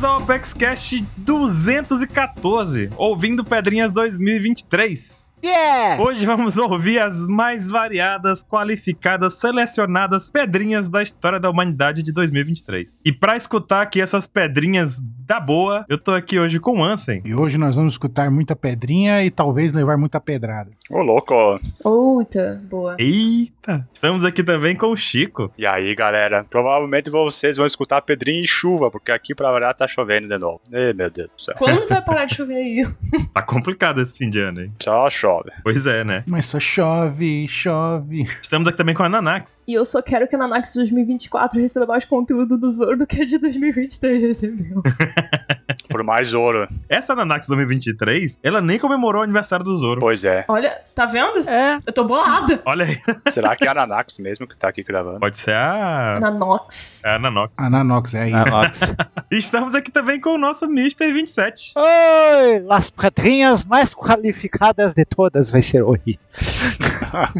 Talkbacks Cast 214, ouvindo Pedrinhas 2023. É. Yeah! Hoje vamos ouvir as mais variadas, qualificadas, selecionadas pedrinhas da história da humanidade de 2023. E pra escutar aqui essas pedrinhas da boa, eu tô aqui hoje com o Ansem. E hoje nós vamos escutar muita pedrinha e talvez levar muita pedrada. Ô, louco. Outra, boa. Eita! Estamos aqui também com o Chico. E aí, galera? Provavelmente vocês vão escutar pedrinha e chuva, porque aqui pra variar tá chovendo de novo. Ei, meu Deus do céu. Quando vai parar de chover aí? Tá complicado esse fim de ano, hein? Só chove. Pois é, né? Mas só chove, chove. Estamos aqui também com a Nanax. E eu só quero que a Nanax 2024 receba mais conteúdo do Zoro do que a de 2023 recebeu. Por mais ouro. Essa Nanax 2023, ela nem comemorou o aniversário do Zoro. Pois é. Olha, tá vendo? É. Eu tô bolada. Olha aí. Será que é a Nanax mesmo que tá aqui gravando? Pode ser a. Na Nox. A Nanox. A Nanox é aí. Na Nox. Estamos aqui também com o nosso Mr. 27. Oi! As pedrinhas mais qualificadas de todas vai ser hoje.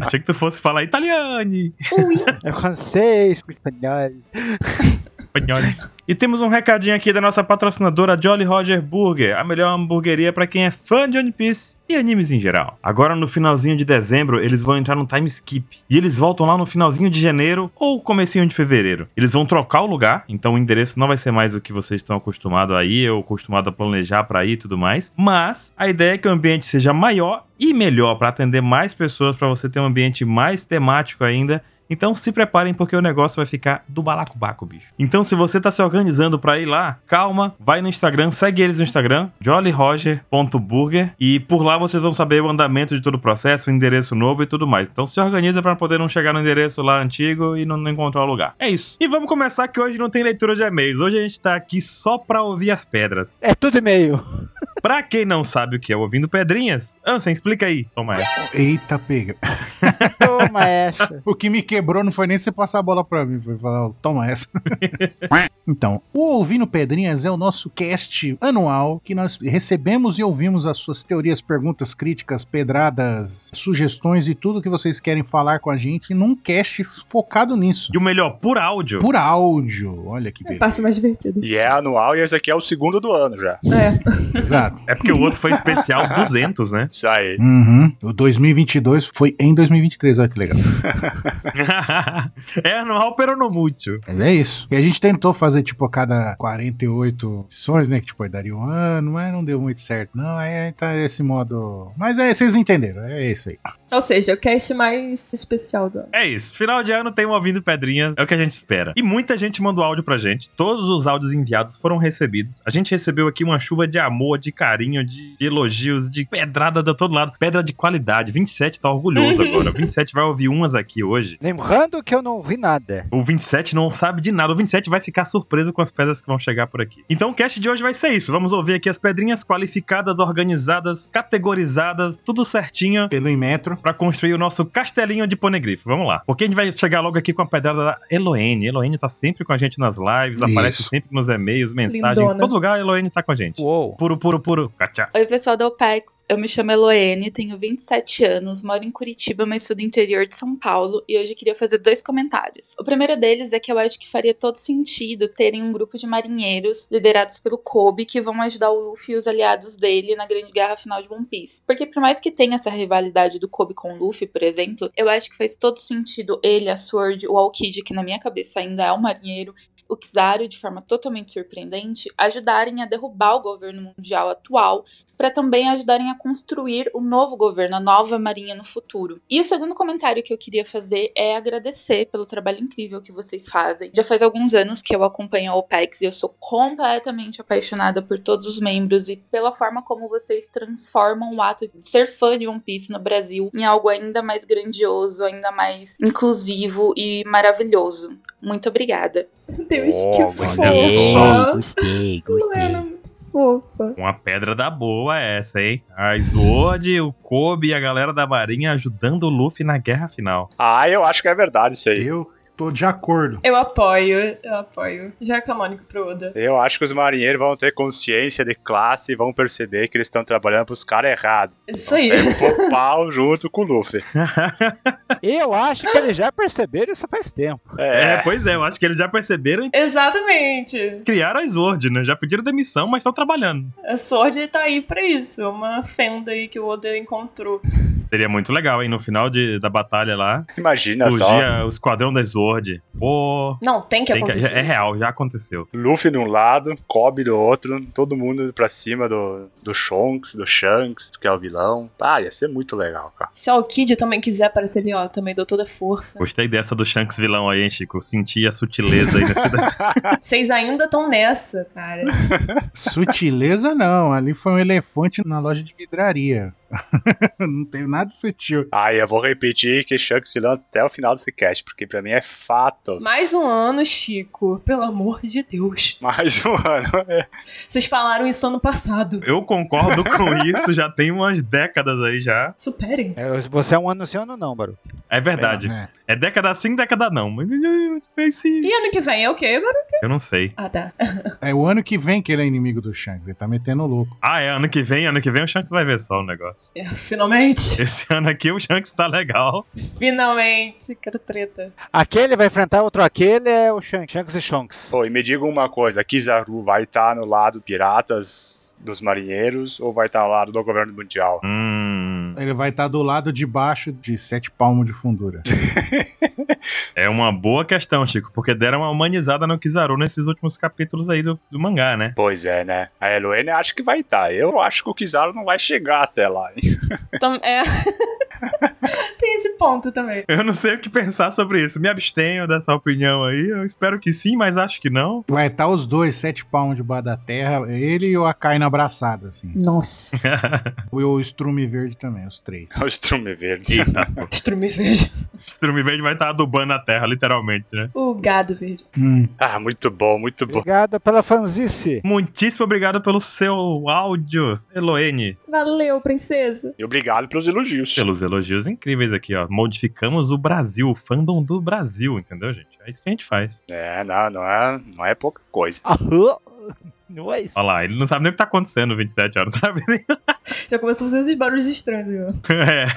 Achei que tu fosse falar italiane. Ui. É francês, com espanhol. Espanhol. E temos um recadinho aqui da nossa patrocinadora Jolly Roger Burger, a melhor hamburgueria pra quem é fã de One Piece e animes em geral. Agora no finalzinho de dezembro, eles vão entrar num time skip e eles voltam lá no finalzinho de janeiro ou comecinho de fevereiro. Eles vão trocar o lugar, então o endereço não vai ser mais o que vocês estão acostumados a ir ou acostumado a planejar pra ir e tudo mais, mas a ideia é que o ambiente seja maior e melhor pra atender mais pessoas, pra você ter um ambiente mais temático ainda então se preparem porque o negócio vai ficar do balacobaco, bicho. Então se você tá se organizando pra ir lá, calma, vai no Instagram, segue eles no Instagram, jollyroger.burger e por lá vocês vão saber o andamento de todo o processo, o endereço novo e tudo mais. Então se organiza pra poder não chegar no endereço lá antigo e não, não encontrar o lugar. É isso. E vamos começar que hoje não tem leitura de e-mails. Hoje a gente tá aqui só pra ouvir as pedras. É tudo e-mail. Pra quem não sabe o que é Ouvindo Pedrinhas, Ansem, explica aí. Toma essa. Eita, pega. Toma essa. O que me quebrou não foi nem você passar a bola pra mim, foi falar, "Ó, toma essa. então, o Ouvindo Pedrinhas é o nosso cast anual que nós recebemos e ouvimos as suas teorias, perguntas, críticas, pedradas, sugestões e tudo que vocês querem falar com a gente num cast focado nisso. E o melhor, por áudio. Por áudio. Olha que beleza. É Parte mais divertida. E é anual e esse aqui é o segundo do ano já. É. Exato. É porque o outro foi especial 200, né? Isso aí. Uhum. O 2022 foi em 2023, olha que legal. é anual, pero no mútil. Mas é isso. E a gente tentou fazer, tipo, a cada 48 edições, né? Que, tipo, aí daria um ano, mas não deu muito certo. Não, aí tá esse modo... Mas é, vocês entenderam, é isso aí. Ou seja, o cast mais especial do ano. É isso. Final de ano tem um Ouvindo Pedrinhas, é o que a gente espera. E muita gente mandou áudio pra gente. Todos os áudios enviados foram recebidos. A gente recebeu aqui uma chuva de amor, de carinho, de elogios, de pedrada de todo lado. Pedra de qualidade. 27 tá orgulhoso agora. O 27 vai ouvir umas aqui hoje. Lembrando que eu não vi nada. O 27 não sabe de nada. O 27 vai ficar surpreso com as pedras que vão chegar por aqui. Então o cast de hoje vai ser isso. Vamos ouvir aqui as pedrinhas qualificadas, organizadas, categorizadas, tudo certinho Pelo Inmetro. pra construir o nosso castelinho de ponegrifo. Vamos lá. Porque a gente vai chegar logo aqui com a pedrada da Eloene. Eloene tá sempre com a gente nas lives, Isso. aparece sempre nos e-mails, mensagens. Lindona. Todo lugar a Eloene tá com a gente. Uou. Puro, puro, puro. Cachá. Oi, pessoal da OPEX. Eu me chamo Eloene, tenho 27 anos, moro em Curitiba, mas sou do interior de São Paulo e hoje eu queria fazer dois comentários. O primeiro deles é que eu acho que faria todo sentido terem um grupo de marinheiros liderados pelo Kobe que vão ajudar o Luffy e os aliados dele na grande guerra final de One Piece. Porque por mais que tenha essa rivalidade do Kobe com o Luffy, por exemplo, eu acho que faz todo sentido ele, a Sword, o Aokiji, que na minha cabeça ainda é um marinheiro, o Kizaru, de forma totalmente surpreendente, ajudarem a derrubar o governo mundial atual para também ajudarem a construir o novo governo, a nova marinha no futuro. E o segundo comentário que eu queria fazer é agradecer pelo trabalho incrível que vocês fazem. Já faz alguns anos que eu acompanho a OPEX e eu sou completamente apaixonada por todos os membros e pela forma como vocês transformam o ato de ser fã de One Piece no Brasil em algo ainda mais grandioso, ainda mais inclusivo e maravilhoso. Muito obrigada. um Deus, Oh, que mas fofa. Gostei, Luana, muito fofa. Uma pedra da boa essa, hein? A Sword, o Kobe e a galera da Marinha ajudando o Luffy na guerra final. Ah, eu acho que é verdade isso aí. Eu Tô de acordo. Eu apoio, eu apoio. Já é canônico pro Oda. Eu acho que os marinheiros vão ter consciência de classe e vão perceber que eles estão trabalhando pros caras errados. Isso aí. Pô pau junto com o Luffy. Eu acho que eles já perceberam isso faz tempo. É, pois é, eu acho que eles já perceberam e Exatamente. criaram a Sword, né? Já pediram demissão, mas estão trabalhando. A Sword tá aí pra isso. É uma fenda aí que o Oda encontrou. Seria muito legal, hein? No final de, da batalha lá, Imagina só. fugia o esquadrão da Sword. Pô. Não, tem que tem que- acontecer. é real, já aconteceu. Luffy de um lado, Kobe do outro, todo mundo indo pra cima do, do Shonks, do Shanks, que é o vilão. Ah, ia ser muito legal, cara. Se a Alkid também quiser aparecer ali, ó, eu também dou toda a força. Gostei dessa do Shanks vilão aí, hein, Chico? Senti a sutileza aí nesse desenho. Vocês ainda estão nessa, cara. Sutileza não, ali foi um elefante na loja de vidraria. não teve nada sutil. Ah, e eu vou repetir que Shanks é vilão até o final desse cast, porque pra mim é fato. Mais um ano, Chico. Pelo amor de Deus. Mais um ano. Vocês falaram isso ano passado. Eu concordo com isso, já tem umas décadas aí já. Superem. É, Você é um ano sim, ano não, Baru. É verdade. É, né? É década sim, década não. Mas esse- E ano que vem é o quê, Baru? eu não sei. Ah, tá. É o ano que vem que ele é inimigo do Shanks, ele tá metendo louco. Ah, é ano que vem, ano que vem o Shanks vai ver só o negócio. É, Finalmente. Esse ano aqui o Shanks tá legal. Finalmente. Quero treta. Aquele vai enfrentar outro aquele é o Shanks, Shanks e Shonks. Pô, e me diga uma coisa, Kizaru vai estar no lado piratas dos marinheiros ou vai estar no lado do governo mundial? Hum. Ele vai estar do lado de baixo de sete palmos de fundura. É uma boa questão, Chico, porque deram uma humanizada no Kizaru nesses últimos capítulos aí do, do mangá, né? Pois é, né? A Eloene acho que vai estar. Tá, Eu acho que o Kizaru não vai chegar até lá. hein? Tam- é. Tem esse ponto também. Eu não sei o que pensar sobre isso. Me abstenho dessa opinião aí. Eu espero que sim, mas acho que não. Vai estar os dois, sete palmos debaixo da terra, ele e o Akainu abraçado, assim. Nossa. E o Strume Verde também, os três. O Strume Verde. Eita, pô. Estrume verde. Strume Verde vai estar adubando a terra, literalmente, né? O gado verde. Hum. Ah, muito bom, muito bom. Obrigado pela fanzice. Muitíssimo obrigado pelo seu áudio, Eloene. Valeu, princesa. E obrigado pelos elogios. Pelos elogios incríveis aqui, ó. Modificamos o Brasil, o fandom do Brasil, entendeu, gente? É isso que a gente faz. É, não, não é, não é pouca coisa. Aham. Não é isso. Olha lá, ele não sabe nem o que tá acontecendo 27 horas, sabe? Já começou a fazer esses barulhos estranhos. viu?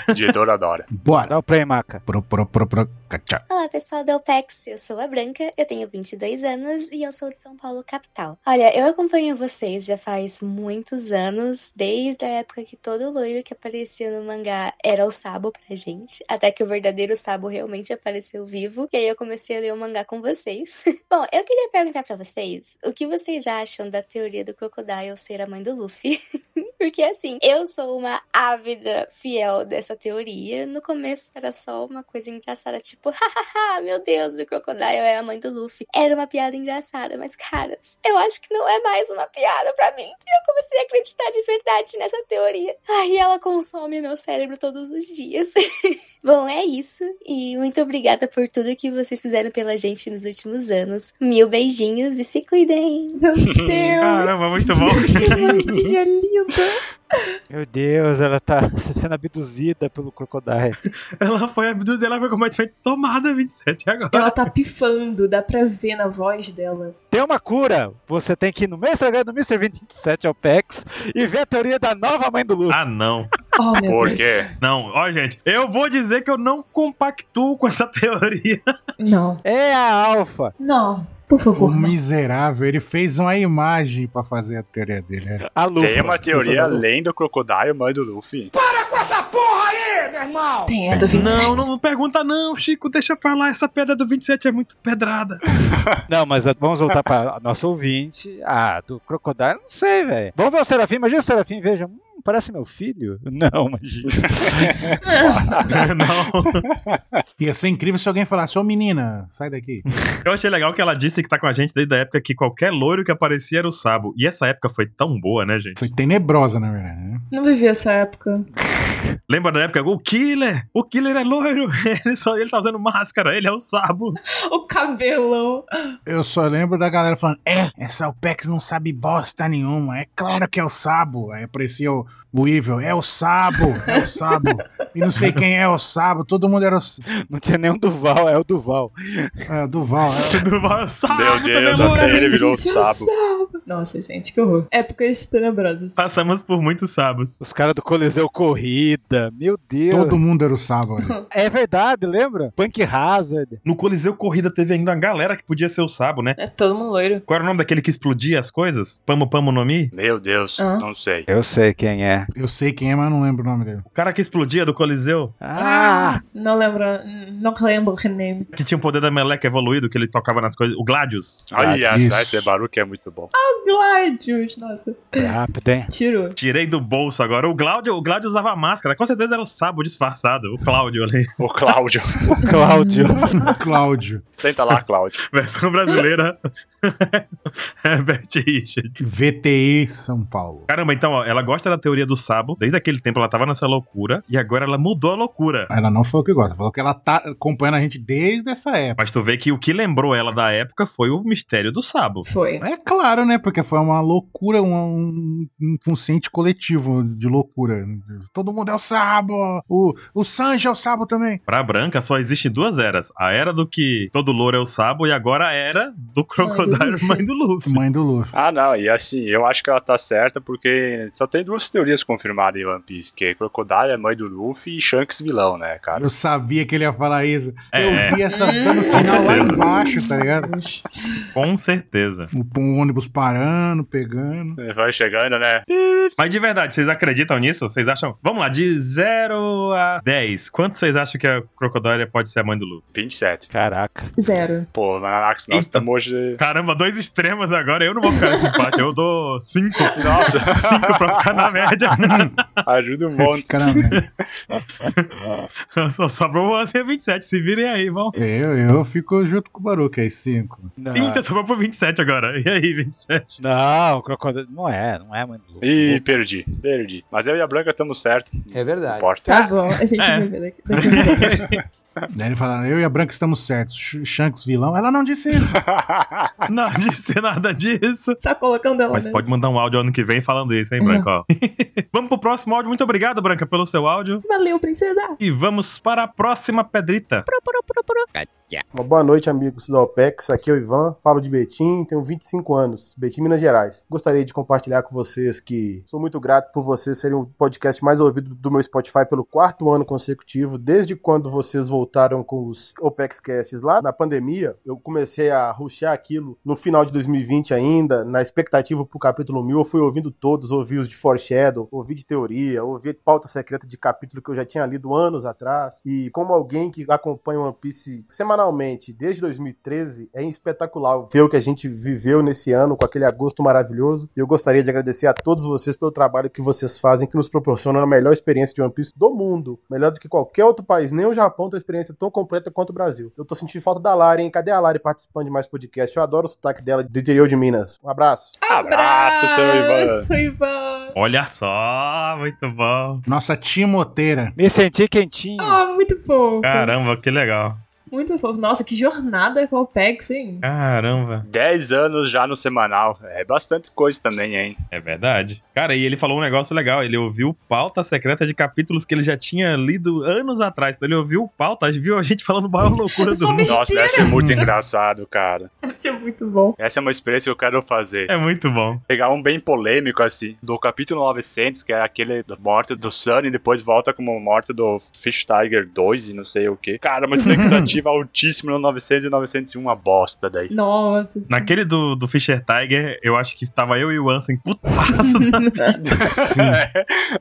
É. Diretor adora. Bora! Dá o play, Maca. Pro, pro, pro, pro, cachá. Olá pessoal da OPEX, eu sou a Branca, eu tenho 22 anos e eu sou de São Paulo, capital. Olha, eu acompanho vocês já faz muitos anos, desde a época que todo loiro que aparecia no mangá era o Sabo pra gente, até que o verdadeiro Sabo realmente apareceu vivo, e aí eu comecei a ler o mangá com vocês. Bom, eu queria perguntar pra vocês o que vocês acham da teoria do Crocodile ser a mãe do Luffy. Porque assim, eu sou uma ávida fiel dessa teoria. No começo era só uma coisa engraçada, tipo, hahaha, meu Deus, o Crocodile é a mãe do Luffy. Era uma piada engraçada, mas caras, eu acho que não é mais uma piada pra mim. E eu comecei a acreditar de verdade nessa teoria. Ai, e ela consome meu cérebro todos os dias. Bom, é isso. E muito obrigada por tudo que vocês fizeram pela gente nos últimos anos. Mil beijinhos e se cuidem! Meu Deus. Caramba, muito bom. Que mãezinha linda. Meu Deus, ela tá sendo abduzida pelo Crocodile. Ela foi abduzida, ela foi completamente tomada 27 agora. Ela tá pifando, dá pra ver na voz dela. Tem uma cura. Você tem que ir no meu Instagram do Mr. 27 Alpex é e ver a teoria da nova mãe do Luffy. Ah, não. Oh, meu Por Deus. quê? Não, ó, gente, eu vou dizer que eu não compactuo com essa teoria. Não. É a Alfa. Não. Por O favor, não. miserável, ele fez uma imagem pra fazer a teoria dele. é. A Lufa. Tem uma teoria além do Crocodile, mãe do Luffy. Tem a do 27. Não, não pergunta não, Chico, deixa pra lá, essa pedra do 27 é muito pedrada. Não, mas ah, vamos voltar pra nossa ouvinte. Ah, do Crocodile, não sei, velho. Vamos ver o Serafim. Imagina o Serafim, veja. Hum, parece meu filho. Não, imagina. não. Ia ser incrível se alguém falasse, ô menina, sai daqui. Eu achei legal que ela disse que tá com a gente desde a época que qualquer loiro que aparecia era o Sabo. E essa época foi tão boa, né, gente? Foi tenebrosa, na verdade, né? Não vivi essa época. Lembra da época? O Killer! O Killer é loiro! Ele, só, ele tá usando máscara, ele é o Sabo. O cabelão. Eu só lembro da galera falando: é, essa OPEX não sabe bosta nenhuma. É claro que é o Sabo. Aí aparecia o, o Evil: é o Sabo, é o Sabo. e não sei quem é o Sabo. Todo mundo era o, S- Não tinha nem o Duval, é o Duval. é, o Duval. é- Duval é o Sabo Meu Deus, também, até mano. ele virou o sabo. Nossa, gente, que horror. Épocas tenebrosas. Passamos por muitos Sabos. Os caras do Coliseu Corrida, meu Deus. Todo mundo era o Sabo. olha. É verdade, lembra? Punk Hazard. No Coliseu Corrida teve ainda uma galera que podia ser o Sabo, né? É todo mundo loiro. Qual era o nome daquele que explodia as coisas? Pamo Pamo no Mi? Meu Deus, Hã? não sei. Eu sei quem é. Eu sei quem é, mas não lembro o nome dele. O cara que explodia do Coliseu? Ah! Não lembro. Não lembro o nome. Que tinha o poder da meleca evoluído, que ele tocava nas coisas. O Gladius. Olha, Ah, isso. essa- esse Baruque é muito bom. Ah, Gladius, nossa. Tá Rápido, hein? Tirou. Tirei do bolso agora. O Glaudio, o Glaudio usava máscara. Com certeza era o Sabo disfarçado. O Cláudio ali. O Cláudio. Cláudio. Cláudio. Senta lá, Cláudio. Versão brasileira. Herbert Richard. VTI São Paulo. Caramba, então, ó, ela gosta da teoria do Sabo. Desde aquele tempo ela tava nessa loucura. E agora ela mudou a loucura. Ela não falou que gosta, falou que ela tá acompanhando a gente desde essa época. Mas tu vê que o que lembrou ela da época foi o mistério do Sabo. Foi. É claro, né? Porque foi uma loucura, um, um inconsciente coletivo de loucura. Todo mundo é o Sabo! O, o Sanji é o Sabo também! Pra branca só existe duas eras. A era do que todo louro é o Sabo e agora a era do crocodilo Luffy. mãe do Luffy. Mãe do Luffy. Ah, não, e assim, eu acho que ela tá certa porque só tem duas teorias confirmadas em One Piece, que é Crocodile é mãe do Luffy e Shanks vilão, né, cara? Eu sabia que ele ia falar isso. É. Eu vi essa Hum. dando sinal lá certeza. embaixo, tá ligado? Com certeza. O, o ônibus parando, pegando. Vai chegando, né? Mas de verdade, vocês acreditam nisso? Vocês acham. Vamos lá, de 0 a 10. Quanto vocês acham que a Crocodile pode ser a mãe do Luffy? 27. Caraca. Zero. Pô, Manarax, nós Eita. estamos hoje... Caramba, dois extremos agora. Eu não vou ficar nesse empate. Eu dou 5. Nossa, 5 pra ficar na média. ajuda um monte. Caramba, Só sobrou assim, é você 27. Se virem aí, vão. eu, eu fico junto com o Baruque, aí cinco. Não, Eita, sobrou pro 27 agora. E aí, 27? não crocodilo. Não é, não é, mano. Ih, perdi, perdi. Mas eu e a Branca estamos certo. É Não verdade. importa. Tá bom, a gente É. vai ver daqui. daqui a pouco. Daí ele fala, eu e a Branca estamos certos. Sh- Shanks vilão. Ela não disse isso. Não disse nada disso. tá colocando ela Mas nessa. pode mandar um áudio ano que vem falando isso, hein, É. Branca? ó. vamos pro próximo áudio. Muito obrigado, Branca, pelo seu áudio. Valeu, princesa. E vamos para a próxima pedrita. Uma boa noite, amigos do OPEX. Aqui é o Ivan, falo de Betim, tenho 25 anos, Betim, Minas Gerais. Gostaria de compartilhar com vocês que sou muito grato por vocês serem o podcast mais ouvido do meu Spotify pelo quarto ano consecutivo. Desde quando vocês voltaram com os OPEX Casts lá na pandemia, eu comecei a ruxar aquilo no final de 2020 ainda, na expectativa pro capítulo 1000. Eu fui ouvindo todos, ouvi os de Foreshadow, ouvi de teoria, ouvi pauta secreta de capítulo que eu já tinha lido anos atrás. E como alguém que acompanha One Piece semanalmente desde 2013, é espetacular ver o que a gente viveu nesse ano com aquele agosto maravilhoso. E eu gostaria de agradecer a todos vocês pelo trabalho que vocês fazem, que nos proporciona a melhor experiência de One Piece do mundo. Melhor do que qualquer outro país, nem o Japão tem uma experiência tão completa quanto o Brasil. Eu tô sentindo falta da Lari, hein? Cadê a Lari participando de mais podcast? Eu adoro o sotaque dela de interior de Minas. Um abraço. Abraço, seu Ivan. Abraço, Ivan. Olha só, muito bom. Nossa timoteira. Me senti quentinho. Ah, muito fofo. Caramba, que legal. Muito fofo. Nossa, que jornada com o Pex, hein? Ah, Caramba, 10 anos já no semanal. É bastante coisa também, hein? é verdade. Cara, e ele falou um negócio legal. Ele ouviu pauta secreta de capítulos que ele já tinha lido anos atrás. Então ele ouviu pauta, viu a gente falando maior loucura do Só mundo. me- Nossa, deve ser muito engraçado, cara. é Deve ser muito bom. Essa é uma experiência que eu quero fazer. É muito bom. Pegar um bem polêmico, assim, do capítulo 900, que é aquele da morte do Sunny, depois volta como morte do Fish Tiger 2 e não sei o que. Cara, uma expectativa altíssima no 900 e 901, uma bosta daí. Nossa. sim. Naquele do, do Fischer Tiger, eu acho que tava eu e o Ansem putaço. Sim.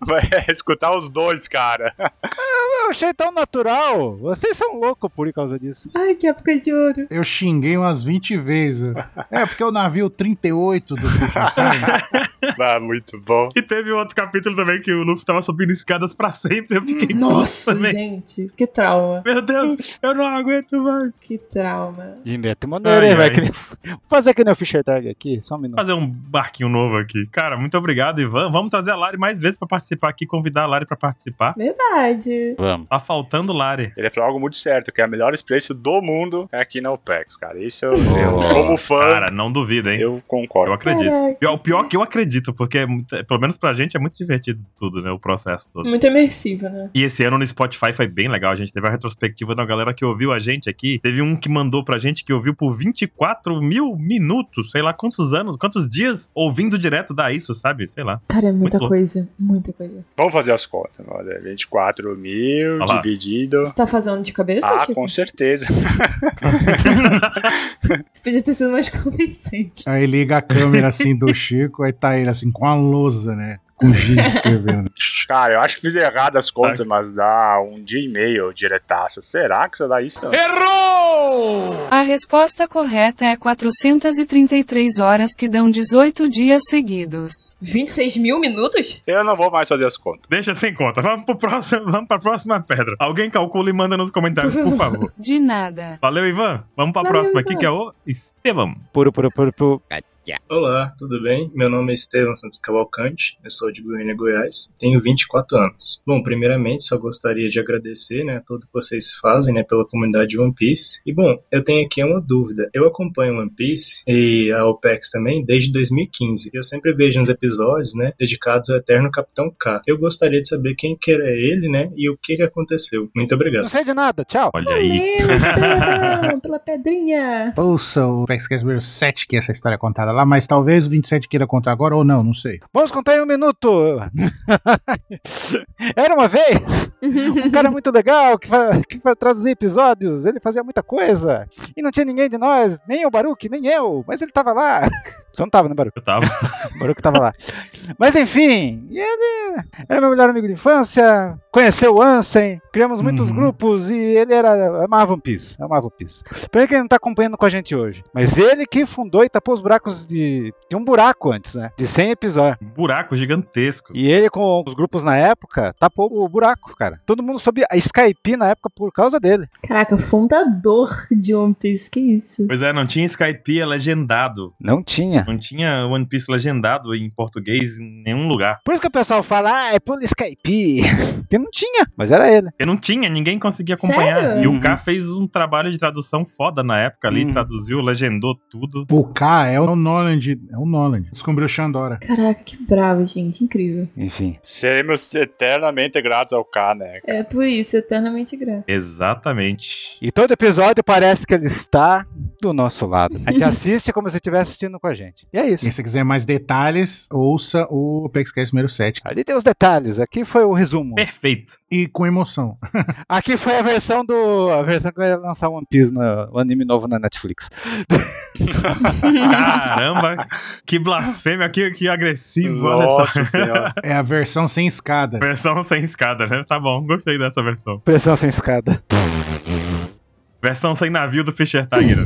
Vai escutar os dois, cara. Eu achei tão natural. Vocês são loucos por causa disso. Ai, que época de ouro. Eu xinguei umas 20 vezes. É, porque o navio 38 do Fujitani. Ah, muito bom. e teve um outro capítulo também que o Luffy tava subindo escadas pra sempre. Eu fiquei puto Hum, Nossa, também. gente. Que trauma. Meu Deus, eu não aguento. aguento mais. Que trauma. De Moneiro, Ai, hein, vai. ai. né, que nem- Vou fazer que nem o Fischer Tag aqui, só um minuto. Fazer um barquinho novo aqui. Cara, muito obrigado, Ivan. Vamos trazer a Lari mais vezes pra participar aqui, convidar a Lari pra participar. Verdade. Vamos. Tá faltando Lari. Ele falou algo muito certo, que é a melhor experiência do mundo é aqui na OPEX, cara. Isso eu, Oh. como fã, Cara, não duvido, hein? eu concordo. Eu acredito. Caraca. Pior- O pior que eu acredito, porque é muito- pelo menos pra gente é muito divertido tudo, né? O processo todo. Muito imersivo, né? E esse ano no Spotify foi bem legal. A gente teve a retrospectiva da galera que ouviu a gente aqui. Teve um que mandou pra gente que ouviu por 24 mil minutos, sei lá quantos anos, quantos dias, ouvindo direto da isso, sabe? Sei lá. Cara, é muita louco. coisa. Muita coisa. Vamos fazer as contas. Olha, 24 mil Olha lá. dividido. Você tá fazendo de cabeça, Ah, Chico? com certeza. Podia ter sido mais convincente. Aí liga a câmera assim do Chico, aí tá ele assim com a lousa, né? Com giz escrevendo. Cara, eu acho que fiz errado as contas, mas dá um dia e meio diretaço. Será que isso dá isso? A resposta correta é 433 horas que dão 18 dias seguidos. 26 mil minutos? Eu não vou mais fazer as contas. Deixa sem conta. Vamos, pro próximo, vamos pra próxima pedra. Alguém calcula e manda nos comentários, Tá, por favor. De nada. Valeu, Ivan. Vamos pra Valeu, próxima Ivan. aqui, que é o Estevam. Puro, puro, puro, puro. Olá, tudo bem? Meu nome é Estevam Santos Cavalcante, eu sou de Goiânia, Goiás, tenho 24 anos. Bom, primeiramente, só gostaria de agradecer né, a tudo que vocês fazem né, pela comunidade One Piece. E, bom, eu tenho aqui é uma dúvida. Eu acompanho One Piece e a OPEX também desde 2015. Eu sempre vejo uns episódios né, dedicados ao eterno Capitão K. Eu gostaria de saber quem que era ele né, e o que, que aconteceu. Muito obrigado. Não sei de nada, tchau. Olha aí. Meu Estevam, pela pedrinha. Ouça o Pescast número 7, que é essa história contada lá, mas talvez o 27 queira contar agora ou não, não sei. Vamos contar em um minuto. Era uma vez um cara muito legal que, fa- que fa- traduzia episódios, ele fazia muita coisa. E não tinha ninguém de nós, nem o Baruque, nem eu, mas ele tava lá. Só não tava, né, Baruque? Eu tava. O Baruco tava lá. Mas enfim, e ele era meu melhor amigo de infância, conheceu o Ansem, criamos muitos Uhum. grupos e ele era amava One Piece, amava One Piece. Pena que ele não tá acompanhando com a gente hoje. Mas ele que fundou e tapou os buracos de, de um buraco antes, né? De 100 episódios. Um buraco gigantesco. E ele com os grupos na época, tapou o buraco, cara. Todo mundo soube a Skype na época por causa dele. Caraca, fundador de One Piece, que isso? Pois é, não tinha Skype legendado. Não tinha. Não tinha One Piece legendado em português em nenhum lugar. Por isso que o pessoal fala, ah, é por Skype. Porque não tinha, mas era ele. Porque não tinha, ninguém conseguia acompanhar. Sério? E o Uhum. K fez um trabalho de tradução foda na época ali, Uhum. traduziu, legendou tudo. O K é o Noland, é o Noland. Descobriu Xandora. Caraca, que bravo, gente. Incrível. Enfim. Seremos eternamente gratos ao K, né? É por isso, eternamente grato. Exatamente. E todo episódio parece que ele está do nosso lado. A gente assiste como se estivesse assistindo com a gente. E é isso. E se quiser mais detalhes, ouça o Pescast número 7. Ali tem os detalhes. Aqui foi o resumo. Perfeito. E com emoção. Aqui foi a versão do. A versão que vai lançar One Piece, no, o anime novo na Netflix. Caramba, que blasfêmia, que, que agressivo. Olha só. Nossa senhora. É a versão sem escada. Versão sem escada, né? Tá bom, gostei dessa versão. Pressão sem escada. Versão sem navio do Fischer Tiger.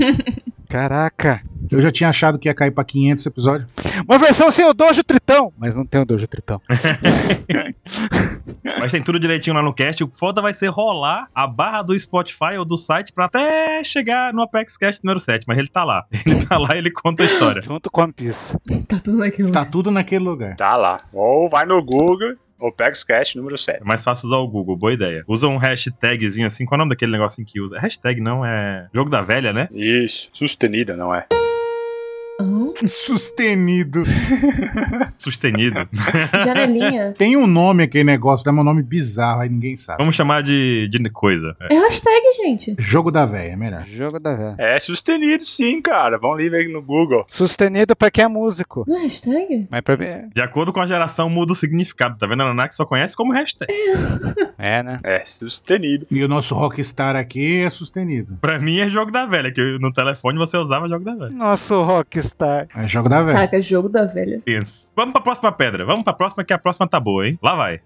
Caraca. Eu já tinha achado que ia cair pra 500 episódios. Uma versão sem o Dojo Tritão. Mas não tem o Dojo Tritão. Mas tem tudo direitinho lá no cast. O foda vai ser rolar a barra do Spotify ou do site pra até chegar no Apex Cast número 7. Mas ele tá lá. Ele tá lá e ele conta a história. Junto com One Piece. Tá tudo naquilo. Está tudo naquele lugar. Tá lá. Ou vai no Google, ou pega o sketch número 7. É mais fácil usar o Google, boa ideia. Usa um hashtagzinho assim, qual é o nome daquele negocinho que usa? Hashtag não, é jogo da velha, né? Isso. Sustenida, não é? Hã? Sustenido. Sustenido. Janelinha. Tem um nome aquele negócio, dá um nome bizarro, aí ninguém sabe. Vamos chamar de, de coisa. É. É hashtag, gente. Jogo da véia, é melhor. Jogo da velha. É sustenido sim, cara. Vão ali ver no Google. Sustenido pra quem é músico. Não é hashtag? Mas pra mim. é De acordo com a geração, muda o significado. Tá vendo? A Nanak só conhece como hashtag. É, né? É sustenido. E o nosso rockstar aqui é sustenido. Pra mim é jogo da velha, que no telefone você usava jogo da velha. Nosso rockstar. cara. É jogo da velha. Caraca, jogo da velha. Isso. Vamos pra próxima pedra. Vamos pra próxima, que a próxima tá boa, hein? Lá vai.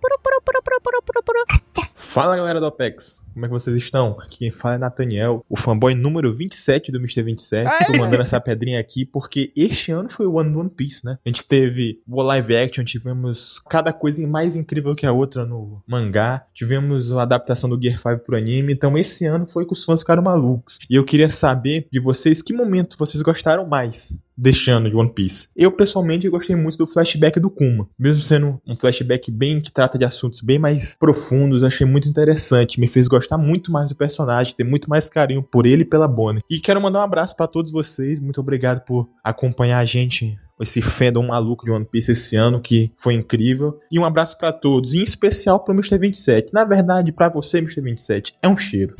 Fala galera do Apex, como é que vocês estão? Aqui quem fala é Nathaniel, o fanboy número 27 do Mr. 27. Tô mandando essa pedrinha aqui porque este ano foi o ano do One Piece, né? A gente teve o live action, tivemos cada coisa mais incrível que a outra no mangá, tivemos a adaptação do Gear 5 pro anime, então esse ano foi que os fãs ficaram malucos. E eu queria saber de vocês que momento vocês gostaram mais deste ano de One Piece. Eu, pessoalmente, gostei muito do flashback do Kuma. Mesmo sendo um flashback bem que trata de assuntos bem mais profundos, eu achei muito interessante. Me fez gostar muito mais do personagem, ter muito mais carinho por ele e pela Bonnie. E quero mandar um abraço pra todos vocês. Muito obrigado por acompanhar a gente esse fandom maluco de One Piece esse ano, que foi incrível. E um abraço pra todos, em especial pro Mr. 27. Na verdade, pra você, Mr. 27, é um cheiro.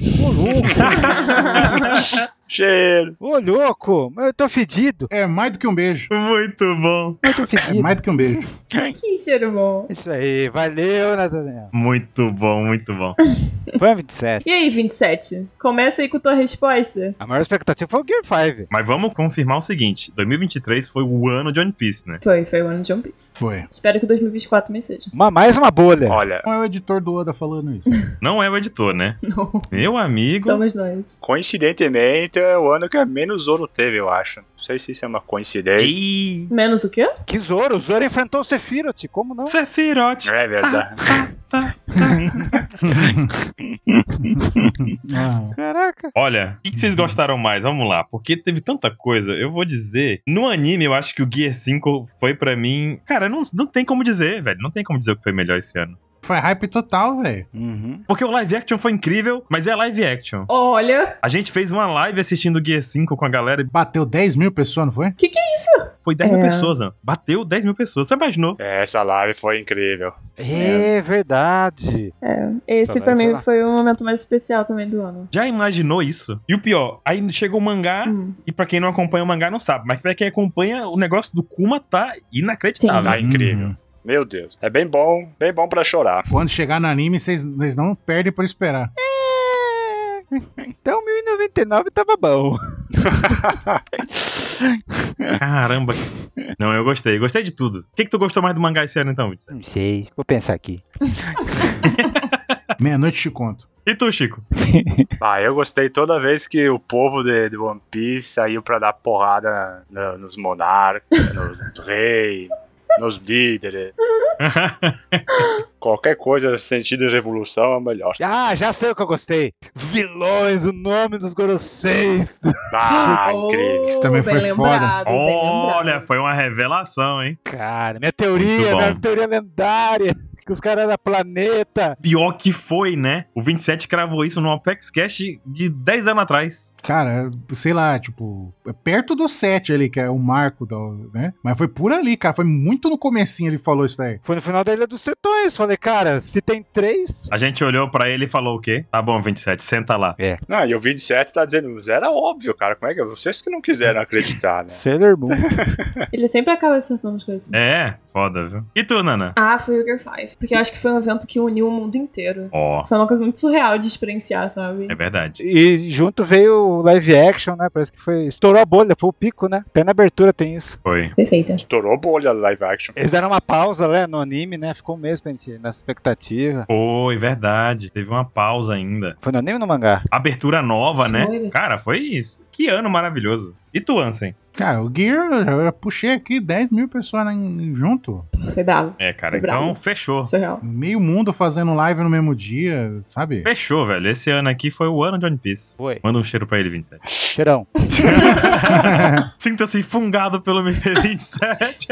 Cheiro. Ô, louco, eu tô fedido. É mais do que um beijo. Muito bom. É mais do que um beijo. Que cheiro bom. Isso aí, valeu, Nathaniel. Muito bom, muito bom. Foi a 27. E aí, 27? Começa aí com tua resposta. A maior expectativa foi o Gear 5. Mas vamos confirmar o seguinte: 2023 foi o ano de One Piece, né? Foi, foi o ano de One Piece. Foi. Espero que 2024 também seja. Uma, mais uma bolha. Olha, Não é o editor do Oda falando isso. Não é o editor, né? Não, Meu amigo. somos nós. coincidentemente é o ano que menos ouro teve, eu acho. Não sei se isso é uma coincidência. Ei, Menos o quê? Que Zoro, o Zoro enfrentou o Sephiroth, como não? Sephiroth. tá, É verdade. Ah. Caraca. Olha, o que, que vocês gostaram mais? Vamos lá, porque teve tanta coisa. Eu vou dizer, no anime, eu acho que o Gear 5 foi pra mim. Cara, não, não tem como dizer, velho. Não tem como dizer o que foi melhor esse ano. Foi hype total, velho. Uhum. Porque o live action foi incrível, mas é live action. Oh. Olha, A gente fez uma live assistindo o Gear 5 com a galera. Bateu 10 mil pessoas, não foi? que que é isso? Foi 10 mil É. pessoas antes. Bateu 10 mil pessoas. Você imaginou? É, Essa live foi incrível. É, verdade. Esse Tá, pra vai mim lá. foi o momento mais especial também do ano. Já imaginou isso? E o pior, aí chegou o mangá, Hum. e pra quem não acompanha o mangá não sabe, mas pra quem acompanha, o negócio do Kuma tá inacreditável. Tá incrível. Hum. Meu Deus. É bem bom, bem bom pra chorar. Quando chegar no anime, vocês vocês não perdem por esperar. É. Então 1099 tava bom. Caramba. Não, eu gostei. Gostei de tudo. O que, que tu gostou mais do mangá esse ano, então, Vitor? Não sei, vou pensar aqui. Meia-noite te conto. E tu, Chico? Ah, eu gostei toda vez que o povo de, de One Piece saiu pra dar porrada na- nos monarcas, nos reis, nos líderes. Qualquer coisa sentido de revolução é melhor. Ah, já sei o que eu gostei. Vilões, o nome dos Goroseis. Ah, Oh, incrível. Isso também foi bem lembrado, bem Olha, lembrado. foi uma revelação, hein? Cara, minha Muito teoria, bom. minha teoria lendária. Que os caras eram planeta. Pior que foi, né? O 27 cravou isso no Apex Cash de 10 anos atrás. Cara, sei lá, tipo, é perto do 7 ali, que é o marco da, né? Mas foi por ali, cara. Foi muito no comecinho ele falou isso daí. Foi no final da Ilha dos Tritões. Falei, cara, se tem três. A gente olhou pra ele e falou o quê? Tá bom, 27, senta lá. Não, e o 27 tá dizendo, mas era óbvio, cara. Como é que é? Vocês que não quiseram acreditar, né? Sailor Moon. Ele sempre acaba acertando as coisas. É, foda, viu? E tu, Nana? Ah, foi o Gear 5. Porque eu acho que foi um evento que uniu o mundo inteiro. Ó, Foi uma coisa muito surreal de experienciar, sabe? um é verdade. E junto veio o live action, né? Parece que foi. Estourou a bolha, foi o pico, né? Até na abertura tem isso. Foi. Perfeita. Estourou bolha live action. Eles deram uma pausa, né? No anime, né? Ficou um mês pra gente na expectativa. Foi, verdade. Teve uma pausa ainda. Foi no anime ou no mangá? Abertura nova, né? Foi. Cara, foi isso. Que ano maravilhoso. E tu, Ansem? Cara, o Gear, eu eu puxei aqui 10 mil pessoas né, em- junto. Foi bravo. É, cara, Ah, Bravo. é então fechou. Surreal. Hum, Meio mundo fazendo live no mesmo dia, sabe? Fechou, velho. Esse ano aqui foi o ano de One Piece. Foi. Manda um cheiro pra ele, 27. Cheirão. Sinta-se fungado pelo Mr. 27.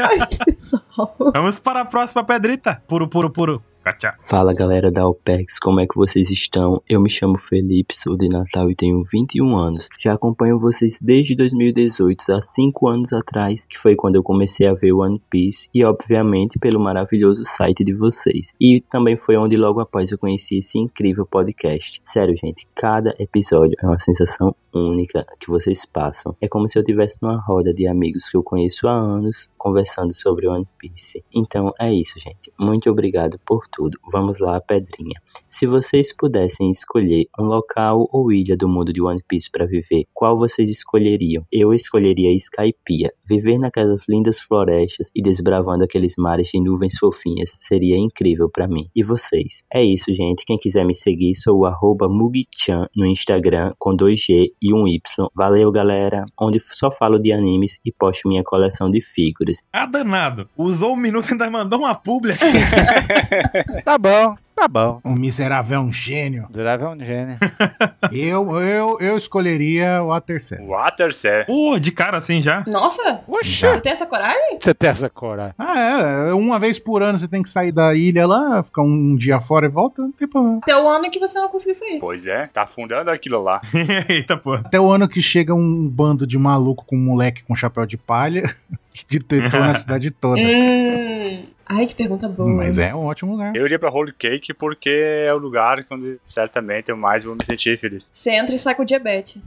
Ai, que pessoal. Vamos para a próxima pedrita. Puro, puro, puro. Cacha. Fala galera da OPEX, como é que vocês estão? Eu me chamo Felipe, sou de Natal e tenho 21 anos. Já acompanho vocês desde 2018, há 5 anos atrás, que foi quando eu comecei a ver One Piece e, obviamente, pelo maravilhoso site de vocês. E também foi onde logo após eu conheci esse incrível podcast. Sério, gente, cada episódio é uma sensação única que vocês passam. É como se eu estivesse numa roda de amigos que eu conheço há anos conversando sobre One Piece. Então é isso, gente. Muito obrigado por tudo. tudo. Vamos lá, Pedrinha. Se vocês pudessem escolher um local ou ilha do mundo de One Piece para viver, qual vocês escolheriam? Eu escolheria Skypiea. Viver naquelas lindas florestas e desbravando aqueles mares de nuvens fofinhas seria incrível para mim. E vocês? É isso, gente. Quem quiser me seguir, sou o arroba Mugichan no Instagram com 2G e um Y. Valeu, galera. Onde só falo de animes e posto minha coleção de figuras. Ah, danado. Usou um minuto e ainda mandou uma publi aqui. Tá bom, tá bom. O miserável é um gênio. Durável é um gênio. Eu, eu, eu escolheria o Atercel. Waterset. Uh, de cara assim já? Nossa! Você tem essa coragem? Você tem essa coragem. Ah, é. Uma vez por ano você tem que sair da ilha lá, ficar um dia fora e volta, tipo, não tem problema. Até o ano que você não conseguiu sair. Pois é, tá afundando aquilo lá. Eita, porra. Até o ano que chega um bando de maluco com um moleque com chapéu de palha que detetou na cidade toda. Hum. Ai, que pergunta boa. Mas é um ótimo lugar. Eu iria pra Holy Cake porque é o lugar onde certamente eu mais vou me sentir feliz. Você entra e sai com diabetes.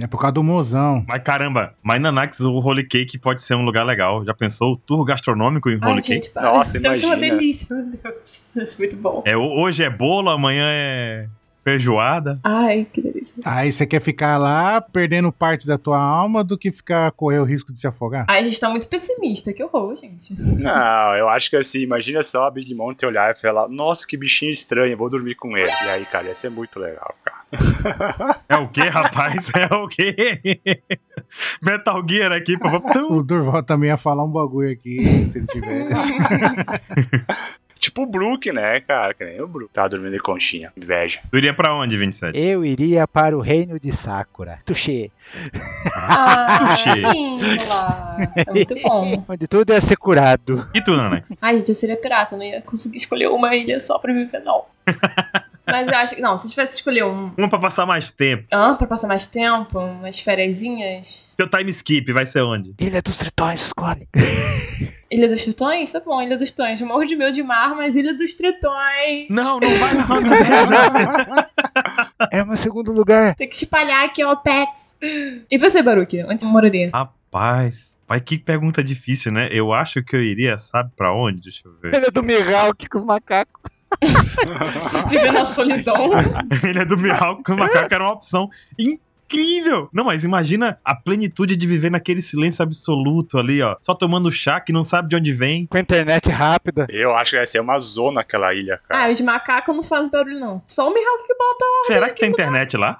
É por causa do mozão. Mas caramba, mas Nanax, o Holy Cake pode ser um lugar legal. Já pensou o tour gastronômico em Holy Ai, Cake? gente, para. Tá Nossa, Deve ser uma imagina. delícia, meu Deus. Deve ser muito bom. É, ho- hoje é bolo, amanhã é feijoada. Ai, que delícia. Aí você quer ficar lá perdendo parte da tua alma do que ficar correr o risco de se afogar? Ai, a gente tá muito pessimista. Que horror, gente. Não, eu acho que assim, imagina só a Big Mom te olhar e falar, nossa, que bichinho estranho, vou dormir com ele. E aí, cara, ia ser muito legal, cara. É o quê, rapaz? É o quê? Metal Gear aqui, pô. O Durval também ia falar um bagulho aqui, se ele tivesse. Tipo o Brook, né, cara? Que nem o Brook. Tá dormindo de conchinha. Inveja. Tu iria pra onde, 27? Eu iria para o reino de Sakura. Tuxê. Ah, Tuxê. Ai, lindo lá. É muito bom. Onde tudo ia ser curado. E tu, Nanax? Ai, gente, eu seria pirata. Eu não ia conseguir escolher uma ilha só pra viver, não. Mas eu acho que... Não, se eu tivesse que escolher um... Uma pra passar mais tempo. Ah, pra passar mais tempo, umas fériasinhas. Teu time skip vai ser onde? Ilha dos Tritões, escolhe. Ilha dos Tritões? Tá bom, Ilha dos Tritões. Morro de medo de mar, mas Ilha dos Tritões. Não, não vai na onda dela. É o meu segundo lugar. Tem que espalhar aqui, ó, Pex. E você, Baruque? Onde você moraria? Ah, Rapaz, pai, que pergunta difícil, né? Eu acho que eu iria, sabe pra onde? Deixa eu ver. Ilha é do Mihawk com os macacos. Vivendo a solidão. Ele é do Mihawk, que o macaco era uma opção incrível. Não, mas imagina a plenitude de viver naquele silêncio absoluto ali, ó. Só tomando chá que não sabe de onde vem. Com a internet rápida. Eu acho que vai ser uma zona aquela ilha, cara. Ah, os macacos não fazem barulho, não. Só o Mihawk que bota. Será que tem internet lá?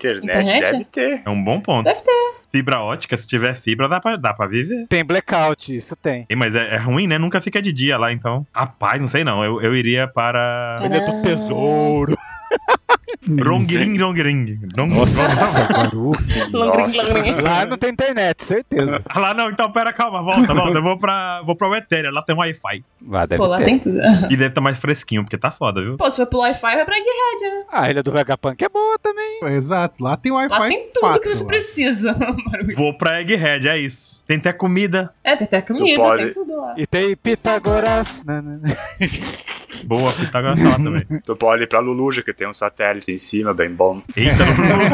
Internet, Internet? deve ter. É um bom ponto. Deve ter. Fibra ótica, se tiver fibra, dá pra, dá pra viver. Tem blackout, isso tem. Ei, Mas é, é ruim, né? Nunca fica de dia lá, então. Rapaz, não sei não. Eu, eu iria para. Ilha é Ah. do Tesouro. Rongiring, Rongiring. Rong- Nossa, Nossa. Lá não tem internet, certeza. Ah, lá não, então pera, calma, volta, volta. Eu vou pra, vou pra Ethereum, lá tem Wi-Fi. Lá deve Pô, lá ter. tem tudo. E deve estar mais fresquinho, porque tá foda, viu? Pô, se for pro Wi-Fi, vai pra Gearhead, né? Ah, A Ilha do Vegapunk é boa também. Exato, lá tem Wi-Fi. Lá tem tudo fato, que você lá. precisa. Baruque. Vou pra Egghead, é isso. Tem até comida. É, tem até comida, pode. tem tudo lá. E tem Pitagoras. Não, não, não. Boa, Pitágoras lá também. Tu pode ir pra Luluja, que tem um satélite em cima, bem bom. Eita, Luluz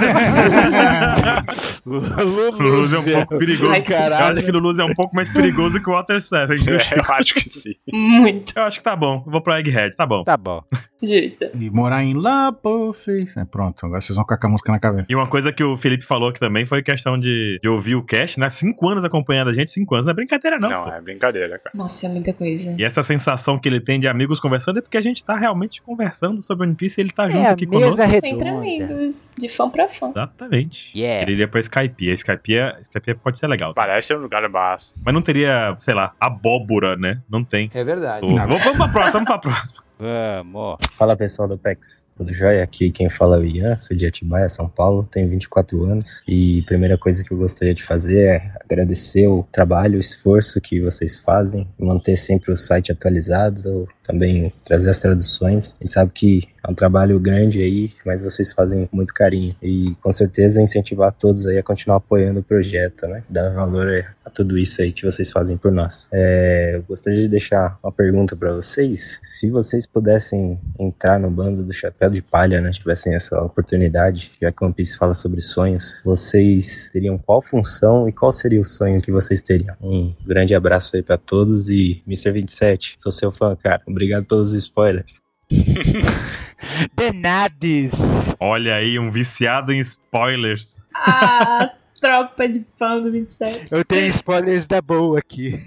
Lulu- é, Luluz é um pouco perigoso. Ai, Eu caralho. acho que Luluz é um pouco mais perigoso que o Water Seven. viu, É, Chico? eu acho que sim. Muito Eu acho que tá bom. Eu Vou pra Egghead, tá bom. Tá bom. justa. E morar em La Buffet. É, pronto, agora vocês vão ficar com a música na cabeça. E uma coisa que o Felipe falou aqui também foi questão de, de ouvir o cast, né? Cinco anos acompanhando a gente, cinco anos não é brincadeira, não. Não, pô. é brincadeira, cara. Nossa, é muita coisa. E essa sensação que ele tem de amigos conversando é porque a gente tá realmente conversando sobre One Piece e ele tá junto a aqui mesa conosco. Entre redonda. amigos, de fã pra fã. Exatamente. Yeah. Ele iria pra Skype. A Skype, é, a Skype pode ser legal. Parece um lugar massa. Mas não teria, sei lá, abóbora, né? Não tem. É verdade. Vamos, vamos pra próxima, vamos pra próxima. Vamos. Fala pessoal do PEX, tudo jóia? Aqui quem fala é o Ian, sou de Atibaia, São Paulo, tenho 24 anos e a primeira coisa que eu gostaria de fazer é agradecer o trabalho, o esforço que vocês fazem, manter sempre o site atualizado, também trazer as traduções. A gente sabe que É um trabalho grande aí, mas vocês fazem com muito carinho. E com certeza incentivar todos aí a continuar apoiando o projeto, né? Dar valor a tudo isso aí que vocês fazem por nós. É, eu gostaria de deixar uma pergunta para vocês. Se vocês pudessem entrar no bando do Chapéu de Palha, né? Tivessem essa oportunidade, já que o One Piece fala sobre sonhos, vocês teriam qual função e qual seria o sonho que vocês teriam? Um grande abraço aí para todos e Mr. 27, sou seu fã, cara. Obrigado pelos spoilers. Denades! Olha aí, um viciado em spoilers. A tropa de fã do 27. Eu tenho spoilers da boa aqui.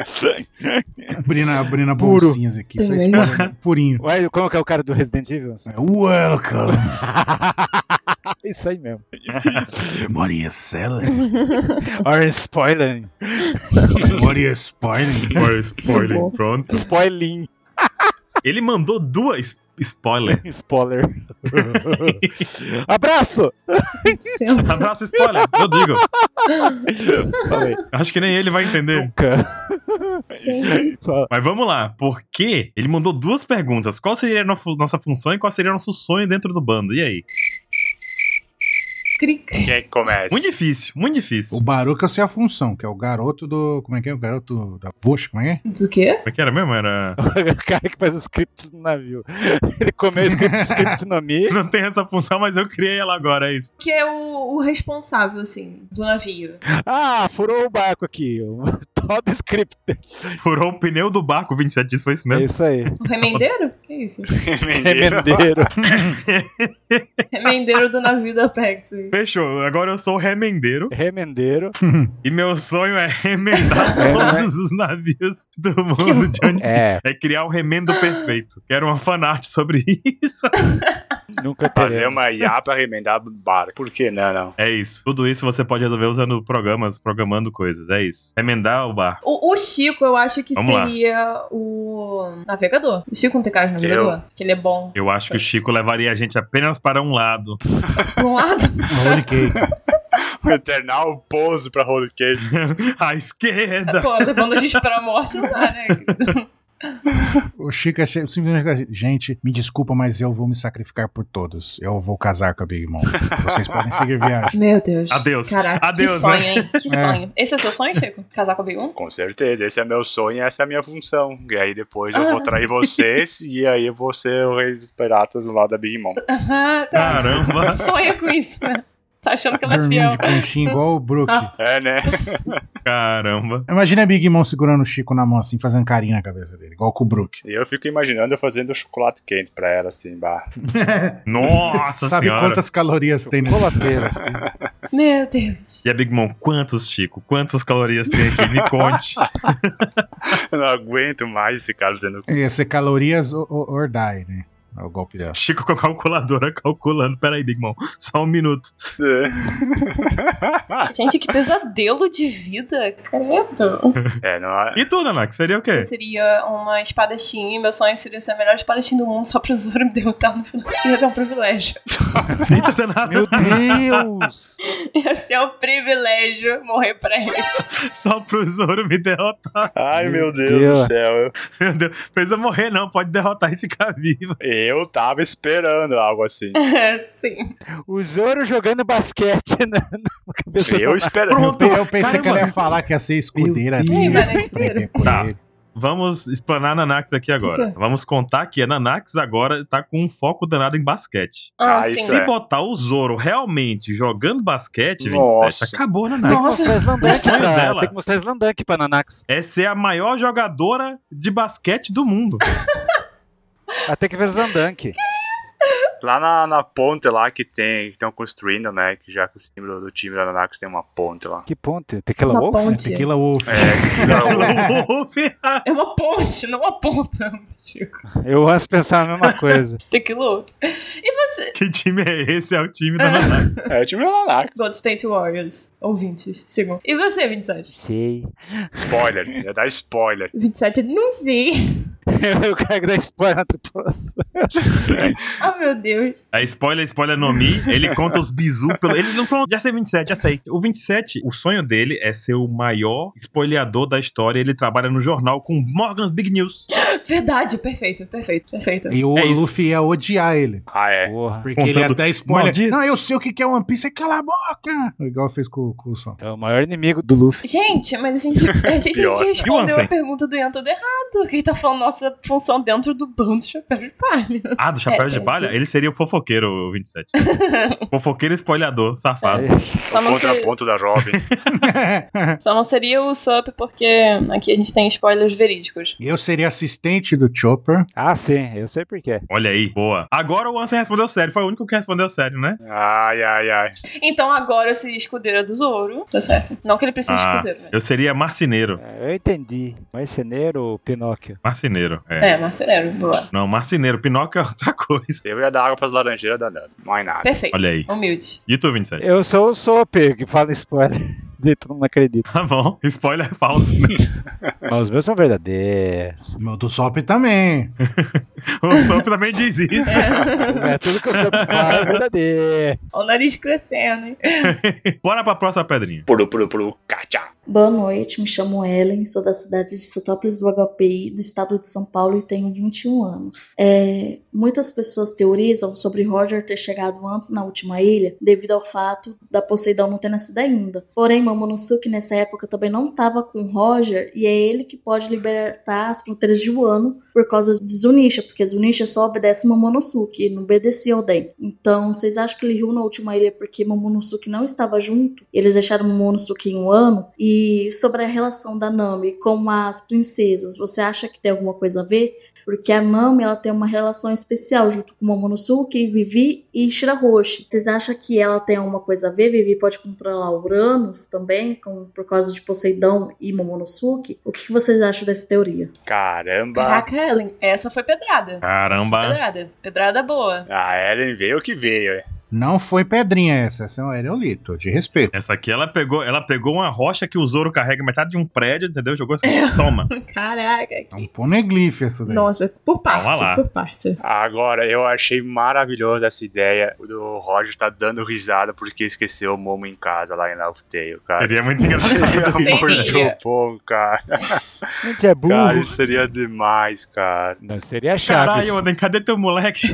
Abrindo, abrindo a bolsinhas aqui, só spoiler purinho. Ué, como que é o cara do Resident Evil? Welcome! Isso aí mesmo. Morinha é Sela? Or spoiling. Morinha spoiling? Morinha spoiling, pronto. Spoiling. Ele mandou duas. Spoiler. Spoiler. Abraço! Abraço, spoiler. Eu digo. Acho que nem ele vai entender. Nunca. Mas vamos lá. Por quê? Ele mandou duas perguntas. Qual seria a nof- nossa função e qual seria o nosso sonho dentro do bando? E aí? Quem é que começa? Muito difícil, muito difícil. O Baruca eu sei a função, que é o garoto do. Como é que é? O garoto da poxa, como é que é? Do quê? Como é que era mesmo? Era. O cara que faz os scripts no navio. Ele comeu script, script no Mi. Não tem essa função, mas eu criei ela agora, é isso. Que é o, o responsável, assim, do navio. Ah, furou o barco aqui. Todo script. Furou o pneu do barco, 27 dias, foi isso mesmo? É isso aí. O remendeiro? Que isso? Remendeiro. remendeiro do navio da Pex. Fechou, agora eu sou remendeiro. Remendeiro. né? e meu sonho é remendar todos os navios do mundo de One É. É criar o remendo perfeito. Quero uma fanart sobre isso. Nunca Fazer uma IA pra remendar barco. Por que não, não? É isso. Tudo isso você pode resolver usando programas, programando coisas. É isso. Remendar o bar. O, o Chico, eu acho que Vamos lá. seria o navegador. O Chico não tem cara de navegador? Que ele é bom. Eu acho que o Chico levaria a gente apenas para um lado. Por um lado. Eternar o Um pouso pra Holy Cake. à esquerda. Pô, levando a gente pra morte não dá, né? O Chico é che- simplesmente assim, gente, me desculpa, mas eu vou me sacrificar por todos. Eu vou casar com a Big Mom. Vocês podem seguir viagem. Meu Deus. Adeus. Caraca, que Adeus, sonho, né? hein? Que É. sonho. Esse é o seu sonho, Chico? Casar com Um? a Big Mom? Com certeza, esse é meu sonho, essa é a minha função. E aí depois eu Ah. vou trair vocês e aí eu vou ser o rei dos piratas lá da Big Mom. Aham, tá. Caramba. Sonha com isso, né? Tá achando que ela é Dormindo fiel. de conchinha igual o Brook. É, né? Caramba. Imagina a Big Mom segurando o Chico na mão, assim, fazendo carinho na cabeça dele, igual com o Brook. E eu fico imaginando eu fazendo chocolate quente pra ela, assim, bah. Nossa Sabe senhora. quantas calorias tem nesse Colateira. é- Meu Deus. E a Big Mom, quantos, Chico? Quantas calorias tem aqui? Me conte. Eu não aguento mais esse cara sendo. Ia ser calorias or, or, or die, né? É o golpe dela. Chico com a calculadora calculando. Peraí, Big Mom. Só um minuto. É. Gente, que pesadelo de vida. Credo. É, não é. E tu, Nanak, seria o quê? Eu seria uma espadachim e meu sonho seria ser a melhor espadachim do mundo só pro Zoro me derrotar no final. Ia ser um privilégio. Meu Deus! Ia ser um privilégio morrer pra ele. Só pro Zoro me derrotar. Ai, meu Deus, do Deus. céu. Eu, Meu Deus. Precisa morrer, não. Pode derrotar e ficar viva. eu tava esperando algo assim. Sim. O Zoro jogando basquete na, na cabeça Eu do- espero. Pronto. Eu, eu pensei que ela ia Caramba. falar que ia ser escudeira Ih, dele. maravilha. com Tá. ele. Vamos explanar a Nanax aqui agora. Por Vamos contar que a Nanax agora tá com um foco danado em basquete. Ah, Ah, isso sim. Se É. botar o Zoro realmente jogando basquete, 27, Nossa. acabou né, a Tem Nanax. que mostrar Slandank sonho pra- dela. Tem que mostrar Slandank pra Nanax. É ser a maior jogadora de basquete do mundo. Ela tem que ver Slandank. Lá na, na ponte lá que tem, que estão construindo, né? Que já que o símbolo do time da Nanax tem uma ponte lá. Que ponte? Tequila Uma Wolf? É ponte. Tequila Wolf. É, É uma ponte, não uma ponta. Chico. Eu antes pensava a mesma coisa. Tequila. E você? que time é esse? É o time da Nanax. é o time da Nanax. God State Warriors. Ouvintes, sigam. E você, 27? Sei. Spoiler, ia dar spoiler. 27, não sei. eu quero dar spoiler na tripulação. Ah, meu Deus. É spoiler, spoiler no Mi. Ele conta os bizu pelo. Ele não. pronto, Já sei 27, já sei. O 27, o sonho dele é ser o maior spoileador da história. Ele trabalha no jornal com Morgan's Big News. É Verdade, perfeito, perfeito, perfeito. E o Luffy ia odiar ele. Ah, é. Porque ele ia dar spoiler. Não, eu sei o que que é One Piece, é cala a boca! Igual fez com, com o som. É o maior inimigo do Luffy. Gente, mas a gente, a gente, a Pior. gente E o respondeu Ansem? a pergunta do Ian todo errado. Que ele tá falando nossa função dentro do bando de chapéu de palha. Ah, do Chapéu de É, Palha? Ele seria o fofoqueiro, o 27. fofoqueiro spoileador, safado. É. Só não sei- Contraponto da Robin. É. Só não seria o SUP, porque aqui a gente tem spoilers verídicos. Eu seria assistente do Chopper. Ah, sim, eu sei porquê. Olha aí, boa. Agora o Ansem respondeu sério. Foi o único que respondeu sério, né? Ai, ai, ai. Então agora eu seria escudeira do Zoro. Tá certo. Não que ele precise de Ah, escudeiro, né? eu seria marceneiro. É, Eu entendi. Marceneiro Pinóquio? Marceneiro, É, é. marceneiro, boa. Não, marceneiro. Pinóquio é outra coisa. Eu ia dar água pras laranjeiras da Nando. Mais nada. Perfeito. Olha aí. Humilde. E tu, 27? Eu sou o Sop, que fala spoiler. Dito, não acredito. Tá bom. Spoiler é falso. Mas os meus são verdadeiros. Meu do Sop também. o Sop também diz isso. É tudo que eu sou fala é verdadeiro. Olha o nariz crescendo, hein? Bora pra próxima pedrinha. Puru, puru, puru. Kacha. Boa noite, me chamo Ellen, sou da cidade de Sotópolis do HPI, do estado de São Paulo e tenho 21 anos. É, muitas pessoas teorizam sobre Roger ter chegado antes na última ilha devido ao fato da Poseidon não ter nascido ainda. Porém, Momonosuke nessa época também não estava com Roger e é ele que pode libertar as fronteiras de Wano por causa de Zunisha, porque Zunisha só obedece Momonosuke, não obedecia Oden. Então, vocês acham que ele riu na última ilha porque Momonosuke não estava junto? Eles deixaram Momonosuke em um ano? E sobre a relação da Nami com as princesas, você acha que tem alguma coisa a ver? Porque a Nami, ela tem uma relação especial junto com Momonosuke, Vivi e Shirahoshi. Vocês acham que ela tem alguma coisa a ver? Vivi pode controlar Uranus também, com- por causa de Poseidon e Momonosuke? O que que vocês acham dessa teoria? Caramba. Caraca, Ellen, essa foi pedrada. Ah. Caramba. Pedrada. Pedrada boa. A Ah, Ellen veio que veio, é. Não foi pedrinha essa, essa é um aerolito, de respeito. Essa aqui ela pegou, ela pegou uma rocha que o Zoro carrega metade de um prédio, entendeu? Jogou assim. É. Toma. Caraca. É um poneglyph essa daí. Nossa, por parte, Calma lá. por parte. Agora, eu achei maravilhosa essa ideia do Roger tá dando risada porque esqueceu o Momo em casa lá em Love Tale, cara. Seria muito engraçado. Seria Seria. muito bom, cara. Gente, é burro. Cara, isso seria demais, cara. Não, seria chato. Caralho, Oden, cadê teu moleque?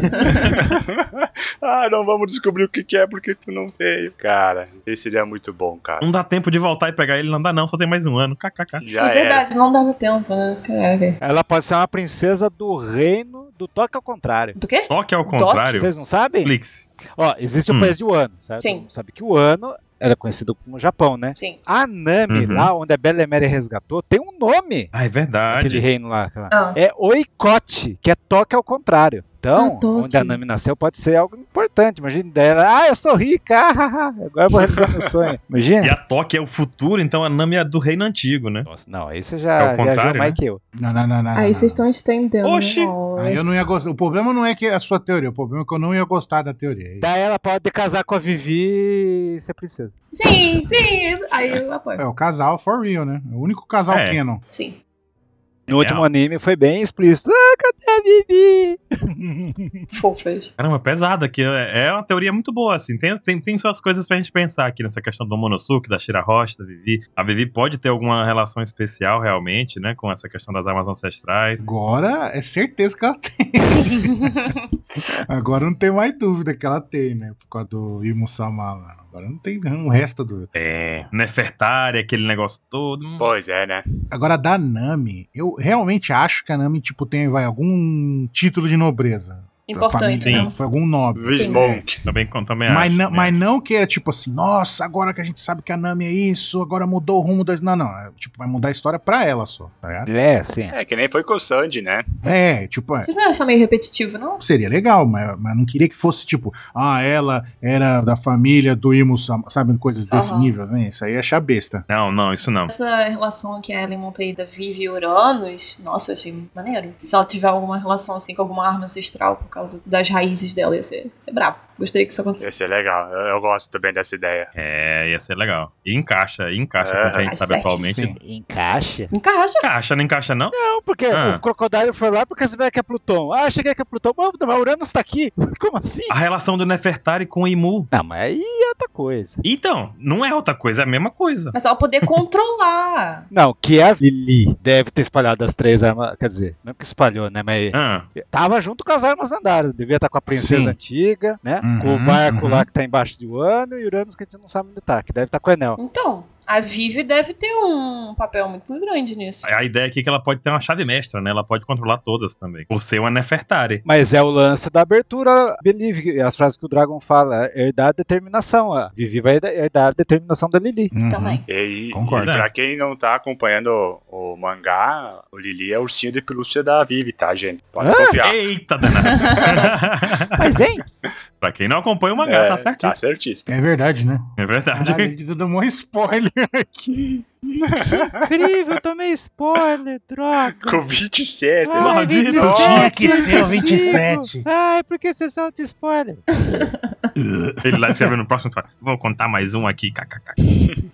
Ah, não vamos descobrir o que, que é porque tu não veio. Cara, esse seria muito bom, cara. Não dá tempo de voltar e pegar ele, não dá não, só tem mais um ano. KKK. é Já verdade, não dava tempo, né? Caraca. Ela pode ser uma princesa do reino do toque ao contrário. Do quê? Toque ao contrário? Vocês não sabem? Flix. Ó, existe o Hum. país de Wano, sabe? Sim. Todo mundo Sabe que o Wano era conhecido como Japão, né? Sim. A Nami, Uhum. lá onde a Belémere resgatou, tem um nome. Ah, é verdade. Aquele reino lá. sei lá. Ah. É Oikote, que é toque ao contrário. Então, Ah, toque. onde a Nami nasceu pode ser algo importante. Imagina dela, ah, eu sou rica, ah, ah, ah, agora eu vou realizar meu sonho. Imagina. E a Toque é o futuro, então a Nami é do reino antigo, né? Nossa, não, aí você É o já viajou contrário, mais né? que eu. Não, não, não, não. Aí vocês estão estendendo. né? Oxi! Ah. Aí eu não ia gostar. O problema não é que é a sua teoria, o problema é que eu não ia gostar da teoria. Daí ela pode casar com a Vivi e ser princesa. Sim, sim. Aí eu apoio. É o casal for real, né? É O único casal É. canon. Sim. No último anime foi bem explícito. Ah, cadê a Vivi? Fofas. Caramba, pesada aqui. É é uma teoria muito boa, assim. Tem, tem, tem suas coisas pra gente pensar aqui nessa questão do Monosuke, da Shirahoshi, da Vivi. A Vivi pode ter alguma relação especial, realmente, né? Com essa questão das armas ancestrais. Agora é certeza que ela tem. Agora não tem mais dúvida que ela tem, né? Por causa do Imu Samala. Agora não tem não, o resto do. É. Nefertari, aquele negócio todo. Pois é, né? Agora da Nami, eu realmente acho que a Nami, tipo, tem vai, algum título de nobreza. Da Importante, família né? dela, Foi algum nobre. É. Também, con- também Mas, acho. não, mas não que é tipo assim, nossa, agora que a gente sabe que a Nami é isso, agora mudou o rumo das. Não, não. é, tipo, vai mudar a história pra ela só, tá ligado? É, sim. É que nem foi com o Sandy, né? É, tipo, é, Vocês não acham meio repetitivo, não? seria legal, mas, mas não queria que fosse tipo, ah, ela era da família do Imu, Sama", sabe? Coisas desse Aham. nível, né? Isso aí é achar besta. Não, não, isso não. Essa relação que a Ellen monta aí da Vivi e Uranus, nossa, eu achei muito maneiro. Se ela tiver alguma relação assim com alguma arma ancestral, porque causa das raízes dela. Ia ser, ia ser brabo. Gostei que isso acontecesse. Esse é legal. Eu, eu gosto também dessa ideia. É. É, ia ser legal. E encaixa, e encaixa com o que a gente Encaixa sabe certo. atualmente. Sim, Encaixa? Encaixa. Encaixa, não encaixa não? Não, porque Ah. o Crocodile foi lá porque saber que é Plutão. Ah, cheguei aqui é Plutão. Mas mas Uranus tá aqui. Como assim? A relação do Nefertari com o Imu. Não, mas aí é outra coisa. Então, não é outra coisa, é a mesma coisa. Mas ela poder controlar. Não, que é a Lili deve ter espalhado as três armas. Quer dizer, não que espalhou, né? Mas tava junto com as armas lendárias. Devia estar com a princesa Ah. Sim. antiga, né? Uhum, com o barco uhum. lá que tá embaixo de Wano e Uranus que a gente não sabe onde tá, que deve estar com o Enel. Então, a Vivi deve ter um papel muito grande nisso. A ideia aqui é que ela pode ter uma chave mestra, né? Ela pode controlar todas também. Por ser uma Nefertari. Mas é o lance da abertura, believe, que- as frases que o Dragon fala, é herdar a determinação. A Vivi vai herdar a determinação da Lili. Uhum. Também. E, Concordo. e pra quem não tá acompanhando o, o mangá, o Lili é o ursinho de pelúcia da Vivi, tá, gente? Pode Hã? confiar. Eita, danada. Mas, hein? Pra quem não acompanha o mangá, É, tá certíssimo. tá certíssimo. É verdade, né? É verdade. Caralho, ele tomou um spoiler aqui. Incrível, tomei spoiler, droga. Com 27. Ai, Maldito. 27, Tinha que ser o 25. 27. Ai, por que você solta spoiler? Ele lá escreveu no próximo e fala, vou contar mais um aqui, kkk.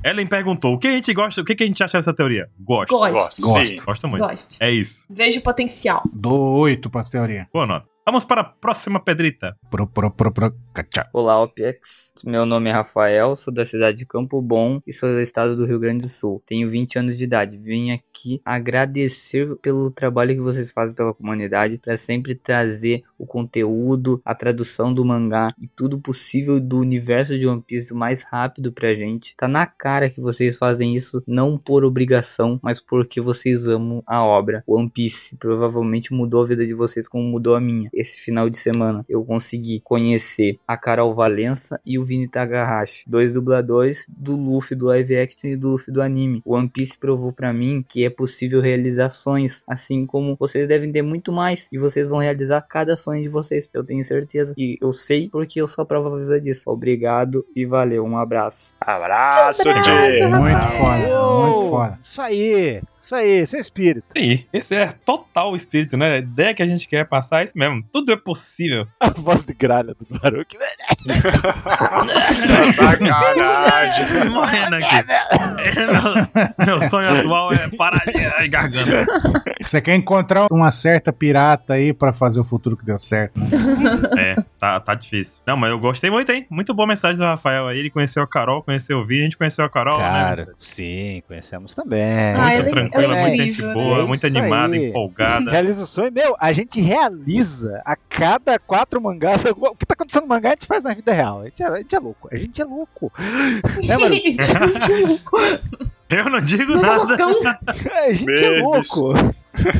Ellen perguntou, o que a gente gosta, o que que a gente acha dessa teoria? Gosto. Gosto. Gosto, Sim. gosto muito. Gosto. É isso. Vejo potencial. Dou oito pra teoria. Boa nota. Vamos para a próxima pedrita. Pro, pro, pro, pro, cacha. Olá, OPEX. Meu nome é Rafael, sou da cidade de Campo Bom e sou do estado do Rio Grande do Sul. Tenho 20 anos de idade. Vim aqui agradecer pelo trabalho que vocês fazem pela comunidade para sempre trazer o conteúdo, a tradução do mangá e tudo possível do universo de One Piece o mais rápido pra gente. Tá na cara que vocês fazem isso não por obrigação, mas porque vocês amam a obra. One Piece provavelmente mudou a vida de vocês como mudou a minha. Esse final de semana eu consegui conhecer a Carol Valença e o Vini Tagahashi, dois dubladores do Luffy do live action e do Luffy do anime. One Piece provou pra mim que é possível realizar sonhos, assim como vocês devem ter muito mais e vocês vão realizar cada sonho de vocês, eu tenho certeza. E eu sei porque eu sou a prova viva disso. Obrigado e valeu, um abraço. Um Abraço, Muito foda, muito foda. Isso aí, isso aí, esse é espírito. Sim, esse é total o espírito, né? A ideia que a gente quer passar é isso mesmo. Tudo é possível. A voz de gralha do Baruque. Sacanagem. Morrendo aqui. É, meu, meu sonho atual é parar de ai, garganta. Você quer encontrar uma certa pirata aí pra fazer o futuro que deu certo, né? É, tá, tá difícil. Não, mas eu gostei muito, hein? Muito boa a mensagem do Rafael aí. Ele conheceu a Carol, conheceu o Vini, a gente conheceu a Carol, né? É, tá Cara, sim, conhecemos também. Muito Ah, ela é- tranquila, ela é muito gente incrível, boa, né? muito Isso animada, empolgada. Realiza o sonho. Meu, a gente realiza a cada quatro mangás. O que tá acontecendo no mangá a gente faz na vida real. A gente é, a gente é louco, a gente é louco. né, Maru? é Eu não digo nada. A gente é louco.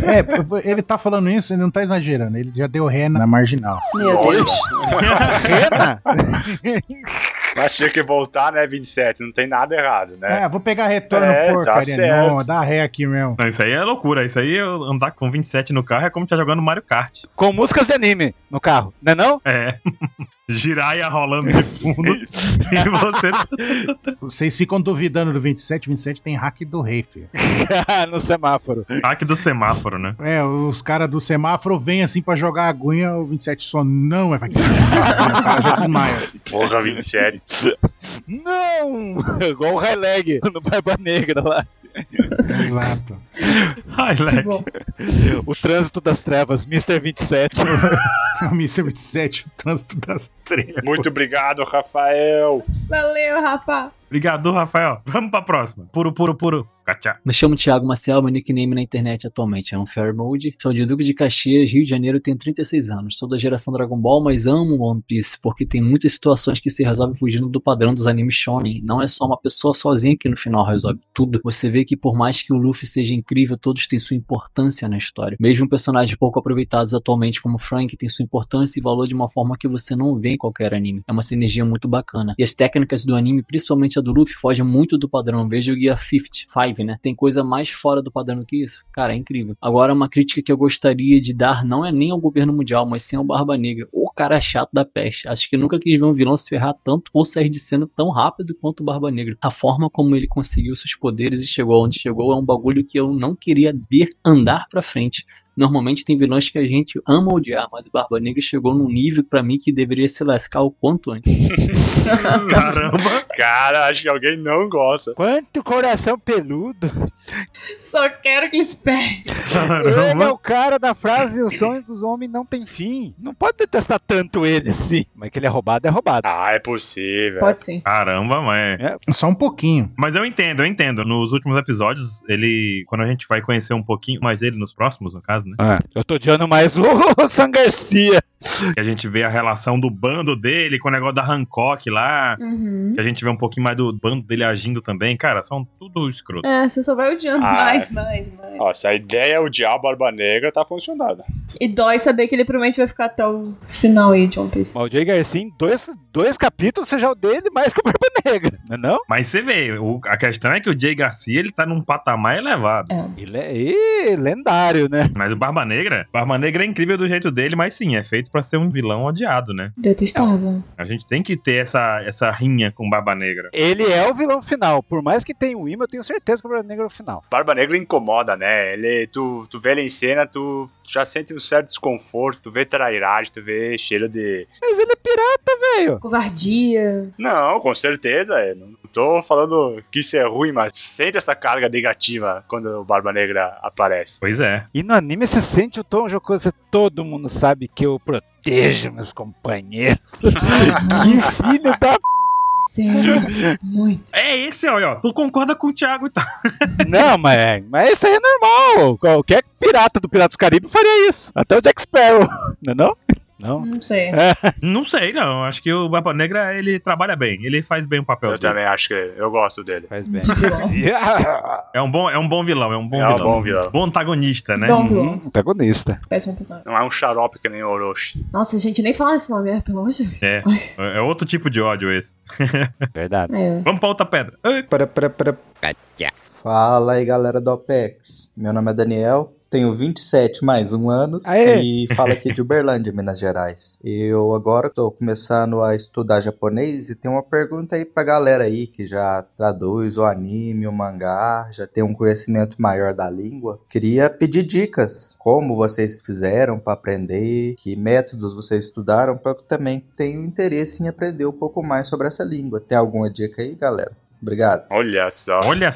É, ele tá falando isso, ele não tá exagerando. Ele já deu ré na marginal. Meu Mas tinha que voltar, né, 27. Não tem nada errado, né? É, vou pegar retorno, É, tá porcaria. certo. não, dá ré aqui mesmo. Não, isso aí é loucura. Isso aí, eu andar com 27 no carro é como estar jogando Mario Kart. Com músicas de anime no carro, né não? É. Jiraiya rolando de fundo. e você. Vocês ficam duvidando do 27, 27 tem hack do rei, filho. no semáforo. Hack do semáforo, né? É, os caras do semáforo vêm assim pra jogar a aguinha, o 27 só não é. O cara já desmaia. Porra, 27. Não! Igual o Highleg no Barba Negra lá. Exato. Highleg. O Trânsito das Trevas, Mr. 27. Mr. 27, o Trânsito das Trevas. Muito obrigado, Rafael. Valeu, Rafa. Obrigado, Rafael. Vamos pra próxima. Puro, puro, puro. Cachá. Me chamo Thiago Maciel, meu nickname na internet atualmente é Unfair Mode. Sou de Duque de Caxias, Rio de Janeiro, tenho 36 anos. Sou da geração Dragon Ball, mas amo One Piece, porque tem muitas situações que se resolvem fugindo do padrão dos animes shonen. Não é só uma pessoa sozinha que no final resolve tudo. Você vê que por mais que o Luffy seja incrível, todos têm sua importância na história. Mesmo personagens pouco aproveitados atualmente como Frank têm sua importância e valor de uma forma que você não vê em qualquer anime. É uma sinergia muito bacana. E as técnicas do anime, principalmente a do Luffy, fogem muito do padrão. Veja o Guia 50, 5, né? Tem coisa mais fora do padrão do que isso? Cara, é incrível. Agora, uma crítica que eu gostaria de dar não é nem ao governo mundial, mas sim ao Barba Negra. O cara é chato da peste. Acho que nunca quis ver um vilão se ferrar tanto ou sair de cena tão rápido quanto o Barba Negra. A forma como ele conseguiu seus poderes e chegou onde chegou é um bagulho que eu não queria ver andar pra frente. Normalmente tem vilões que a gente ama odiar, mas o Barba Negra chegou num nível pra mim que deveria se lascar o quanto antes. Caramba! Cara, acho que alguém não gosta. Quanto coração peludo. Só quero que eles peguem. Ele é o cara da frase o sonho dos homens não tem fim. Não pode detestar tanto ele assim. Mas que ele é roubado, é roubado. Ah, é possível. Pode sim. Caramba, mas. Só um pouquinho. Mas eu entendo, eu entendo. Nos últimos episódios, ele. Quando a gente vai conhecer um pouquinho mais ele, nos próximos, no caso, né? Ah, É. eu tô odiando mais o San Garcia. Que a gente vê a relação do bando dele com o negócio da Hancock lá. Uhum. Que a gente vê um pouquinho mais do bando dele agindo também. Cara, são tudo escroto. É, você só vai odiando Ah, mais, é. mais, mais. Ó, se a ideia é odiar a Barba Negra, tá funcionando. E dói saber que ele promete vai ficar até o final aí de One Piece. Mas o Jay Garcia, em dois, dois capítulos, você já odeia ele mais que o Barba Negra, não é não? Mas você vê, o- a questão é que o Jay Garcia, ele tá num patamar elevado. Ele é ih, lendário, né? Mas o Barba Negra, Barba Negra é incrível do jeito dele, mas sim, é feito pra ser um vilão odiado, né? Detestável. A gente tem que ter essa, essa rinha com Barba Negra. Ele é o vilão final. Por mais que tenha o imã, eu tenho certeza que o Barba Negra é o final. Barba Negra incomoda, né? Ele, tu, tu vê ele em cena, tu já sente um certo desconforto, tu vê trairagem, tu vê cheiro de. Mas ele é pirata, velho. Covardia. Não, com certeza. é. Não tô falando que isso é ruim, mas sente essa carga negativa quando o Barba Negra aparece. Pois é. E no anime você sente o tom jocoso. Todo mundo sabe que eu protejo meus companheiros. que filho da Sério, muito. Ah. É esse, ó, ó. Tu concorda com o Thiago e tal. Não, mas, mas isso aí é normal. Qualquer pirata do Piratas do Caribe faria isso. Até o Jack Sparrow, não é não? Não? É, Não sei. Não sei, não. Acho que o Barba Negra, ele trabalha bem. Ele faz bem o papel Eu dele. também acho que eu gosto dele. Faz bem. É um bom, é um bom vilão, é um bom É um vilão. bom vilão. Bom antagonista, né? Bom vilão. Antagonista. Péssimo personagem. Não é um xarope que nem o Orochi. Nossa, gente, nem fala esse nome, é, pelo amor de Deus. É. É outro tipo de ódio esse. Verdade. É. Vamos pra outra pedra. Para, para, para. Fala aí, galera do OPEX. Meu nome é Daniel, tenho 27 mais um anos Aê! e falo aqui de Uberlândia, Minas Gerais. Eu agora tô começando a estudar japonês e tem uma pergunta aí pra galera aí que já traduz o anime, o mangá, já tem um conhecimento maior da língua. Queria pedir dicas, como vocês fizeram pra aprender, que métodos vocês estudaram, para que também tenho interesse em aprender um pouco mais sobre essa língua. Tem alguma dica aí, galera? Obrigado. Olha só. Olha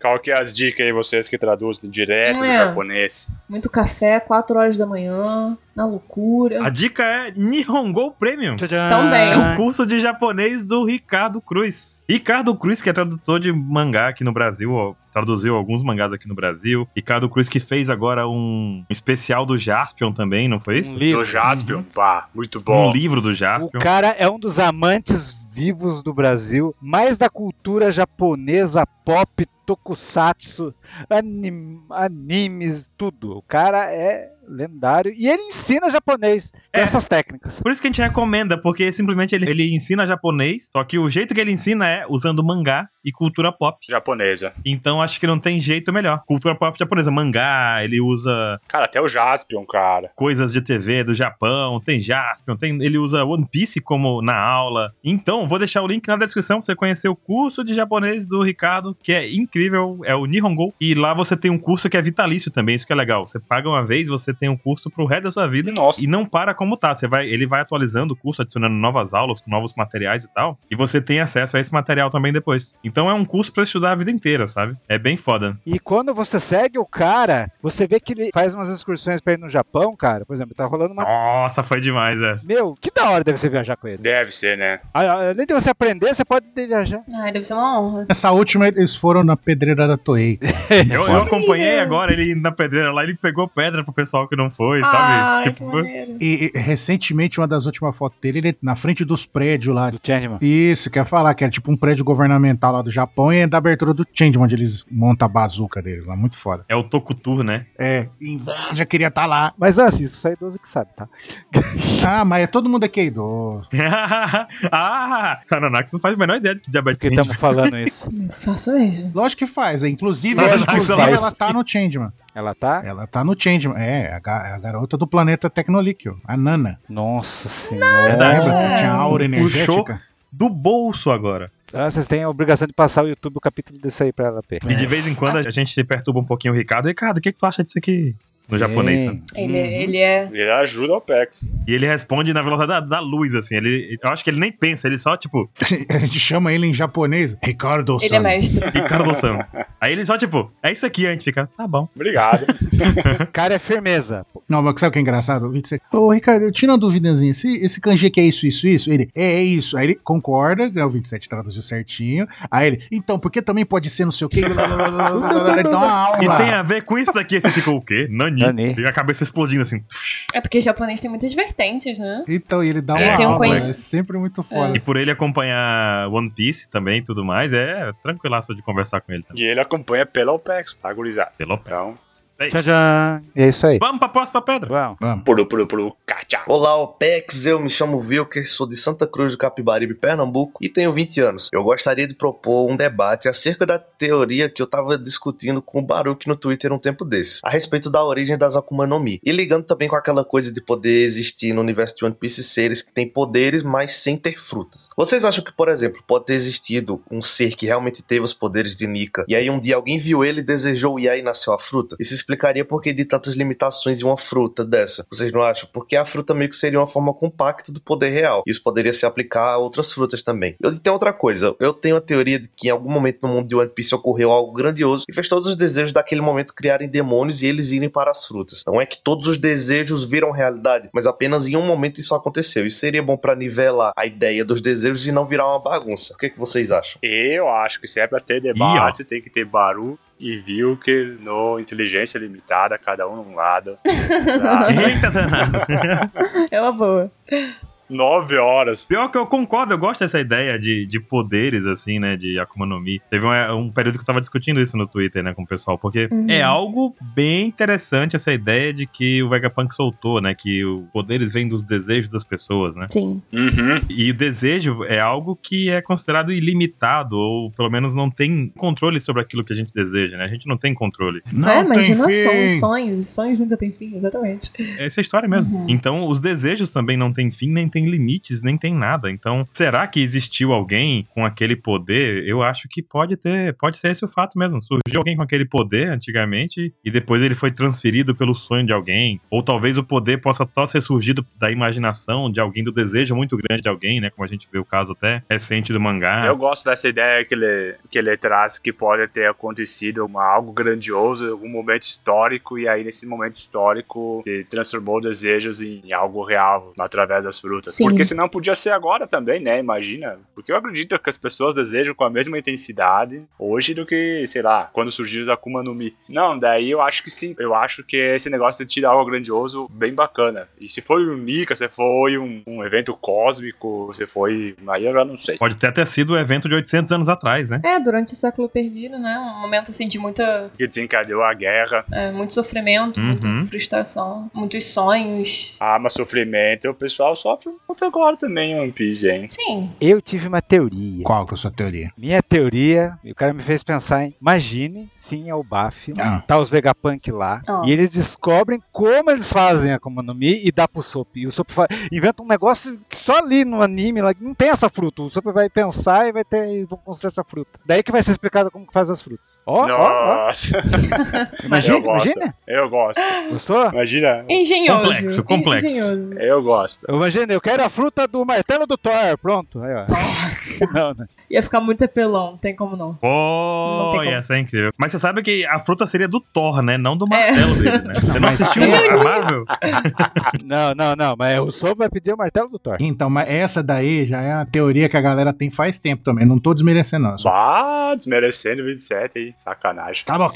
Qual que é as dicas aí, vocês que traduzem direto do É. japonês? Muito café, 4 horas da manhã, na loucura. A dica é Nihongo Premium. Também. É o curso de japonês do Ricardo Cruz. Ricardo Cruz, que é tradutor de mangá aqui no Brasil, ó, traduziu alguns mangás aqui no Brasil. Ricardo Cruz que fez agora um especial do Jaspion também, não foi isso? Uhum. Do Jaspion, pá, muito bom. Um livro do O Jaspion. cara é um dos amantes vivos do Brasil, mais da cultura japonesa, pop, tokusatsu, anim- animes, tudo. O cara é lendário e ele ensina japonês com essas técnicas. É. Por isso que a gente recomenda, porque simplesmente ele, ele ensina japonês, só que o jeito que ele ensina é usando mangá e cultura pop. Japonesa. Então acho que não tem jeito melhor. Cultura pop japonesa, mangá, ele usa Cara, até o Jaspion, cara. coisas de TV do Japão, tem Jaspion, tem, ele usa One Piece como na aula. Então, vou deixar o link na descrição pra você conhecer o curso de japonês do Ricardo, que é incrível, é o Nihongo. E lá você tem um curso que é vitalício também, isso que é legal. Você paga uma vez, você tem um curso pro resto da sua vida. E não para como tá, você vai, ele vai atualizando o curso, adicionando novas aulas, com novos materiais e tal. E você tem acesso a esse material também depois. Então é um curso pra estudar a vida inteira, sabe? É bem foda. E quando você segue o cara, você vê que ele faz umas excursões pra ir no Japão, cara. Por exemplo, tá rolando uma. Nossa, foi demais essa. Meu, que da hora deve você viajar com ele. Deve ser, né? Aí, ó, Além de você aprender, você pode viajar. Ai, Ah, deve ser uma honra. Essa última eles foram na pedreira da Toei. É Eu, eu acompanhei agora ele indo na pedreira lá, ele pegou pedra pro pessoal que não foi, sabe? Tipo, E, e, recentemente, uma das últimas fotos dele, ele na frente dos prédios lá. Do Changeman. Isso, quer falar que era tipo um prédio governamental lá do Japão e é da abertura do Changeman, onde eles montam a bazuca deles lá. Muito foda. é o Tokutur, né? É, inveja, queria estar lá. Mas assim, isso aí é idoso que sabe, tá? ah, mas é todo mundo aqui é idoso. ah, Ananax não faz a menor ideia de que é diabetes que estamos falando isso. Faço mesmo. Lógico que faz. é. Inclusive, Lógico que inclusive faz. ela tá no Changeman. Ela tá? Ela tá no Changeman. É, a, ga- a garota do planeta Tecnolíquio, a Nana. Nossa senhora. Lembra que É. tinha aura É Puxou energética? do bolso agora. Ah, vocês têm a obrigação de passar o YouTube o capítulo desse aí pra ela, P. É. E de vez em quando a gente se perturba um pouquinho o Ricardo. Ricardo, o que, que é tu acha disso aqui? no japonês. Né? Ele, ele é. Hum, Ele ajuda o Pex. E ele responde na velocidade da, da luz, assim. Ele, eu acho que ele nem pensa, ele só, tipo. é A gente chama ele em japonês Ricardo-san. Ele é mestre. Ricardo-san. Aí ele só, tipo, é isso aqui, a gente fica, tá bom. Obrigado. cara é firmeza. Não, mas sabe o que é engraçado? Eu vi dizer, Ô, Ricardo, eu tiro uma duvidazinha. Esse, esse kanji que é isso, isso, isso? Ele, é isso. Aí ele concorda, né, o 27 traduziu certinho. Aí ele, então, porque também pode ser não sei o quê. blá, blá, blá, blá, blá, blá, Ele dá uma aula. E tem a ver com isso daqui, você fica o quê? Nani. E a cabeça explodindo assim. É porque japonês tem muitas vertentes, né? Então, e ele dá uma É. Tem um aula. coin- é sempre muito foda. E por ele acompanhar One Piece também e tudo mais, é tranquilaço de conversar com ele também. E ele acompanha pela OPEX, tá, gurizada? Pela OPEX. Então, Tchau, tchau. E é isso aí. Vamos pra próxima pedra. Vamos. Puru, puru, puru. Olá, OPEX, eu me chamo Wilker, sou de Santa Cruz do Capibaribe, Pernambuco e tenho 20 anos. Eu gostaria de propor um debate acerca da teoria que eu estava discutindo com o Baruch no Twitter um tempo desse, a respeito da origem das Akuma no Mi. E ligando também com aquela coisa de poder existir no universo de One Piece seres que têm poderes, mas sem ter frutas. Vocês acham que, por exemplo, pode ter existido um ser que realmente teve os poderes de Nika e aí um dia alguém viu ele, desejou e aí nasceu a fruta? Isso explicaria por que de tantas limitações de uma fruta dessa. Vocês não acham? Porque a fruta meio que seria uma forma compacta do poder real. Isso poderia se aplicar a outras frutas também. Eu tenho outra coisa. Eu tenho a teoria de que em algum momento no mundo de One Piece ocorreu algo grandioso e fez todos os desejos daquele momento criarem demônios e eles irem para as frutas. Não é que todos os desejos viram realidade, mas apenas em um momento isso aconteceu. Isso seria bom para nivelar a ideia dos desejos e não virar uma bagunça. O que, é que vocês acham? Eu acho que se é pra ter debate, tem que ter Baru e Wilker no Inteligência Limitada, cada um num lado. Eita, danado. É uma boa. Nove horas. Pior que eu concordo, eu gosto dessa ideia de, de poderes, assim, né? De Akuma no Mi. Teve um, um período que eu tava discutindo isso no Twitter, né, com o pessoal, porque Uhum. é algo bem interessante essa ideia de que o Vegapunk soltou, né? Que os poderes vêm dos desejos das pessoas, né? Sim. E o desejo é algo que é considerado ilimitado, ou pelo menos não tem controle sobre aquilo que a gente deseja, né? A gente não tem controle. é, imaginação, sonhos. Sonhos nunca tem fim, exatamente. É essa história mesmo. Então, os desejos também não têm fim, nem têm limites, nem tem nada. Então, será que existiu alguém com aquele poder? Eu acho que pode ter, pode ser esse o fato mesmo. Surgiu alguém com aquele poder antigamente e depois ele foi transferido pelo sonho de alguém. Ou talvez o poder possa só ser surgido da imaginação de alguém, do desejo muito grande de alguém, né? Como a gente vê o caso até recente do mangá. Eu gosto dessa ideia que ele, que ele traz que pode ter acontecido uma, algo grandioso, algum momento histórico, e aí nesse momento histórico ele transformou desejos em, em algo real através das frutas. Sim. Porque senão podia ser agora também, né? Imagina. Porque eu acredito que as pessoas desejam com a mesma intensidade hoje do que, sei lá, quando surgiu os Akuma no Mi. Não, daí eu acho que sim. Eu acho que esse negócio de tirar algo grandioso, bem bacana. E se foi um Nika, se foi um, um evento cósmico, se foi. Aí eu já não sei. Pode ter até sido o evento de 800 anos atrás, né? É, durante o século perdido, né? Um momento assim de muita. que desencadeou a guerra. é, muito sofrimento, Uhum. muita frustração, muitos sonhos. Ah, mas sofrimento, o pessoal sofre muito agora também, One Piece, hein? Sim. Eu tive uma teoria. Qual que é a sua teoria? Minha teoria, e o cara me fez pensar em. Imagine, sim, é o BAF, Ah. tá os Vegapunk lá, Ah. e eles descobrem como eles fazem a Akuma no Mi e dá pro Sop. E o Sop fa- inventa um negócio que só ali no anime lá, que não tem essa fruta. O Sop vai pensar e vai ter. e vão construir essa fruta. Daí que vai ser explicado como que faz as frutas. Ó, ó, ó. Nossa! Imagina, eu gosto. imagina. Eu gosto. Gostou? Imagina. Engenhoso. Complexo, complexo. Engenhoso. Eu gosto. Imagina, eu quero a fruta do martelo do Thor. Pronto. Aí, ó. Não, não. Ia ficar muito apelão, não tem como não. Não tem Pô, como. É. essa é incrível. Mas você sabe que a fruta seria do Thor, né? Não do martelo dele, né? Você não Mas assistiu essa- essa Marvel? Não, não, não, mas o Sop vai pedir o martelo do Thor. Então, mas essa daí já é uma teoria que a galera tem faz tempo também. Não tô desmerecendo, não. Só- Bah, Ah, desmerecendo 27 aí, sacanagem. Tá bom.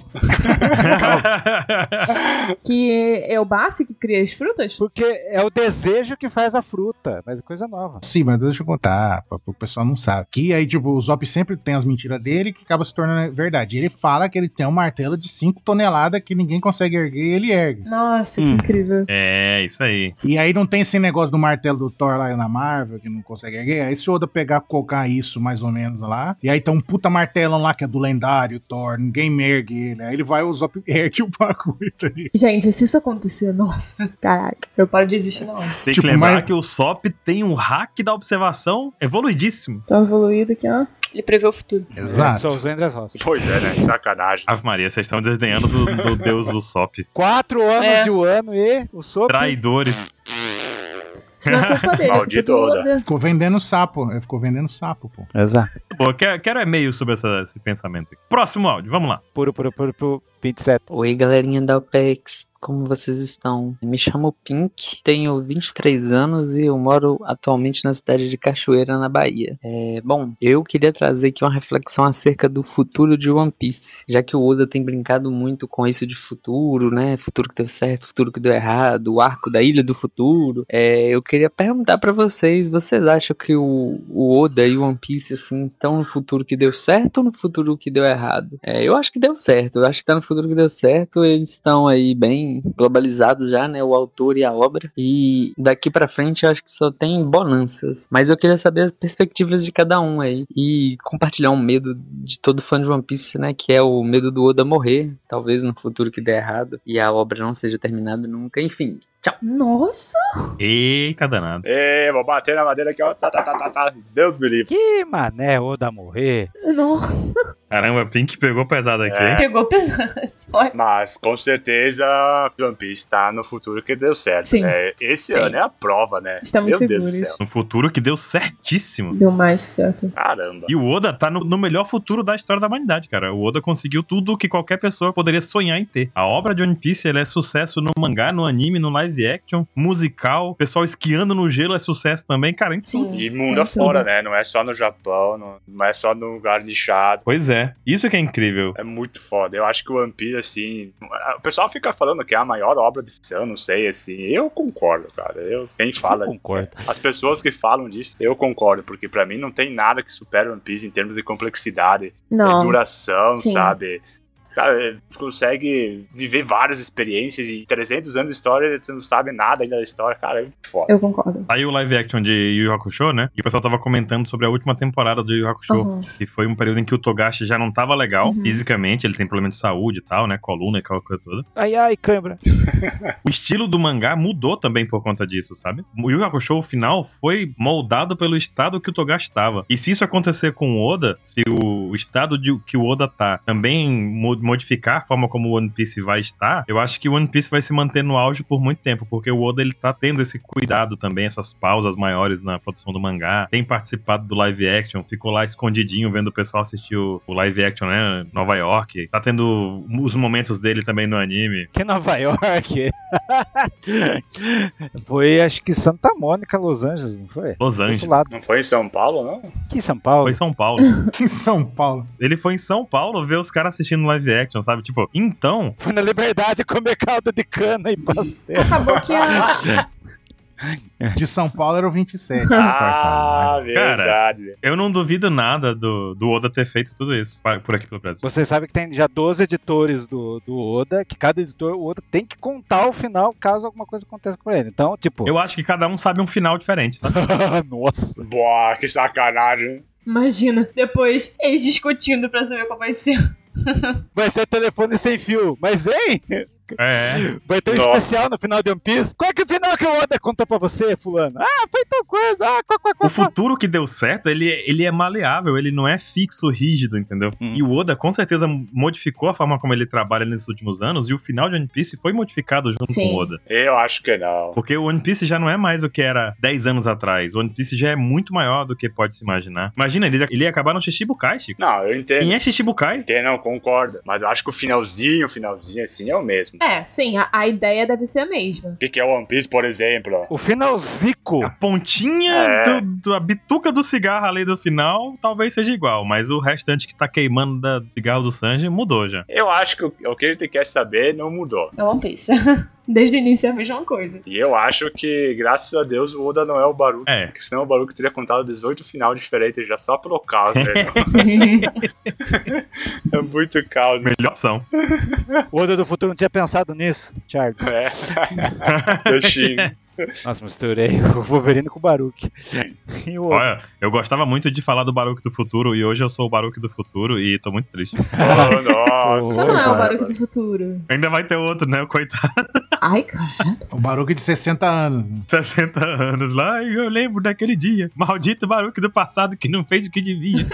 Que é o Baf que cria as frutas? Porque é o desejo que faz a fruta, mas é coisa nova. Sim, mas deixa eu contar, pra- pro pessoal não sabe. Que aí, tipo, o Zop sempre tem as mentiras dele que acaba se tornando verdade. Ele fala que ele tem um martelo de 5 toneladas que ninguém consegue erguer e ele ergue. Nossa, que incrível. É, isso aí. E aí não tem esse negócio do martelo do Thor lá na Marvel, que não consegue erguer. Aí se o Oda pegar, colocar isso mais ou menos lá, e aí tem um puta martelão lá que é do lendário Thor, ninguém ergue ele. Aí ele vai, o Zop ergue o bagulho, tá ligado? Gente, se isso acontecer, nossa, caraca, eu paro de existir não. Tem Tipo, que lembrar que o SOP tem um hack da observação evoluidíssimo. Tão evoluído que, ó. Ele prevê o futuro. Exato. Só usou Andrés Roça. Pois é, né? Sacanagem. Ave Maria, vocês estão desdenhando do, do deus Usopp. Quatro anos É. de um ano e o Sop. Traidores. Isso não é culpa dele. Maldito é culpa do Oda. Ficou vendendo sapo. Ele ficou vendendo sapo, pô. Exato. Boa, quero, quero e-mail sobre essa- esse pensamento. aqui. Próximo áudio, vamos lá. Puro, puro, puro, puro. 27. Oi, galerinha da OPEX. Como vocês estão? Me chamo Pink, tenho 23 anos e eu moro atualmente na cidade de Cachoeira, na Bahia. É, bom, eu queria trazer aqui uma reflexão acerca do futuro de One Piece, já que o Oda tem brincado muito com isso de futuro, né? Futuro que deu certo, futuro que deu errado, o arco da Ilha do Futuro. É, eu queria perguntar pra vocês, vocês acham que o, o Oda e o One Piece assim estão no futuro que deu certo ou no futuro que deu errado? É, eu acho que deu certo, eu acho que tá no futuro que deu certo, eles estão aí bem globalizados já, né, o autor e a obra. E daqui pra frente eu acho que só tem bonanças, mas eu queria saber as perspectivas de cada um aí e compartilhar um medo de todo fã de One Piece, né, que é o medo do Oda morrer, talvez no futuro que der errado e a obra não seja terminada nunca, enfim. Tchau. Nossa! Eita danado. É, vou bater na madeira aqui, ó. Tá, tá, tá, tá, tá. Deus me livre. Que mané, Oda morrer. Nossa! Caramba, Pink pegou pesado aqui. É. hein? Pegou pesado. Mas com certeza One Piece tá no futuro que deu certo, Sim. né? Esse Sim. ano é a prova, né? Estamos Meu Deus do seguros. céu. No futuro que deu certíssimo. Deu mais certo. Caramba. E o Oda tá no, no melhor futuro da história da humanidade, cara. O Oda conseguiu tudo que qualquer pessoa poderia sonhar em ter. A obra de One Piece ela é sucesso no mangá, no anime, no live action, musical. Pessoal esquiando no gelo é sucesso também, cara. Sim. E Tá mundo afora, né? Não é só no Japão, não, não é só no lugar lixado. Pois é. Isso que é incrível. É muito foda. Eu acho que o One Piece, assim. O pessoal fica falando que é a maior obra de ficção, não sei, assim. Eu concordo, cara. Eu, quem fala. concordo. As pessoas que falam disso, eu concordo, porque pra mim não tem nada que supera One Piece em termos de complexidade, Não. de duração, Sim. sabe? Cara, ele consegue viver várias experiências e 300 anos de história e tu não sabe nada ainda da história, cara. É muito foda. Eu concordo. Aí o live action de Yu Yu Hakusho, né? E o pessoal tava comentando sobre a última temporada do Yu Yu Hakusho, Uhum. que foi um período em que o Togashi já não tava legal Uhum. fisicamente, ele tem problema de saúde e tal, né? Coluna e aquela coisa toda. Ai, ai, câmera. O estilo do mangá mudou também por conta disso, sabe? O Yu Yu Hakusho, o final, foi moldado pelo estado que o Togashi estava. E se isso acontecer com o Oda, se o estado de, que o Oda tá também mo- modificar a forma como o One Piece vai estar, eu acho que o One Piece vai se manter no auge por muito tempo, porque o Oda ele tá tendo esse cuidado também, essas pausas maiores na produção do mangá, tem participado do live action, ficou lá escondidinho vendo o pessoal assistir o, o live action, né? Nova York. Tá tendo os momentos dele também no anime. Que Nova York. foi, acho que Santa Mônica, Los Angeles, não foi? Los Do outro Angeles. lado. Não foi em São Paulo, não? Que São Paulo? Foi em São Paulo. em São Paulo. Ele foi em São Paulo ver os caras assistindo live action, sabe? Tipo, então. Foi na Liberdade comer caldo de cana e pastel. Acabou que a. De São Paulo era o 27. Ah, Cara, verdade. eu não duvido nada do, do Oda ter feito tudo isso pa- por aqui pelo Brasil. Você sabe que tem já 12 editores do, do Oda, que cada editor, o Oda tem que contar o final caso alguma coisa aconteça com ele. Então, tipo. Eu acho que cada um sabe um final diferente, sabe? Nossa. Boa, que sacanagem. Imagina, depois eles discutindo pra saber qual vai ser. Vai ser telefone sem fio, mas hein? É. Vai ter um Nossa. especial no final de One Piece. Qual é que é o final que o Oda contou pra você, fulano? Ah, foi tal coisa. Ah, quá, quá, quá, O futuro que deu certo, ele, é- ele é maleável, ele não é fixo, rígido, entendeu? Hum. E o Oda com certeza modificou a forma como ele trabalha nesses últimos anos, e o final de One Piece foi modificado junto com o Oda. Eu acho que não. Porque o One Piece já não é mais o que era 10 anos atrás. O One Piece já é muito maior do que pode se imaginar. Imagina, ele, ele ia acabar no Shichibukai, Chico. Não, eu entendo. Quem é Shichibukai? Entendo, não, concordo. Mas eu acho que o finalzinho, o finalzinho, assim, é o mesmo. É, sim, a, a ideia deve ser a mesma. O que, que é One Piece, por exemplo? O finalzico. A pontinha É. do, do- a bituca do cigarro ali do final talvez seja igual, mas o restante que tá queimando da, do cigarro do Sanji mudou já. Eu acho que o, o que a gente quer saber não mudou. É One Piece. Desde o início é a mesma coisa. E eu acho que, graças a Deus, o Oda não é o Baruch. É. Porque senão o Baruch teria contado 18 final diferentes já só pelo caos, velho. é muito caos. Melhor opção. O Oda do futuro não tinha pensado nisso, Charles. É. Eu xingo. Nossa, misturei o Wolverine com o Baruch. E o- Olha, eu gostava muito de falar do Baruque do Futuro e hoje eu sou o Baruque do Futuro e tô muito triste. Oh, nossa. Isso não é o barulho do futuro. Ainda vai ter outro, né? O coitado. Ai, cara. O Baruque de 60 anos. 60 anos lá, e eu lembro daquele dia. Maldito Baruque do passado que não fez o que devia.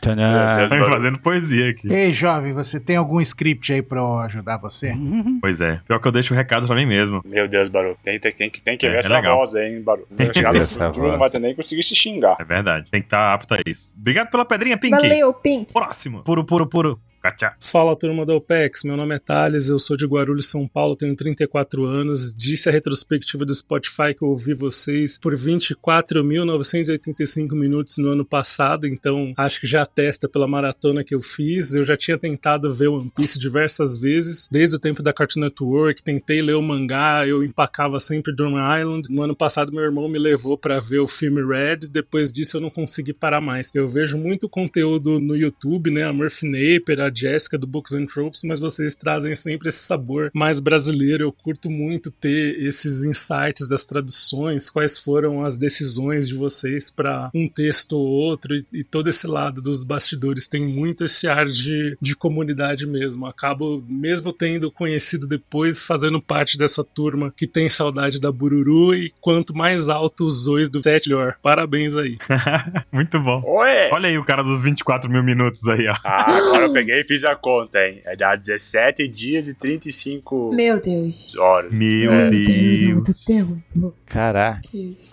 Tadã. fazendo poesia aqui. Ei, jovem, você tem algum script aí pra eu ajudar você? Pois é. Pior que eu deixo o recado pra mim mesmo. Meu Deus, Baru. Tem, tem, tem, que- tem que É, ver é essa legal. voz, hein, Baru. Tem que Chegar ver no essa futuro não voz. vai ter nem conseguir se xingar. É verdade. Tem que estar apto a isso. Obrigado pela pedrinha, Pink. Valeu, Pink. Próximo. Puro, puro, puro. Cacha. Fala turma da OPEX, meu nome é Thales, eu sou de Guarulhos, São Paulo, tenho 34 anos. Disse a retrospectiva do Spotify que eu ouvi vocês por 24.985 minutos no ano passado, então acho que já atesta pela maratona que eu fiz. Eu já tinha tentado ver One Piece diversas vezes, desde o tempo da Cartoon Network, tentei ler o mangá, eu empacava sempre Drum Island. No ano passado, meu irmão me levou pra ver o filme Red, depois disso eu não consegui parar mais. Eu vejo muito conteúdo no YouTube, né? A Murphy Naper, a Jessica do Books and Tropes, mas vocês trazem sempre esse sabor mais brasileiro. Eu curto muito ter esses insights das traduções, quais foram as decisões de vocês para um texto ou outro, e, e todo esse lado dos bastidores tem muito esse ar de, de comunidade mesmo. Acabo, mesmo tendo conhecido depois, fazendo parte dessa turma que tem saudade da Bururu, e quanto mais alto os dois do set, melhor. Parabéns aí. Muito bom. Olha aí o cara dos 24 mil minutos aí, ó. Ah, agora eu peguei e fiz a conta, hein? É dá 17 dias e 35 Meu Deus. horas. Meu É. Deus. Caraca.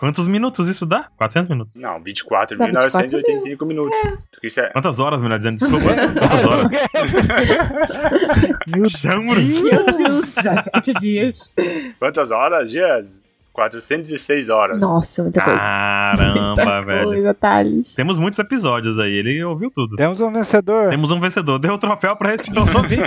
Quantos minutos isso dá? 400 minutos. Não, Dá 24.985 minutos. Isso é- Quantas horas, melhor dizendo? Desculpa. Quantas horas? é, Meu Deus. Meu Deus, 17 dias. Quantas horas, dias? 406 horas. Nossa, muita coisa. Caramba, Muita velho. coisa, Temos muitos episódios aí, ele ouviu tudo. Temos um vencedor. Temos um vencedor. Deu o troféu pra esse homem.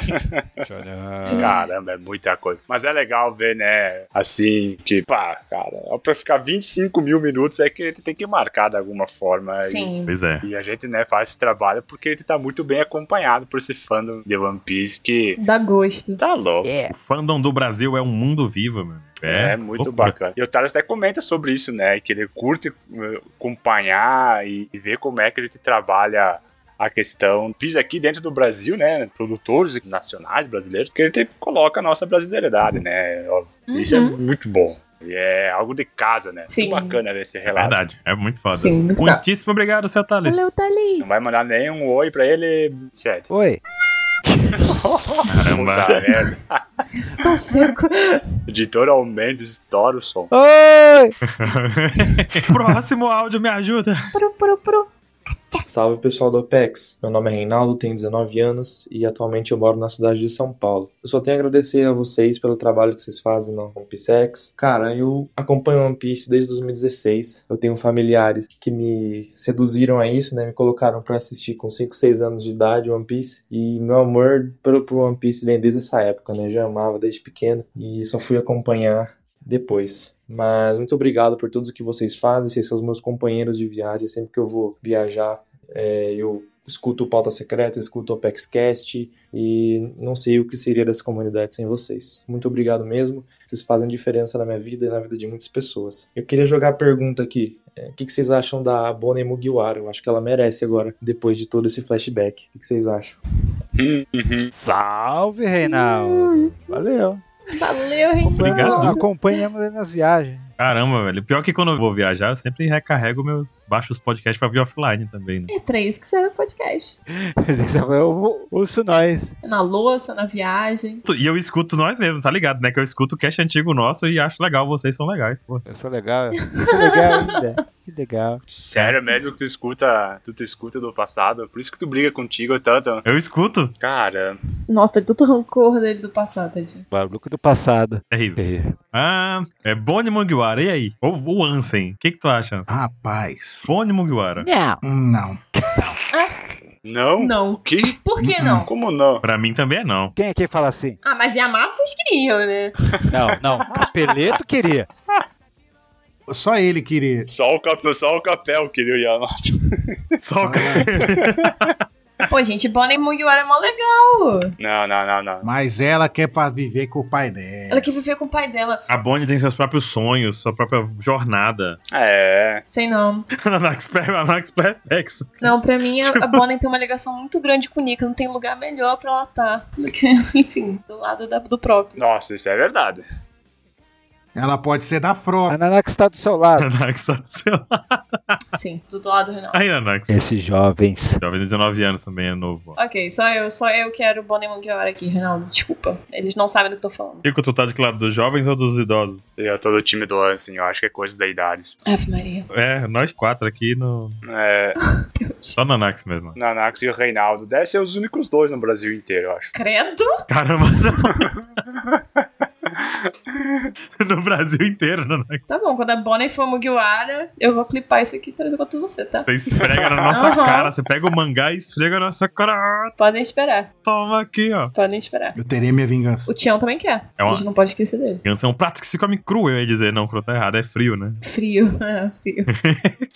Caramba, é muita coisa. Mas é legal ver, né? Assim, que, pá, cara, é pra ficar 25 mil minutos é que ele tem que marcar de alguma forma. Sim. E, Pois é. E a gente, né, faz esse trabalho porque ele tá muito bem acompanhado por esse fandom de One Piece que. Dá gosto. Tá louco. É. O fandom do Brasil é um mundo vivo, meu. É, muito loucura. bacana. E o Thales até comenta sobre isso, né? Que ele curte eh, acompanhar e, e ver como é que a gente trabalha a questão. Pisa aqui dentro do Brasil, né? Produtores nacionais brasileiros, que a gente coloca a nossa brasileiridade, né? Ó, Isso é Uhum. muito bom. E é algo de casa, né? Sim. Muito bacana ver esse relato. Verdade, é muito foda. Sim, muito Muitíssimo obrigado, seu Thales. Valeu, Thalys. Não vai mandar nenhum oi pra ele, Sete. Oi. Caramba. Puta merda. Tá seco. Editor aumenta, estoura o som. Oi! Próximo áudio, me ajuda. Salve pessoal do OPEX, meu nome é Reinaldo, tenho 19 anos e atualmente eu moro na cidade de São Paulo. Eu só tenho a agradecer a vocês pelo trabalho que vocês fazem no One Piece X. Cara, eu acompanho One Piece desde 2016, eu tenho familiares que me seduziram a isso, né, me colocaram pra assistir com 5, 6 anos de idade One Piece e meu amor pelo pro One Piece vem desde essa época, né, eu já amava desde pequeno e só fui acompanhar depois. Mas muito obrigado por tudo que vocês fazem, vocês são os meus companheiros de viagem. Sempre que eu vou viajar, é, eu escuto o Pauta Secreta, escuto o ApexCast e não sei o que seria dessa comunidade sem vocês. Muito obrigado mesmo, vocês fazem diferença na minha vida e na vida de muitas pessoas. Eu queria jogar a pergunta aqui. é, O que que vocês acham da Bonnie Mugiwara? Eu acho que ela merece agora, depois de todo esse flashback. O que que vocês acham? Uhum. Salve, Reinaldo. Valeu. Valeu, hein? Obrigado. Acompanhamos ele nas viagens. Caramba, velho. Pior que quando eu vou viajar, eu sempre recarrego meus. baixo os podcasts pra vir offline também, né? É pra isso que serve o podcast. é Eu ouço nós. É Na louça, na viagem. E eu escuto nós mesmo, tá ligado, né? Que eu escuto o cast antigo nosso e acho legal, vocês são legais, pô. Eu sou legal. Que legal, né? ainda. Que legal. Sério mesmo que tu escuta, tu, te escuta do passado? Por isso que tu briga contigo tanto? Eu escuto. Cara, Nossa, tem todo rancor dele do passado, tadinho. Barulho do passado. É Terrível. É Ah, é Bonnie Mugiwara, e aí? Ou o Ansem, o que, que tu acha? Ansem? Rapaz. Bonnie Mugiwara. Não. Não? Não. O quê? Hum, Por que não? Como não? Pra mim também é não. Quem aqui fala assim? Ah, mas Yamato vocês queriam, né? Não, não. Capeleto queria. Só ele queria. Só o, cap... só o capel, querido Yamato. Só o capel. Pô, gente, Bonnie Mugiwara é mó legal. Não, não, não, não. Mas ela quer pra viver com o pai É. É. dela. Ela quer viver com o pai dela. A Bonnie tem seus próprios sonhos, sua própria jornada. É. Sei não. Anax Perplex. Não, pra mim, a- a Bonnie tem uma ligação muito grande com o Nika. Não tem lugar melhor pra ela estar do que, enfim, do lado da- do próprio. Nossa, isso é verdade. Ela pode ser da Fro. A Nanax tá do seu lado. Nanax tá do seu lado. Sim, do do lado do Renato. Aí, Anax. Esses jovens. Jovens de 19 anos também é novo. Ok, só eu, só eu quero Bonnie Mugiwara aqui, Renaldo. Desculpa. Eles não sabem do que eu tô falando. Chico, tu tá de que lado dos jovens ou dos idosos? Eu tô do time do Ansem, eu acho que é coisa da idade. Ave Maria. É, nós quatro aqui no. É. Só Nanax mesmo. Nanax e o Reinaldo devem ser os únicos dois no Brasil inteiro, eu acho. Credo? Caramba, não. no Brasil inteiro, Nanax. Tá bom, quando a Bonnie for Mugiwara, eu vou clipar isso aqui e trazer pra tu você, tá? Você esfrega na nossa Aham. cara, você pega o mangá e esfrega na nossa cara. Podem esperar. Toma aqui, ó. Podem esperar. Eu terei minha vingança. O Tião também quer. É uma- A gente não pode esquecer dele. Ganso é um prato que se come cru, eu ia dizer. Não, cru tá errado, é frio, né? Frio, é, frio.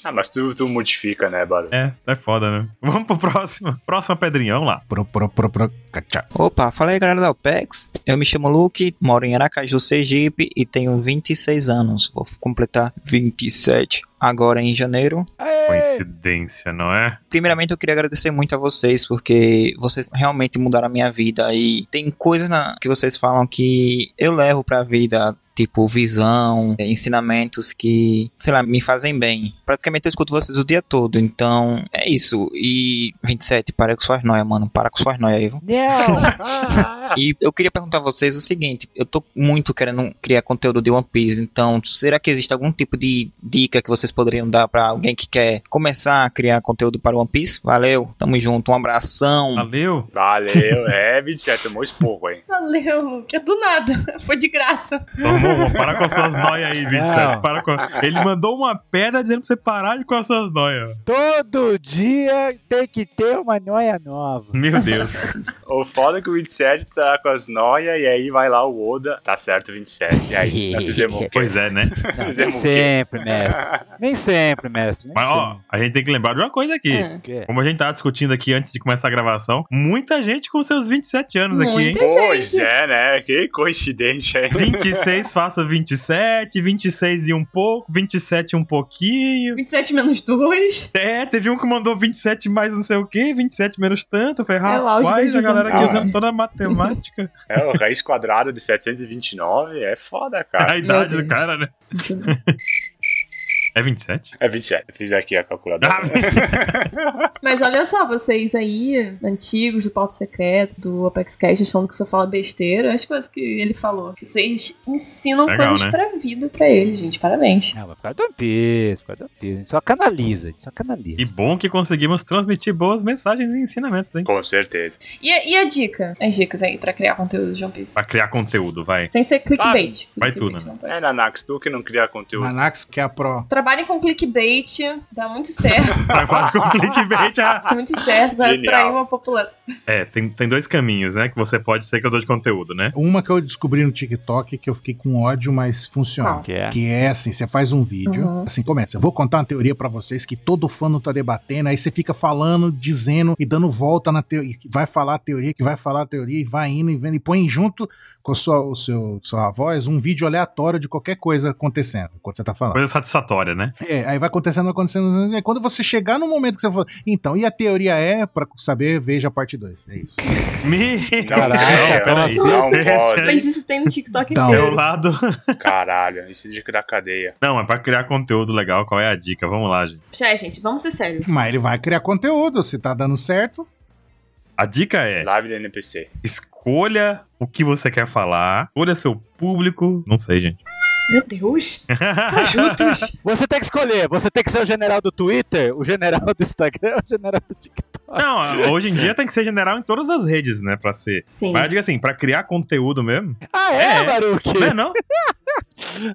Ah, mas tu, tu modifica, né, Baru? É, é foda, né? Vamos pro próximo. Próxima pedrinha, vamos lá. Pro, pro, pro, pro. Opa, fala aí galera da OPEX. Eu me chamo Luke, moro em Aracaju, Sergipe e tenho 26 anos. Vou completar 27 agora em janeiro. Coincidência, não é? Primeiramente, eu queria agradecer muito a vocês, porque vocês realmente mudaram a minha vida. E tem coisas na- que vocês falam que eu levo pra vida, tipo visão, eh, ensinamentos que, sei lá, me fazem bem. Praticamente eu escuto vocês o dia todo, então é isso. E 27, para com suas noias, mano. Para com suas noias aí, viu? Ah. E eu queria perguntar a vocês o seguinte: eu tô muito querendo criar conteúdo de One Piece, então será que existe algum tipo de dica que vocês poderiam dar pra alguém que quer começar a criar conteúdo para One Piece? Valeu, tamo junto, um abração. Valeu. Valeu, é 27, é mó esporro, hein? Valeu, Luke. É do nada. Foi de graça. Tomou, para com as suas noias aí, 27. Não. Para com... Ele mandou uma pedra dizendo pra você parar de com as suas noias. Todo dia tem que ter uma noia nova. Meu Deus. O foda é que o 27 tá com as noias e aí vai lá o Oda, tá certo 27. E aí nós fizemos o quê? Pois é, né? Não, nem Fizemos o quê? sempre, mestre. Nem sempre, mestre. Nem Mas, ó, sempre. a gente tem que lembrar de uma coisa aqui. Hum. Quê? Como a gente tava discutindo aqui antes de começar a gravação, muita gente com seus 27 anos aqui, hein? Pois é, né? Que coincidência, hein? 26, faço 27, 26 e um pouco, 27 e um pouquinho. 27 menos 2. É, teve um que mandou 27 mais não sei o quê, 27 menos tanto. Foi É o auge da rapaz, a galera aqui juventude. usando toda a matemática. É, o raiz quadrado de 729 é foda, cara. a idade do cara, né? É Ah, 27? É 27. Eu Fiz aqui a calculadora. Mas olha só, vocês aí, antigos do Pauta Secreto, do Apex Cash, achando que só fala besteira, as coisas que ele falou. Que vocês ensinam Legal, coisas né? pra vida pra ele, gente. Parabéns. Não, É, mas por causa do One Piece, por causa do One Piece. A gente só canaliza, a gente só canaliza. E bom que conseguimos transmitir boas mensagens e ensinamentos, hein? Com certeza. E, a- e a dica? As dicas aí pra criar conteúdo de One Piece. Pra criar conteúdo, vai. Sem ser clickbait. Vai tu, né? É, Nanax, tu que não cria conteúdo. Nanax que é a pro. Trabalhem com clickbait, dá muito certo. Trabalha com clickbait. ah. Dá muito certo, vai Genial. atrair uma população. É, tem, tem dois caminhos, né? Que você pode ser criador de conteúdo, né? Uma que eu descobri no TikTok que eu fiquei com ódio, mas funciona. Qual? Que Que é, é? assim, você faz um vídeo, Uhum. assim começa. Eu vou contar uma teoria pra vocês que todo fã não tá debatendo, aí você fica falando, dizendo e dando volta na teoria, que vai falar a teoria, que vai falar a teoria e vai indo e vendo e põe junto com a sua, o seu, sua voz um vídeo aleatório de qualquer coisa acontecendo enquanto você tá falando. Coisa satisfatória, né? É, aí vai acontecendo, acontecendo. e Quando você chegar no momento que você fala, então, e a teoria é, pra saber, veja a parte 2. É isso. Me... Caraca, não, peraí. não Você pode. recebe- Mas isso é. tem no TikTok Não. inteiro. Meu É lado. Caralho, isso é dica da cadeia. Não, é pra criar conteúdo legal. Qual é a dica? Vamos lá, gente. Já, gente, vamos ser sérios. Mas ele vai criar conteúdo, se tá dando certo. A dica é: Live da NPC. escolha o que você quer falar, escolha seu público. Não sei, gente. Meu Deus. Tá juntos. Você tem que escolher. Você tem que ser o general do Twitter, o general do Instagram, o general do TikTok. Não, hoje em dia tem que ser general em todas as redes, né? Pra ser. Sim. Mas eu digo assim, pra criar conteúdo mesmo. Ah, é, Baruque? Não é, não?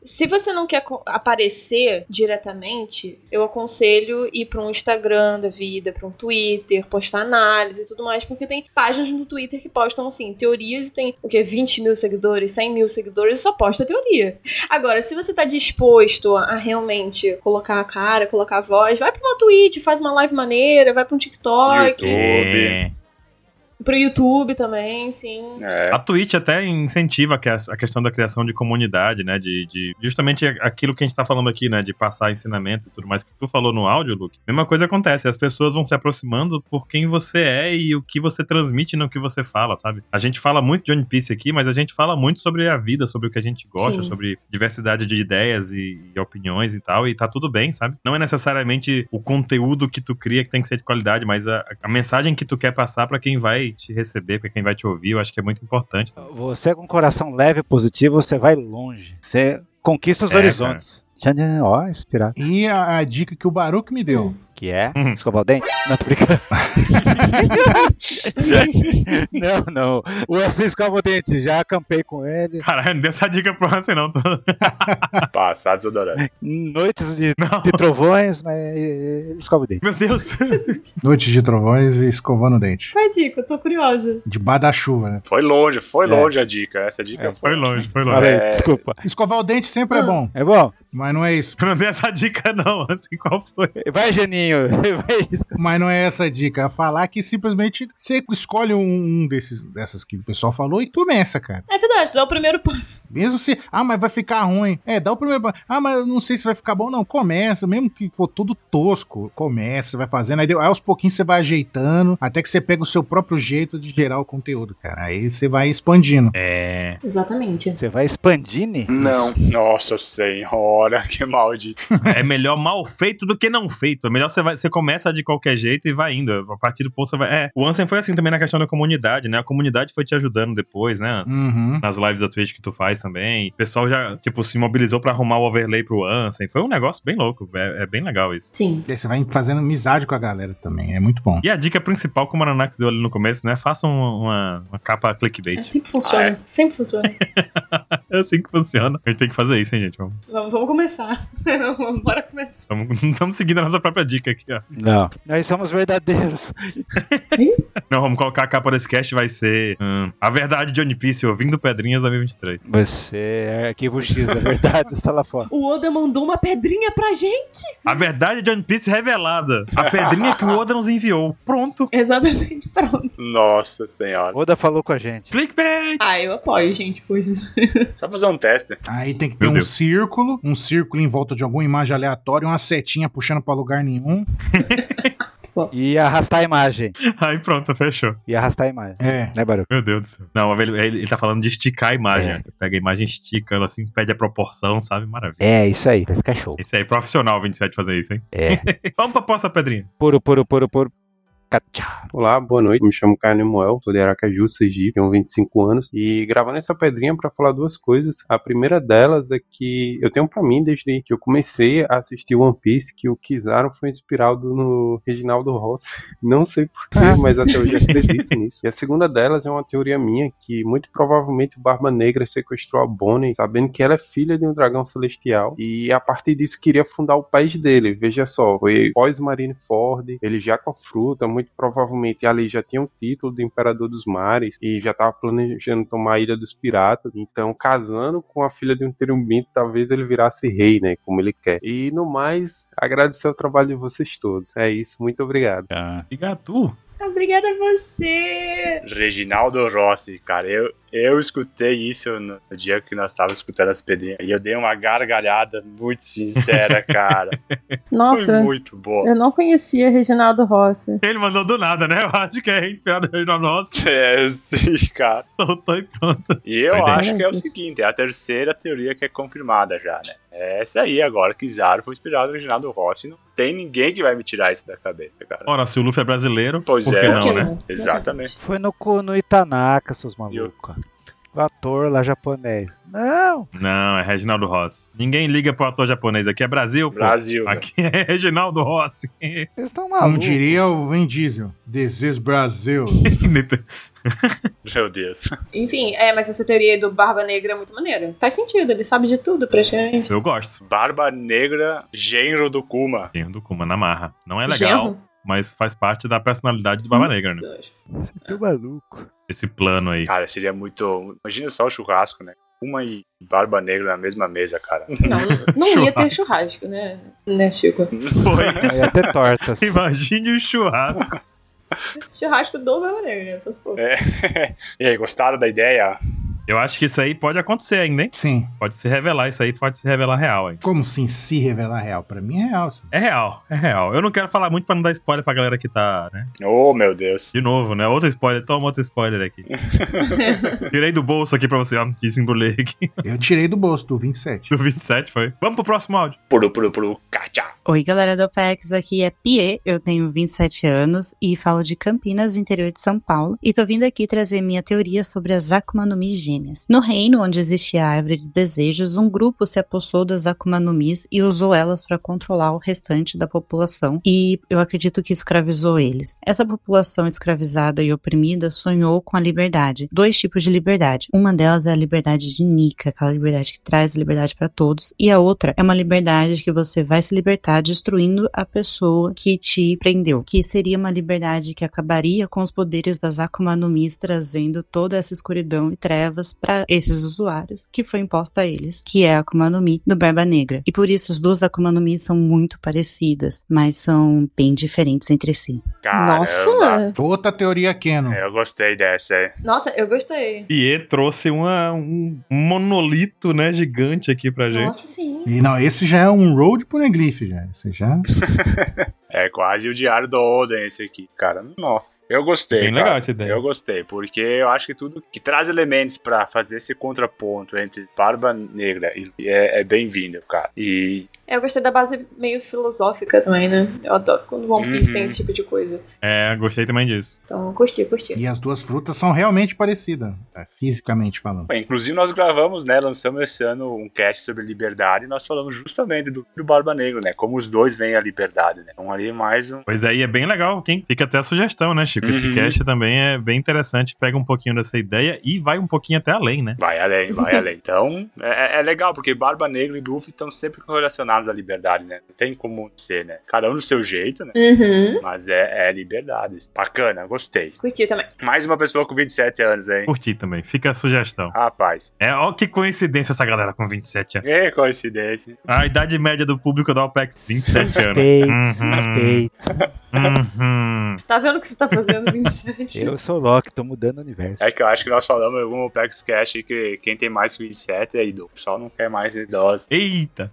Se você não quer co- aparecer diretamente, eu aconselho ir pra um Instagram da vida, pra um Twitter, postar análise e tudo mais, porque tem páginas no Twitter que postam, assim, teorias e tem, o quê, 20 mil seguidores, 100 mil seguidores e só posta teoria. Agora, se você tá disposto a realmente colocar a cara, colocar a voz, vai pra uma Twitch, faz uma live maneira, vai pra um TikTok, É. pro YouTube também, sim. A Twitch até incentiva a que- a questão da criação de comunidade, né? De, de- justamente aquilo que a gente tá falando aqui, né? De passar ensinamentos e tudo mais que tu falou no áudio, Luke. Mesma coisa acontece, as pessoas vão se aproximando por quem você é e o que você transmite no que você fala, sabe? A gente fala muito de One Piece aqui, mas a gente fala muito sobre a vida, sobre o que a gente gosta, Sim. sobre diversidade de ideias e, e opiniões e tal, e tá tudo bem, sabe? Não é necessariamente o conteúdo que tu cria que tem que ser de qualidade, mas a, a mensagem que tu quer passar pra quem vai te receber, pra quem vai te ouvir, eu acho que é muito importante. Tá? Você com um coração leve e positivo, você vai longe. Você conquista os É, horizontes. Tchan, tchan, ó, inspirado. E a, a dica que o Baruque me deu. Que é? Escovar o dente? Não, tô brincando. não, não. O Assis escova o dente, já acampei com ele. Caralho, não deu essa dica pro Hansen, não. Tô... Passados adoráveis. Noites de, de trovões, mas ele escova o dente. Meu Deus! Noites de trovões e escovando o dente. Qual é a dica? Eu tô curiosa. Debaixo da chuva, né? Foi longe, foi É. longe a dica. Essa dica foi, É, longe, É, foi Olha aí, desculpa. Escovar o dente sempre é bom. É bom. Mas não é isso. Não dei essa dica, não. Assim, qual foi? Vai, Geninho. Mas não é essa a dica. É falar que simplesmente você escolhe um um desses, dessas que o pessoal falou e começa, cara. É verdade, dá o primeiro passo. Mesmo se. Ah, mas vai ficar ruim. É, dá o primeiro. pa- Ah, mas eu não sei se vai ficar bom, não. Começa, mesmo que for tudo tosco, começa, vai fazendo. Aí, deu- aí aos pouquinhos você vai ajeitando, até que você pega o seu próprio jeito de gerar o conteúdo, cara. Aí você vai expandindo. É. Exatamente. Você vai expandir, né? Não. Nossa senhora, que maldito. É melhor mal feito do que não feito. É melhor você, vai, você começa de qualquer jeito e vai indo. A partir do ponto você vai. É, o Ansem foi assim também na questão da comunidade, né? A comunidade foi te ajudando depois, né, Ansem? Uhum. Nas lives da Twitch que tu faz também. O pessoal já, tipo, se mobilizou pra arrumar o overlay pro Ansem. Foi um negócio bem louco. É, é bem legal isso. Sim. Aí você vai fazendo amizade com a galera também. É muito bom. E a dica principal que o Maranax deu ali no começo, né? Faça uma, uma- uma capa clickbait. É, sempre funciona. Sempre funciona. É assim que funciona. A gente tem que fazer isso, hein, gente? Vamos, vamos, vamos começar. Tá, Vamos- Bora começar. vamos- não estamos seguindo a nossa própria dica aqui, ó. Não. Nós somos verdadeiros. Não, vamos colocar a capa desse cast, vai ser hum, A Verdade de One Piece, ouvindo Pedrinhas 2023. Vai ser é arquivo X, a verdade tá está lá fora. O Oda mandou uma pedrinha pra gente. A Verdade é de One Piece revelada. A pedrinha que o Oda nos enviou. Pronto. Exatamente, pronto. Nossa senhora. Oda falou com a gente. Clickbait! Ah, eu apoio, gente, pois. Só fazer um teste. Aí tem que ter um círculo, um círculo em volta de alguma imagem aleatória, uma setinha puxando pra lugar nenhum. E arrastar a imagem. Aí pronto, fechou. E arrastar a imagem. É. Né, Baruch? É. Meu Deus do céu. Não, ele, ele tá falando de esticar a imagem. né? Você pega a imagem, estica, ela assim, pede a proporção, sabe? Maravilha. É, isso aí. Vai ficar show. Esse aí, é profissional 27 fazer isso, hein? É. Vamos pra poça, Pedrinha. Puro, puro, puro, puro. Olá, boa noite. Me chamo Caio Nemoel, sou de Aracaju, Sergipe, tenho 25 anos e gravando essa pedrinha para falar duas coisas. A primeira delas é que eu tenho pra mim desde que eu comecei a assistir One Piece que o Kizaru foi inspirado no Reginaldo Rossi. Não sei porquê, mas até hoje acredito nisso. E a segunda delas é uma teoria minha que muito provavelmente o Barba Negra sequestrou a Bonnie, sabendo que ela é filha de um dragão celestial e a partir disso queria fundar o país dele. Veja só, foi pós-Marineford, ele já com a fruta, muito provavelmente ali já tinha o título do Imperador dos Mares e já estava planejando tomar a Ilha dos Piratas. Então, casando com a filha de um triumbito, talvez ele virasse rei, né, como ele quer. E no mais, agradecer o trabalho de vocês todos. É isso, muito obrigado. Obrigado. Obrigada a você. Reginaldo Rossi, cara, eu, eu escutei isso no no dia que nós estávamos escutando as pedrinhas. E eu dei uma gargalhada muito sincera, cara. Nossa. Foi muito boa. Eu não conhecia Reginaldo Rossi. Ele mandou do nada, né? Eu acho que é inspirado no nosso. É, sim, cara. Soltou e pronto. E eu Foi acho dentro. que é o seguinte, é a terceira teoria que é confirmada já, né? É essa aí agora, que Zaro foi inspirado no Reginaldo Rossi. Não tem ninguém que vai me tirar isso da cabeça, cara. Ora, se o Luffy é brasileiro, Pois por é, que né? por que não, não? né? Exatamente. Foi no, cu- no Itanaka, seus malucos. O ator lá japonês. Não! Não, é Reginaldo Rossi. Ninguém liga pro ator japonês aqui. É Brasil, pô. Brasil, né? Aqui é Reginaldo Rossi. Vocês estão Como malucos. diria o Vin Diesel, This is Brasil. Meu Deus. Enfim, é, mas essa teoria do Barba Negra é muito maneira. Faz sentido, ele sabe de tudo, praticamente. Eu gosto. Barba Negra, gênero do Kuma. Genro do Kuma na marra. Não é legal, Genro? mas faz parte da personalidade do Barba Negra, né? Tô maluco. Esse plano aí. Cara, seria muito. Imagina só o churrasco, né? Uma e Barba Negra na mesma mesa, cara. Não ia ter churrasco, né? Né, Chico? Aí até tortas. Imagine o churrasco. Churrasco do Barba Negra, né? Só se for. É. E aí, gostaram da ideia? Eu acho que isso aí pode acontecer ainda, hein? Sim. Pode se revelar, isso aí pode se revelar real, hein? Como sim, se revelar real? Pra mim é real. sim. É real, é real. Eu não quero falar muito pra não dar spoiler pra galera que tá, né? Oh, meu Deus. De novo, né? Outro spoiler, toma outro spoiler aqui. Tirei do bolso aqui pra você, ó. Desembrulhei aqui. Eu tirei do bolso, do 27. Do 27 foi. Vamos pro próximo áudio. Puru, puru, puru, Katia. Oi, galera do OPEX, aqui é Pie, eu tenho 27 anos e falo de Campinas, interior de São Paulo, e tô vindo aqui trazer minha teoria sobre as Akuma no Mi gêmeas. No reino onde existia a árvore de desejos, um grupo se apossou das Akuma no Mis e usou elas para controlar o restante da população, e eu acredito que escravizou eles. Essa população escravizada e oprimida sonhou com a liberdade, dois tipos de liberdade. Uma delas é a liberdade de Nika, aquela liberdade que traz a liberdade para todos, e a outra é uma liberdade que você vai se libertar destruindo a pessoa que te prendeu, que seria uma liberdade que acabaria com os poderes das Akuma no Mis, trazendo toda essa escuridão e trevas para esses usuários que foi imposta a eles, que é a Akuma no Mi do Barba Negra. E por isso as duas Akuma no Mi são muito parecidas, mas são bem diferentes entre si. Caramba. Nossa! Outra teoria Canon. Eu gostei dessa, é. hein? Nossa, eu gostei. Pie trouxe uma- um monolito, né, gigante aqui pra gente. Nossa, sim. E não, esse já é um road poneglyph, já. Esse já... É quase o diário do Oden esse aqui, cara. Nossa, eu gostei. Bem cara. legal essa ideia. Eu gostei, porque eu acho que tudo que traz elementos pra fazer esse contraponto entre Barba Negra e- é, é bem-vindo, cara. E Eu gostei da base meio filosófica também, né? Eu adoro quando One Piece Uhum. tem esse tipo de coisa. É, gostei também disso. Então, curti, curti. E as duas frutas são realmente parecidas, tá? fisicamente falando. Bem, Inclusive, nós gravamos, né? Lançamos esse ano um cast sobre liberdade e nós falamos justamente do, do Barba Negra, né? Como os dois veem a liberdade, né? Um ali mais um. Pois aí é bem legal. Quem fica até a sugestão, né, Chico? Esse Uhum. cast também é bem interessante. Pega um pouquinho dessa ideia e vai um pouquinho até além, né? Vai além, vai além. Então, é, é- é legal, porque Barba Negra e Luffy estão sempre correlacionados à liberdade, né? Não tem como ser, né? Cada um do seu jeito, né? Uhum. Mas é, é liberdade. Bacana, gostei. Curti também. Mais uma pessoa com 27 anos, hein? Curti também. Fica a sugestão. Rapaz. É, ó que coincidência essa galera com 27 anos. Que coincidência. A idade média do público da OPEX, 27 anos. Respeito, Uhum. Uhum. Tá vendo o que você tá fazendo, Vincent? Eu sou o Loki, tô mudando o universo. É que eu acho que nós falamos em algum Opex Cash que quem tem mais que 27 é idoso. O pessoal não quer mais idosos. Eita!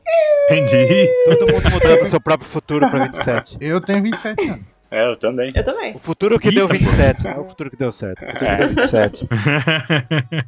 Entendi. Todo mundo mudando o seu próprio futuro pra 27. Eu tenho 27 anos. É, eu também. Eu também. O futuro que deu 27, né? O futuro que deu certo. O futuro que deu 27.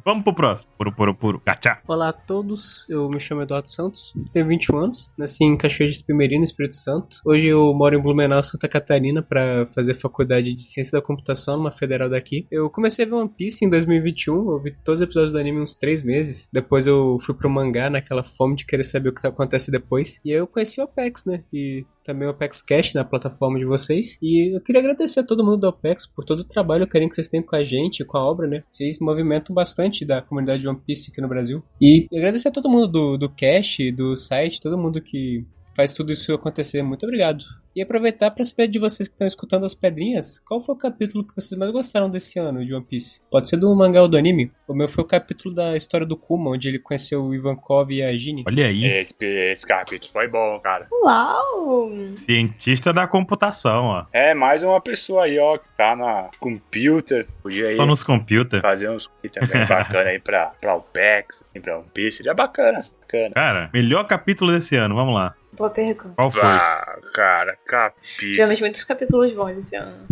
Vamos pro próximo. Puro, puro, puro. Gachá. Olá a todos, eu me chamo Eduardo Santos, tenho 21 anos, nasci em Cachoeira de Pimerino, Espírito Santo. Hoje eu moro em Blumenau, Santa Catarina, para fazer faculdade de Ciência da Computação numa federal daqui. Eu comecei a ver One Piece em 2021, eu vi todos os episódios do anime uns 3 meses. Depois eu fui pro mangá naquela fome de querer saber o que acontece depois. E aí eu conheci o Apex, né? E também o Apex Cash na plataforma de vocês. E eu queria agradecer a todo mundo do Apex por todo o trabalho e o carinho que vocês têm com a gente, com a obra, né? Vocês movimentam bastante da comunidade One Piece aqui no Brasil. E agradecer a todo mundo do, do Cash, do site, todo mundo que faz tudo isso acontecer. Muito obrigado. E aproveitar para saber de vocês que estão escutando as pedrinhas, qual foi o capítulo que vocês mais gostaram desse ano de One Piece? Pode ser do mangá ou do anime? O meu foi o capítulo da história do Kuma, onde ele conheceu o Ivankov e a Gine. Olha aí. É, Esse, esse capítulo foi bom, cara. Uau! Cientista da computação, ó. É, mais uma pessoa aí, ó, que tá na computer. Podia aí Tô Tá nos computer. fazer uns e também bacana aí pra, pra Opex, pra One Piece. Seria bacana, bacana. Cara, melhor capítulo desse ano, vamos lá. Boa pergunta. Qual foi? Ah, cara, capítulo. Tivemos muitos capítulos bons esse ano.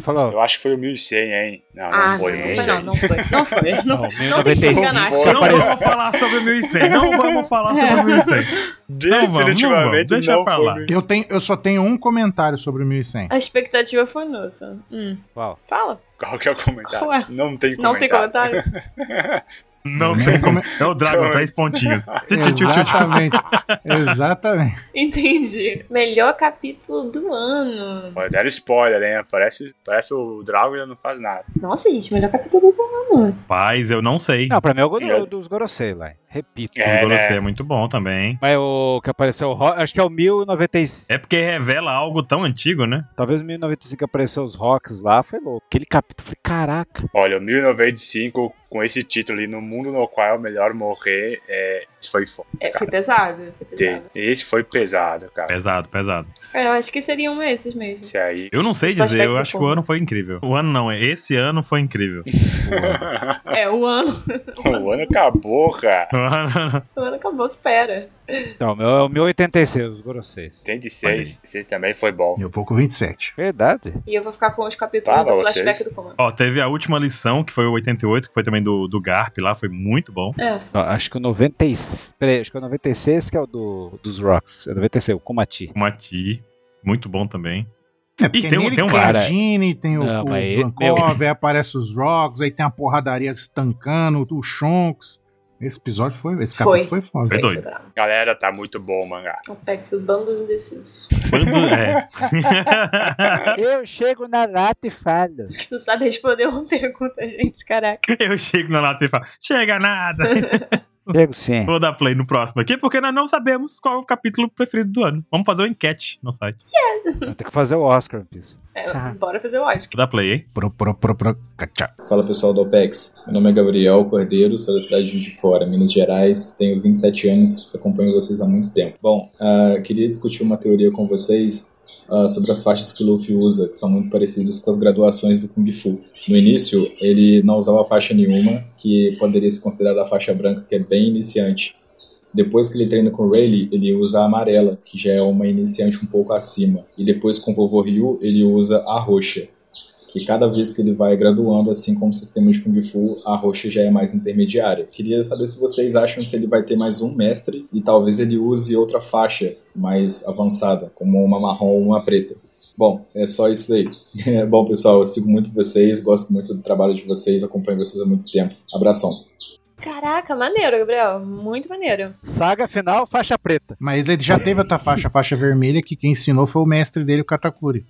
falou. Eu acho que foi o 1100, hein? Não, Ah, não foi o não, não 1100. foi não, não foi. Não foi. Não, Não, não, meu tem que se 95 enganar. foi. Chico. Não vamos falar sobre 1100. Não vamos falar sobre É. 1100. Não vamos, não vamos. Definitivamente Deixa não pra foi lá. Eu, tenho, eu só tenho um comentário sobre o 1100. A expectativa foi nossa. Hum. Qual? Fala. Qual que é o comentário? Qual é? Não tem comentário. Não tem comentário? Né? Não tem como. É o Dragon, três pontinhos. Tchu, tchu, tchu, tchu, tchu. Exatamente. Exatamente. Entendi. Melhor capítulo do ano. Olha, deram spoiler, hein? Parece, parece o Drago e não faz nada. Nossa, assim, gente, melhor capítulo do ano. Paz, eu não sei. Não, pra mim é o go- do- dos Gorosei lá. Repito. Os Gorosei é muito bom também. Mas o que apareceu, o Ro- acho que é o 1095. É porque revela algo tão antigo, né? Talvez o 1095 apareceu os rocks lá, foi louco. Aquele capítulo, eu falei, caraca. Olha, o 1095 com esse título ali, No Mundo no Qual é Melhor Morrer, é... isso foi foda. É, foi pesado. Foi pesado. Esse- Esse foi pesado, cara. Pesado, pesado. É, eu acho que seriam esses mesmo. Esse aí. Eu não sei Só dizer, eu aspecto acho que bom. o ano foi incrível. O ano não, é esse ano foi incrível. É, o ano. o ano acabou, cara. o ano acabou, espera. Não, o meu é o 1086, os Goroseis. 86, esse também foi bom. Eu vou com 27. Verdade. E eu vou ficar com os Tá, capítulos Fala, do flashback vocês. do comando. Ó, teve a última lição, que foi o 88, que foi também do, do Garp lá, foi muito bom. É, Não, acho que o 96. Peraí, acho que é o 96 que é o do, dos Rocks. É o 96, o Kumati. Kumati. Muito bom também. É, porque Ih, tem um- nele tem um tem cara. a Gini, tem o, Não, o mas ele- Vankov, aí aparece os Rocks, aí tem a porradaria estancando, o Shonks. Esse episódio foi. Esse Foi. é capítulo foi foda. é Foi doido. Galera, tá muito bom o mangá. O Pex, o Bandos Indecisos. é. Eu chego na lata e falo. Não sabe responder uma pergunta, gente, caraca. Eu chego na lata e falo, chega nada. Pego sim. Vou dar play no próximo aqui, porque nós não sabemos qual é o capítulo preferido do ano. Vamos fazer uma enquete no site. Tem que fazer o Oscar, One Piece. É, Bora fazer o Oscar. Vou dar play, hein? Pro, pro, pro, pro. Fala pessoal do OPEX, meu nome é Gabriel Cordeiro, sou da cidade de Juiz de Fora, Minas Gerais, tenho 27 anos, acompanho vocês há muito tempo. Bom, ah, queria discutir uma teoria com vocês ah, sobre as faixas que o Luffy usa, que são muito parecidas com as graduações do Kung Fu. No início, ele não usava faixa nenhuma, que poderia se considerar a faixa branca, que é bem iniciante. Depois que ele treina com o Rayleigh, ele usa a amarela, que já é uma iniciante um pouco acima. E depois com o vovô Ryu, ele usa a roxa. E cada vez que ele vai graduando, assim como o sistema de Kung Fu, a roxa já é mais intermediária. Queria saber se vocês acham se ele vai ter mais um mestre e talvez ele use outra faixa mais avançada, como uma marrom ou uma preta. Bom, é só isso aí. Bom, pessoal, eu sigo muito vocês, gosto muito do trabalho de vocês, acompanho vocês há muito tempo. Abração. Caraca, maneiro, Gabriel. Muito maneiro. Saga final, faixa preta. Mas ele já teve outra faixa, a faixa vermelha, que quem ensinou foi o mestre dele, o Katakuri.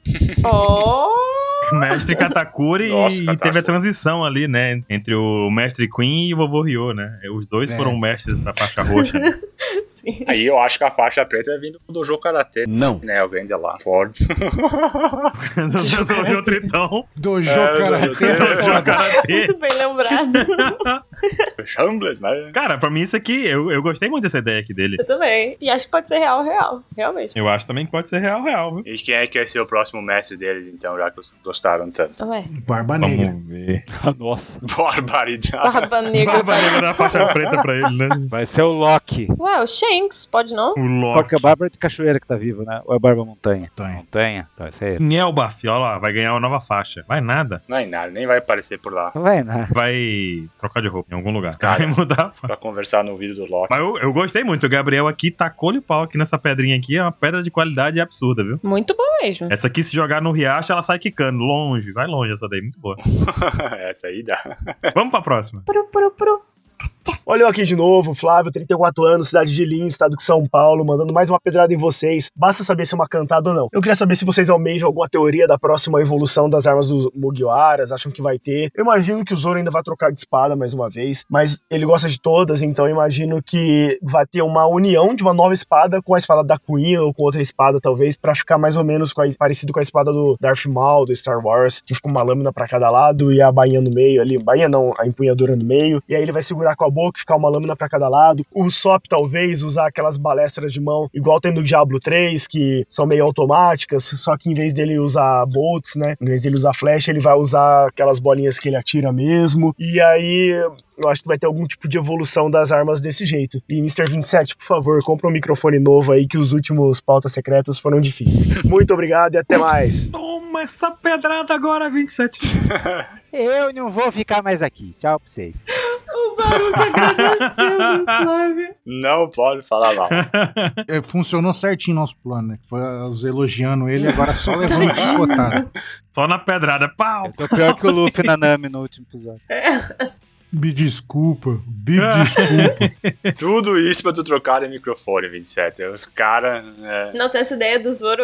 Mestre Katakuri Nossa, e teve a transição ali, né? Entre o Mestre Queen e o Vovô Ryo, né? Os dois É. foram mestres da faixa roxa. né? Aí eu acho que a faixa preta é vindo do jogo Karate. Não. Né, alguém de lá. Ford. do Ryo Tritão. Dojo Karate é foda. Muito bem lembrado. Shambles, mas... Cara, pra mim isso aqui, eu, eu gostei muito dessa ideia aqui dele. Eu também. E acho que pode ser real, real. Realmente. Eu acho também que pode ser real, real, viu? E quem é que vai ser o próximo mestre deles, então, já que vocês gostaram tanto? Ah, Ué. Barba Negra. Vamos ver. Nossa. Barbaridade. Barba negra. Barba negra da faixa preta pra ele, né? Vai ser o Loki. Ué, o Shanks, pode não? Porque é a Bárbara de Cachoeira que tá viva, né? Ou é Barba Montanha? Montanha. Então, esse é ele. Nelbaf, olha lá, vai ganhar uma nova faixa. Vai nada. Não é nada, nem vai aparecer por lá. Vai nada. Vai trocar de roupa em algum lugar. Vai mudar. Pra conversar no vídeo do Loki. Mas eu, eu gostei muito. O Gabriel aqui tacou-lhe o pau aqui nessa pedrinha aqui. É uma pedra de qualidade absurda, viu? Muito bom mesmo. Essa aqui, se jogar no riacho, ela sai quicando. Longe, vai longe essa daí. Muito boa. Essa aí dá. Vamos pra próxima. Olha eu aqui de novo, Flávio, 34 anos, cidade de Lins, estado de São Paulo, mandando mais uma pedrada em vocês. Basta saber se é uma cantada ou não. Eu queria saber se vocês almejam alguma teoria da próxima evolução das armas dos Mugiwaras, acham que vai ter. Eu imagino que o Zoro ainda vai trocar de espada mais uma vez, mas ele gosta de todas, então eu imagino que vai ter uma união de uma nova espada com a espada da Queen ou com outra espada, talvez, pra ficar mais ou menos com a- parecido com a espada do Darth Maul, do Star Wars, que fica uma lâmina pra cada lado e a bainha no meio ali. Bainha não, a empunhadura no meio. E aí ele vai segurar com a boca e ficar uma lâmina pra cada lado. O Sop, talvez, usar aquelas balestras de mão, igual tem no Diablo 3, que são meio automáticas, só que em vez dele usar bolts, né? Em vez dele usar flecha, ele vai usar aquelas bolinhas que ele atira mesmo. E aí. Eu acho que vai ter algum tipo de evolução das armas desse jeito. E Mr. 27, por favor, compra um microfone novo aí, que os últimos pautas secretas foram difíceis. Muito obrigado e até mais. Toma essa pedrada agora, 27. Eu não vou ficar mais aqui. Tchau pra vocês. O Baruch agradecendo, Flávio. Não pode falar mal. É, funcionou certinho nosso plano, né? Foi os elogiando ele, agora só levando chicotada. Só na pedrada. Pau! Tô pior que o Luffy na Nami no último episódio. Me desculpa, me desculpa. Tudo isso pra tu trocar de microfone, 27. Os caras. É... Nossa, essa ideia do Zoro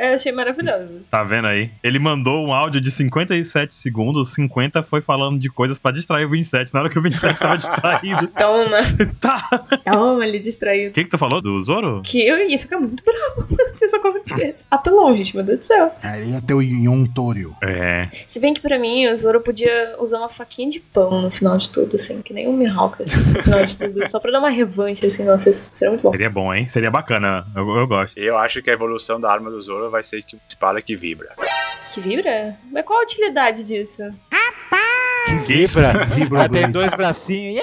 eu achei maravilhosa. Tá vendo aí? Ele mandou um áudio de 57 segundos, 50 foi falando de coisas pra distrair o 27, na hora que o 27 tava distraído. Toma. tá. Toma, ele O distraído. que que tu falou do Zoro? Que eu ia ficar muito bravo se isso acontecesse. Apelão, gente, Ah, tá meu Deus do céu. Aí é até o Yun Torio. É. Se bem que pra mim o Zoro podia usar uma faquinha de pão no final de tudo, assim, que nem o Mihawk no final de tudo, só pra dar uma revanche, assim, nossa, isso seria muito bom. Seria bom, hein? Seria bacana. Eu, eu gosto. Eu acho que a evolução da arma do Zoro vai ser que espada que vibra. Que vibra? Mas qual a utilidade disso? Vibra, vibra, Ah, tem Blaze. dois bracinhos.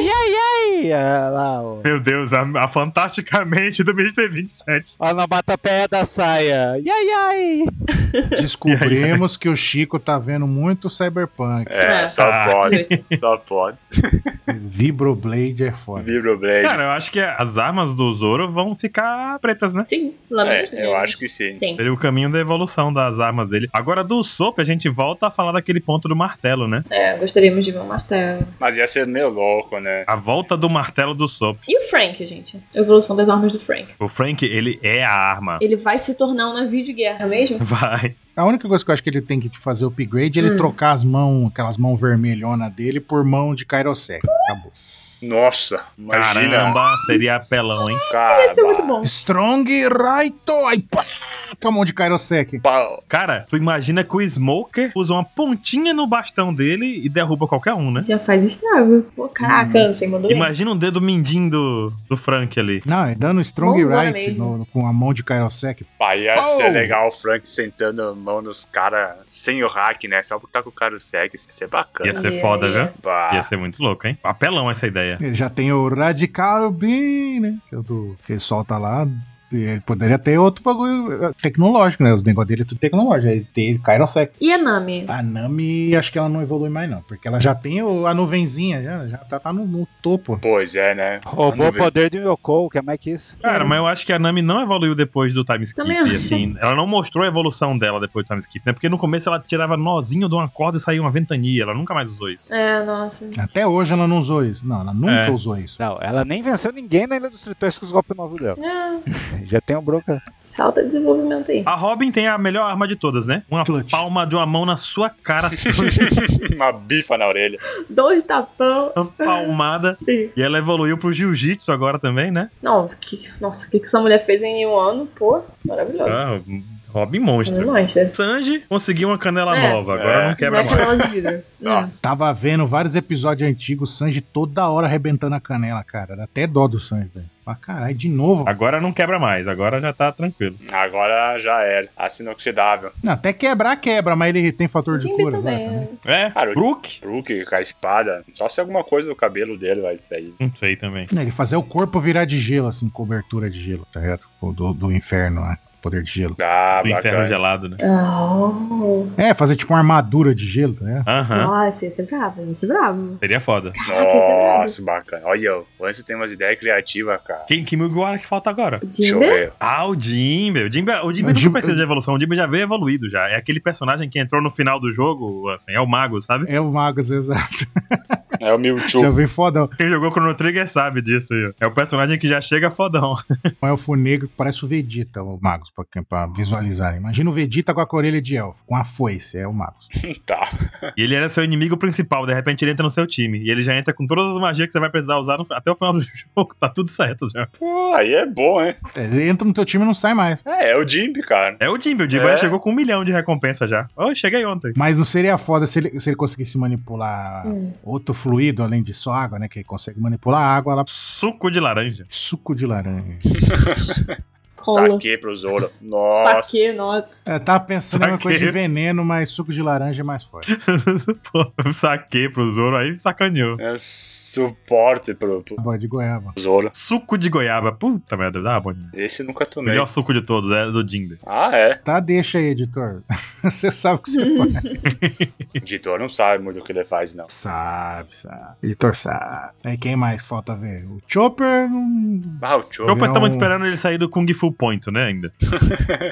E aí, aí? Ah, lá, ó. Meu Deus, a, a fantasticamente do Mr. 27. Ó, na batapé É da saia. E aí, aí? Descobrimos que o Chico tá vendo muito Cyberpunk. É, Tá. só pode. só pode. Vibroblade é foda. Vibroblade. Cara, eu acho que as armas do Zoro vão ficar pretas, né? Sim, É, eu acho que sim. Seria é o caminho da evolução das armas dele. Agora, do Sop, a gente volta a falar daquele ponto do martelo, né? É, gostaríamos de ver um martelo. Mas ia ser meio louco, né? A volta do martelo do Sop. E o Frank, gente? A evolução das armas do Frank. O Frank, ele é a arma. Ele vai se tornar um navio de guerra mesmo? Vai. A única coisa que eu acho que ele tem que te fazer upgrade é ele Hum. trocar as mãos, aquelas mãos vermelhonas dele, por mão de Kairosek. Acabou. Nossa, imagina. Caramba, seria apelão, hein? Cara, é bom. Strong Raito! Aí pá! Com a mão de Kairosek. Cara, tu imagina que o Smoker usa uma pontinha no bastão dele e derruba qualquer um, né? Já faz estrago. Pô, caraca, você mandou bem. Imagina um dedo mindinho do, do Frank ali. Não, é dando Strong Mãozona Right mesmo. no- com a mão de Kairosek. Pá, ia Pou! ser legal o Frank sentando a mão nos caras sem o hack, né? Só porque tá com o cara segue. Ia ser bacana. Ia ser foda, viu? Pá. Ia ser muito louco, hein? Apelão essa ideia. Ele já tem o Radical Beam, né? Que é o do. Que ele solta lá. E Ele poderia ter outro bagulho eh, tecnológico, né? Os negócios dele é tudo tecnológico. Ele tem Kairosek. E a Nami? A Nami, acho que ela não evolui mais, não. Porque ela já tem o- a nuvenzinha, já, já tá, tá no, no topo. Pois é, né? Roubou o poder do Yoko, que é mais que isso. Cara, mas eu acho que a Nami não evoluiu depois do time skip, Também acho. assim. Ela não mostrou a evolução dela depois do time skip, né? Porque no começo ela tirava nozinho de uma corda e saía uma ventania. Ela nunca mais usou isso. É, nossa. Até hoje ela não usou isso. Não, ela nunca É. usou isso. Não, ela nem venceu ninguém na Ilha dos Tritões com os golpes novos dela. É. Ah. Já tem um bronca. Salta desenvolvimento aí. A Robin tem a melhor arma de todas, né? Uma palma de uma mão na sua cara. Uma bifa na orelha. Dois tapão. Uma palmada. Sim. E ela evoluiu pro jiu-jitsu agora também, né? Não, que, nossa, o que, que essa mulher fez em um ano? Pô, maravilhoso. Ah, Robin monstro. Robin monstro. Sanji conseguiu uma canela É. nova. Agora É. não quebra Não é canela mais. de vidro. Ah. Hum. Tava vendo vários episódios antigos, o Sanji toda hora arrebentando a canela, cara. Dá até dó do Sanji, velho. Pra caralho, de novo. Agora não quebra mais. Agora já tá tranquilo. Agora já era. Aço inoxidável. Não, até quebrar, quebra, mas ele tem fator de cura agora também. É, cara, o Brook. Brook com a espada. Só se alguma coisa do cabelo dele vai sair. Não sei também. é. Não, Ele fazer o corpo virar de gelo, assim, cobertura de gelo, tá ligado? O Do, do inferno, né? Poder de gelo. Ah, Do inferno gelado, né? Oh. É, fazer tipo uma armadura de gelo, tá ligado? Aham. Nossa, ia ser brabo, ia ser brabo. Seria foda. Nossa, bacana. Olha, o Lance tem umas ideias criativas, cara. Quem que Mugiwara que falta agora? O Jinbe? Deixa eu ver. Ah, o Jimbe. O Jimbe, o Jimbe nunca precisa de evolução. O Jimbe já veio evoluído já. É aquele personagem que entrou no final do jogo, assim, é o mago, sabe? É o Magus, exato. É o Mewtwo. Já veio fodão. Quem jogou Chrono Trigger sabe disso. viu? É o personagem que já chega fodão. Um elfo negro que parece o Vegeta, o Magus, pra, é pra visualizar. Imagina o Vegeta com a orelha de elfo, com a foice, é o Magus. tá. E ele era seu inimigo principal, de repente ele entra no seu time. E ele já entra com todas as magias que você vai precisar usar no- até o final do jogo. Tá tudo certo já. Pô, aí é bom, hein? Ele entra no teu time e não sai mais. É, é o Jimbe, cara. É o Jimbe. O Jimbe É. já chegou com um milhão de recompensa já. Ô, cheguei ontem. Mas não seria foda se ele, se ele conseguisse manipular Hum. outro fluido além de só água, né? Que ele consegue manipular a água lá. Suco de laranja. Suco de laranja. Saque pro Zoro. Nossa. Saque, nossa. Eu tava É, tá pensando em uma Saquei. coisa de veneno, mas suco de laranja é mais forte. Pô, saquei pro Zoro, aí sacaneou. É suporte pro, pro Boa de goiaba. Zoro. Suco de goiaba. Puta merda, dá uma boa. Esse eu nunca tomei. Melhor suco de todos, é do Jimbe. Ah, é? Tá, deixa aí, editor. Você sabe o que você faz. Editor não sabe muito o que ele faz, não. Sabe, sabe. Editor sabe. Aí quem mais falta ver? O Chopper. não- Ah, o Eu estamos Não. esperando ele sair do Kung Fu Point, né, ainda.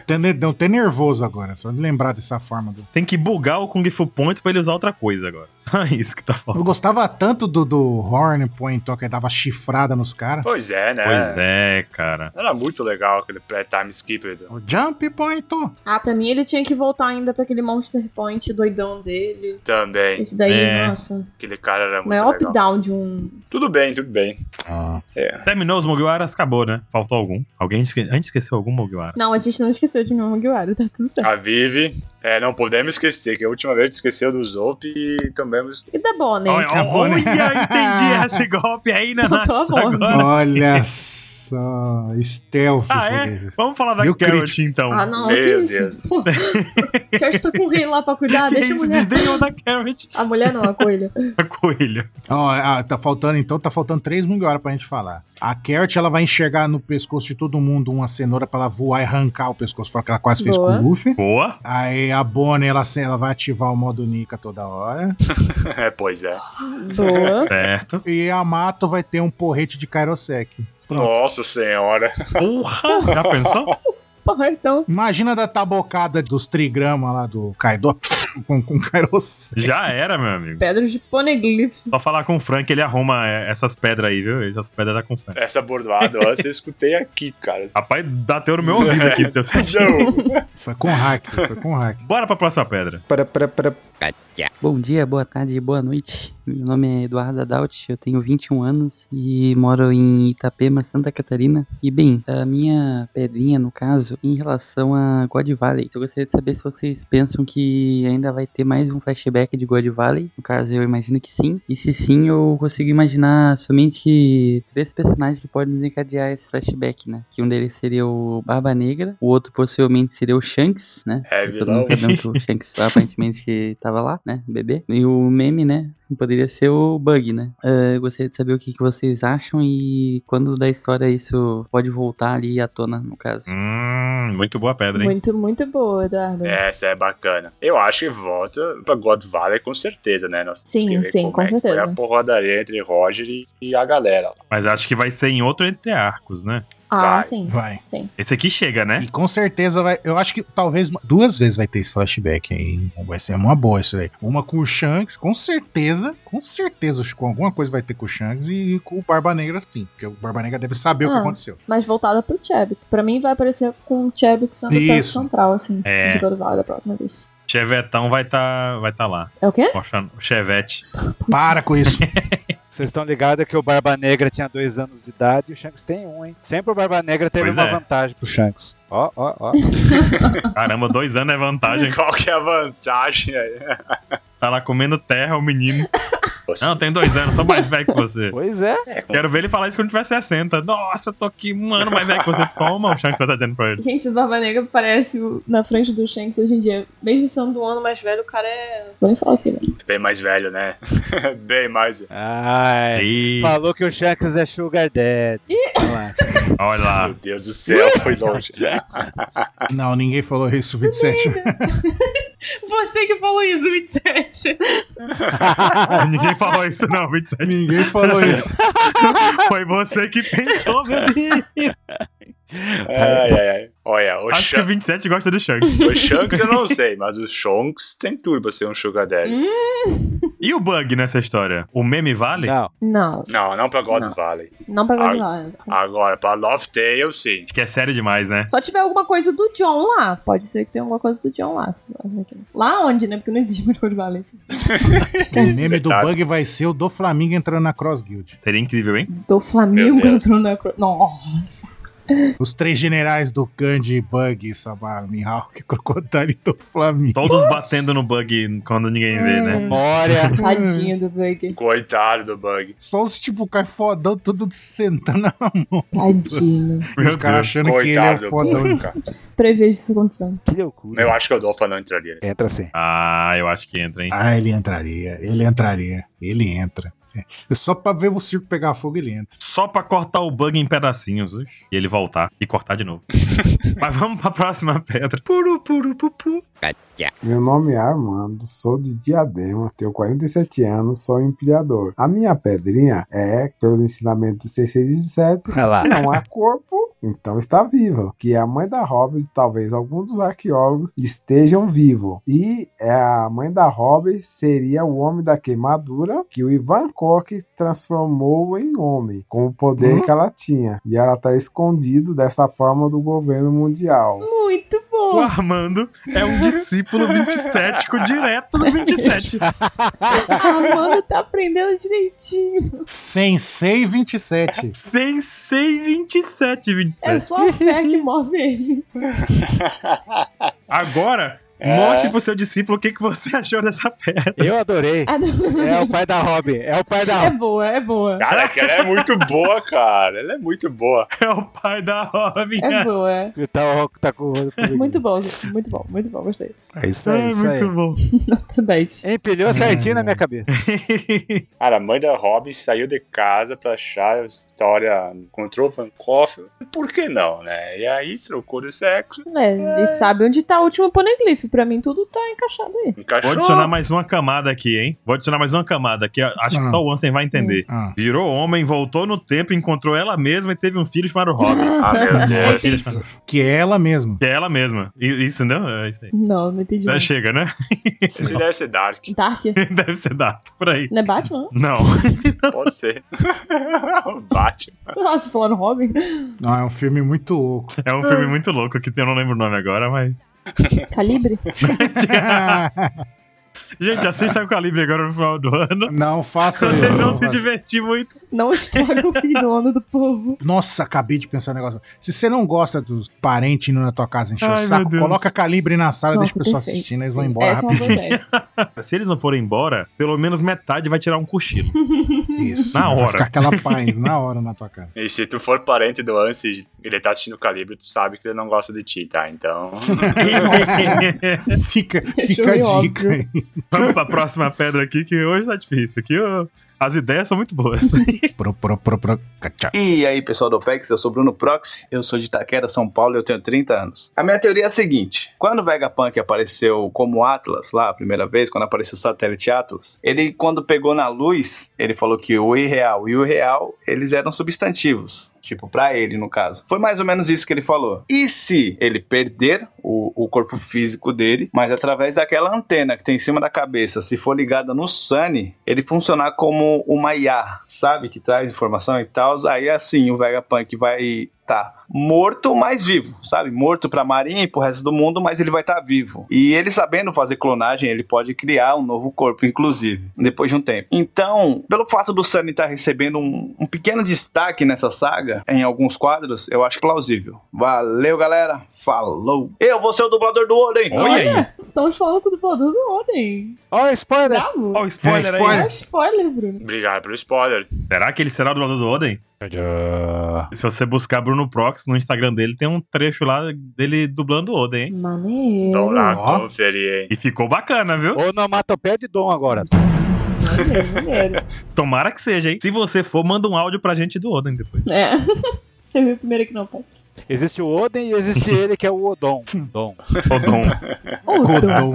Tá ne- Não, tem nervoso agora, só de lembrar dessa forma do. Tem que bugar o Kung Fu Point pra ele usar outra coisa agora. Só isso que tá Eu faltando. gostava tanto do, do Horn Point Talk, ele dava chifrada nos caras. Pois é, né? Pois é, cara. Era muito legal aquele pré-time skip. Edu. Jump Point! Ah, pra mim ele tinha que voltar ainda pra aquele Monster Point doidão dele. Também. Esse daí, É. nossa. Aquele cara era É muito Maior legal. up-down de um. Tudo bem, tudo bem. Ah. É. Terminou os Mugiwaras, acabou, né? Faltou algum. Alguém esque... a gente esqueceu algum Mugiwara. Não, a gente não esqueceu de nenhum Mugiwara, tá tudo certo. A Vivi, é, não podemos esquecer que a última vez esqueceu do Zop e também. E né? da Bonnie? Olha, olha, olha, entendi esse golpe aí, né? Soltou a Bonnie. Olha só, stealth. Ah, é? Fureza. Vamos falar da Deu Carrot, crítico. então. Ah, não, que isso? Pô, que eu estou com o rei lá pra cuidar, deixa a mulher. da Carrot. A mulher não, a coelha. Coelho. Ó, ah, tá faltando então, tá faltando três Mugiwara pra gente falar. A Carrot, ela vai enxergar no pescoço de todo mundo uma cenoura pra ela voar e arrancar o pescoço, fora que ela quase fez com Boa. o Luffy. Boa. Aí a Bonnie, ela, se- ela vai ativar o modo Nika toda hora. é, pois é. Certo. E a Mato vai ter um porrete de Kairosek. Nossa senhora. Porra! Já pensou? Porra, então. Imagina da tabocada dos trigramas lá do Kaido com, com Kairosek. Já é. era, meu amigo. Pedras de poneglyph. Só falar com o Frank, ele arruma é, essas pedras aí, viu? Essas pedras dá com o Frank. Essa bordoada, ó, você escutei aqui, cara. Rapaz, dá teu no meu ouvido É. aqui, teu certinho. Foi com hack, foi com hack. Bora pra próxima pedra. Bom dia, boa tarde, boa noite. Meu nome é Eduardo Adalt, eu tenho 21 anos e moro em Itapema, Santa Catarina. E bem, a minha pedrinha, no caso, em relação a God Valley. Eu gostaria de saber se vocês pensam que ainda vai ter mais um flashback de God Valley. No caso, eu imagino que sim. E se sim, eu consigo imaginar somente três personagens que podem desencadear esse flashback, né? Que um deles seria o Barba Negra, o outro possivelmente seria o Shanks, né? É, Que todo mundo vilão. sabemos que o Shanks aparentemente tava lá, né? Bebê. E o meme, né? Poderia ser o Bug, né? Ah, eu gostaria de saber o que, que vocês acham e quando da história isso pode voltar ali à tona, no caso. Hum, muito boa pedra, Muito, muito boa, Eduardo. Essa é bacana. Eu acho que volta pra God Valley com certeza, né? Nós Sim, temos que ver sim, como com é que foi certeza. a porradaria entre Roger e, e a galera. lá. Mas acho que vai ser em outro entre arcos, né? Ah, sim. Vai. Sim. Esse aqui chega, né? E com certeza vai. Eu acho que talvez uma- duas vezes vai ter esse flashback aí. Vai ser uma boa isso aí. Uma com o Shanks, com certeza. Com certeza, com alguma coisa vai ter com o Shanks e com o Barba Negra, sim. Porque o Barba Negra deve saber o que Ah, aconteceu. Mas voltada pro Chebik. Pra mim vai aparecer com o Chebik sendo o peça Isso. central, assim, É. de Gorval da próxima vez. Chevetão vai tá, vai tá lá. É o quê? Mostrando o Chevette. Para com isso. Vocês estão ligados que o Barba Negra tinha dois anos de idade e o Shanks tem um, hein? Sempre o Barba Negra teve Pois uma é. vantagem pro Shanks. Ó, ó, ó. Caramba, dois anos é vantagem. Qual que é a vantagem aí? Tá lá comendo terra, o menino. Não, tem dois anos, sou mais velho que você. Pois é. Quero ver ele falar isso quando tiver 60. Nossa, eu tô aqui um ano mais velho que você. Toma o Shanks vai tá dizendo pra ele. Gente, esse Barba Negra parece o- na frente do Shanks hoje em dia. Mesmo sendo um ano mais velho, o cara é. Vou nem falar aqui, né? É Bem mais velho, né? Bem mais velho. Ai, falou que o Shanks é Sugar Daddy. Olha lá. Meu Deus do céu, foi longe. Não, ninguém falou isso, 27. Você que falou isso, 27. Ninguém falou isso, não, 27. Ninguém falou isso. Foi você que pensou, bebê. Ai, ai, ai. Olha, o Acho que o Shanks. 27 gosta do Shanks. O Shanks eu não sei, mas o Shanks tem tudo pra ser um Sugar Daddy. Hum, E o bug nessa história? O meme vale? Não. Não. Não, não pra God Valley. Não pra Ah. Gorval. Agora, pra Love Tale, sim. Que é sério demais, né? Só tiver alguma coisa do John lá. Pode ser que tenha alguma coisa do John lá. se- Lá onde, né? Porque não existe muito Gorval. o meme do bug vai ser o do Flamingo entrando na Cross Guild. Seria incrível, hein? Do Flamengo entrou na. cro- Nossa. Os três generais do Gandhi, Bug, Sabar, Mihawk, Crocodile e do Flamingo. Todos batendo no bug quando ninguém vê, né? Tadinho do Bug. Hum. Coitado do Bug. Só os tipo cai fodão, tudo sentando na mão. Tadinho. Os caras achando que ele é Coitado do fodão. Bug, cara. Prevejo isso acontecendo. Que loucura. Eu acho que o Dolphin não né? entraria. Entra sim. Ah, eu acho que entra, hein? Ah, ele entraria, ele entraria, ele entra. É só pra ver o circo pegar fogo ele entra. Só pra cortar o bug em pedacinhos oxe, e ele voltar e cortar de novo. Mas vamos pra próxima pedra. Puru, puru, pupu. Meu nome é Armando, sou de Diadema, tenho 47 anos, sou um empilhador. A minha pedrinha é, pelos ensinamentos do 627, Olha lá. não há corpo, então está viva. Que é a mãe da Hobbes, talvez alguns dos arqueólogos estejam vivos. E é a mãe da Hobbes seria o homem da queimadura que o Ivan Koch transformou em homem, com o poder Hum? que ela tinha. E ela está escondido dessa forma do governo mundial. Muito bom. O Armando é um discípulo 27 direto do 27. Armando tá aprendendo direitinho. Sensei 27. Sensei 27, 27. É só a fé que move ele. Agora, É. mostre pro seu discípulo o que, que você achou dessa pedra. Eu adorei. Adorei. É o pai da Robin. É o pai da É boa, é boa. Caraca, ela é muito boa, cara. Ela é muito boa. É o pai da Robin. né? É boa. E tá, o Roku tá com o olho por aqui. Muito bom, gente. Muito bom, muito bom. Gostei. É isso aí. isso aí. Nota 10. Empilhou certinho na minha cabeça. Cara, a mãe da Robin saiu de casa pra achar a história. Encontrou o Van Gogh. Por que não, né? E aí trocou de sexo. É, e sabe onde tá o último poneglyph. Pra mim, tudo tá encaixado aí. Vou adicionar mais uma camada aqui, hein? Vou adicionar mais uma camada que eu acho que Ah. só o Ansem vai entender. Hum, Ah. Virou homem, voltou no tempo, encontrou ela mesma e teve um filho chamado Robin. um Ah, meu Deus. Que é ela mesma. Que é ela mesma. I- Isso, não? É isso aí. Não, não entendi. Já não. chega, né? Esse deve ser Dark. Dark? Deve ser Dark, por aí. Não é Batman? Não. Pode ser. Batman. Sei lá, se falaram Robin. Não, é um filme muito louco. É um filme muito louco que eu não lembro o nome agora, mas. Calibre? Gente, assista o Calibre agora no final do ano. Não faça Vocês isso. vão se divertir muito. Não estraga o fim do ano do povo. Nossa, acabei de pensar um negócio. Se você não gosta dos parentes indo na tua casa encher Ai, o meu saco, Deus. coloca calibre na sala, deixa o pessoal assistindo, eles vão embora é rapidinho. Se eles não forem embora, pelo menos metade vai tirar um cochilo. Isso. Na Vai hora. ficar aquela paz na hora na tua casa. E se tu for parente do Ansi e ele tá assistindo o Calibre, tu sabe que ele não gosta de ti, tá? Então. fica Fica fica a a dica dica aí. Vamos pra próxima pedra aqui, que hoje tá difícil. Aqui ó, as ideias são muito boas. pro, pro, pro, pro. E aí, pessoal do OPEX, eu sou Bruno Proxy, eu sou de Itaquera, São Paulo e eu tenho 30 anos. A minha teoria é a seguinte, quando o Vegapunk apareceu como Atlas lá, a primeira vez, quando apareceu o satélite Atlas, ele quando pegou na luz, ele falou que o irreal e o real, eles eram substantivos. Tipo, pra ele, no caso. Foi mais ou menos isso que ele falou. E se ele perder o, o corpo físico dele, mas através daquela antena que tem em cima da cabeça, se for ligada no Sunny, ele funcionar como uma IA, sabe? Que traz informação e tal. Aí assim, o Vegapunk vai tá morto, mas vivo, sabe? Morto pra Marinha e pro resto do mundo, mas ele vai estar vivo. E ele sabendo fazer clonagem, ele pode criar um novo corpo, inclusive, depois de um tempo. Então, pelo fato do Sunny estar recebendo um, um pequeno destaque nessa saga, em alguns quadros, eu acho plausível. Valeu, galera. Falou. Eu vou ser o dublador do Oden. Estamos falando com o dublador do Oden. Ó, spoiler! É, Ó, o spoiler aí. Ó, É spoiler, Bruno. Obrigado pelo spoiler. Será que ele será o dublador do Oden? Se você buscar Bruno Prox no Instagram dele, tem um trecho lá dele dublando o Oden, hein? Maneiro. Então lá, Ó. conferir, hein? E ficou bacana, viu? Onomatopeia de dom agora. Tomara que seja, hein? Se você for, manda um áudio pra gente do Oden depois. É. Você viu primeiro aqui não, tá? pai. Existe o Oden e existe ele que é o Odon. Dom. Odon. Odon.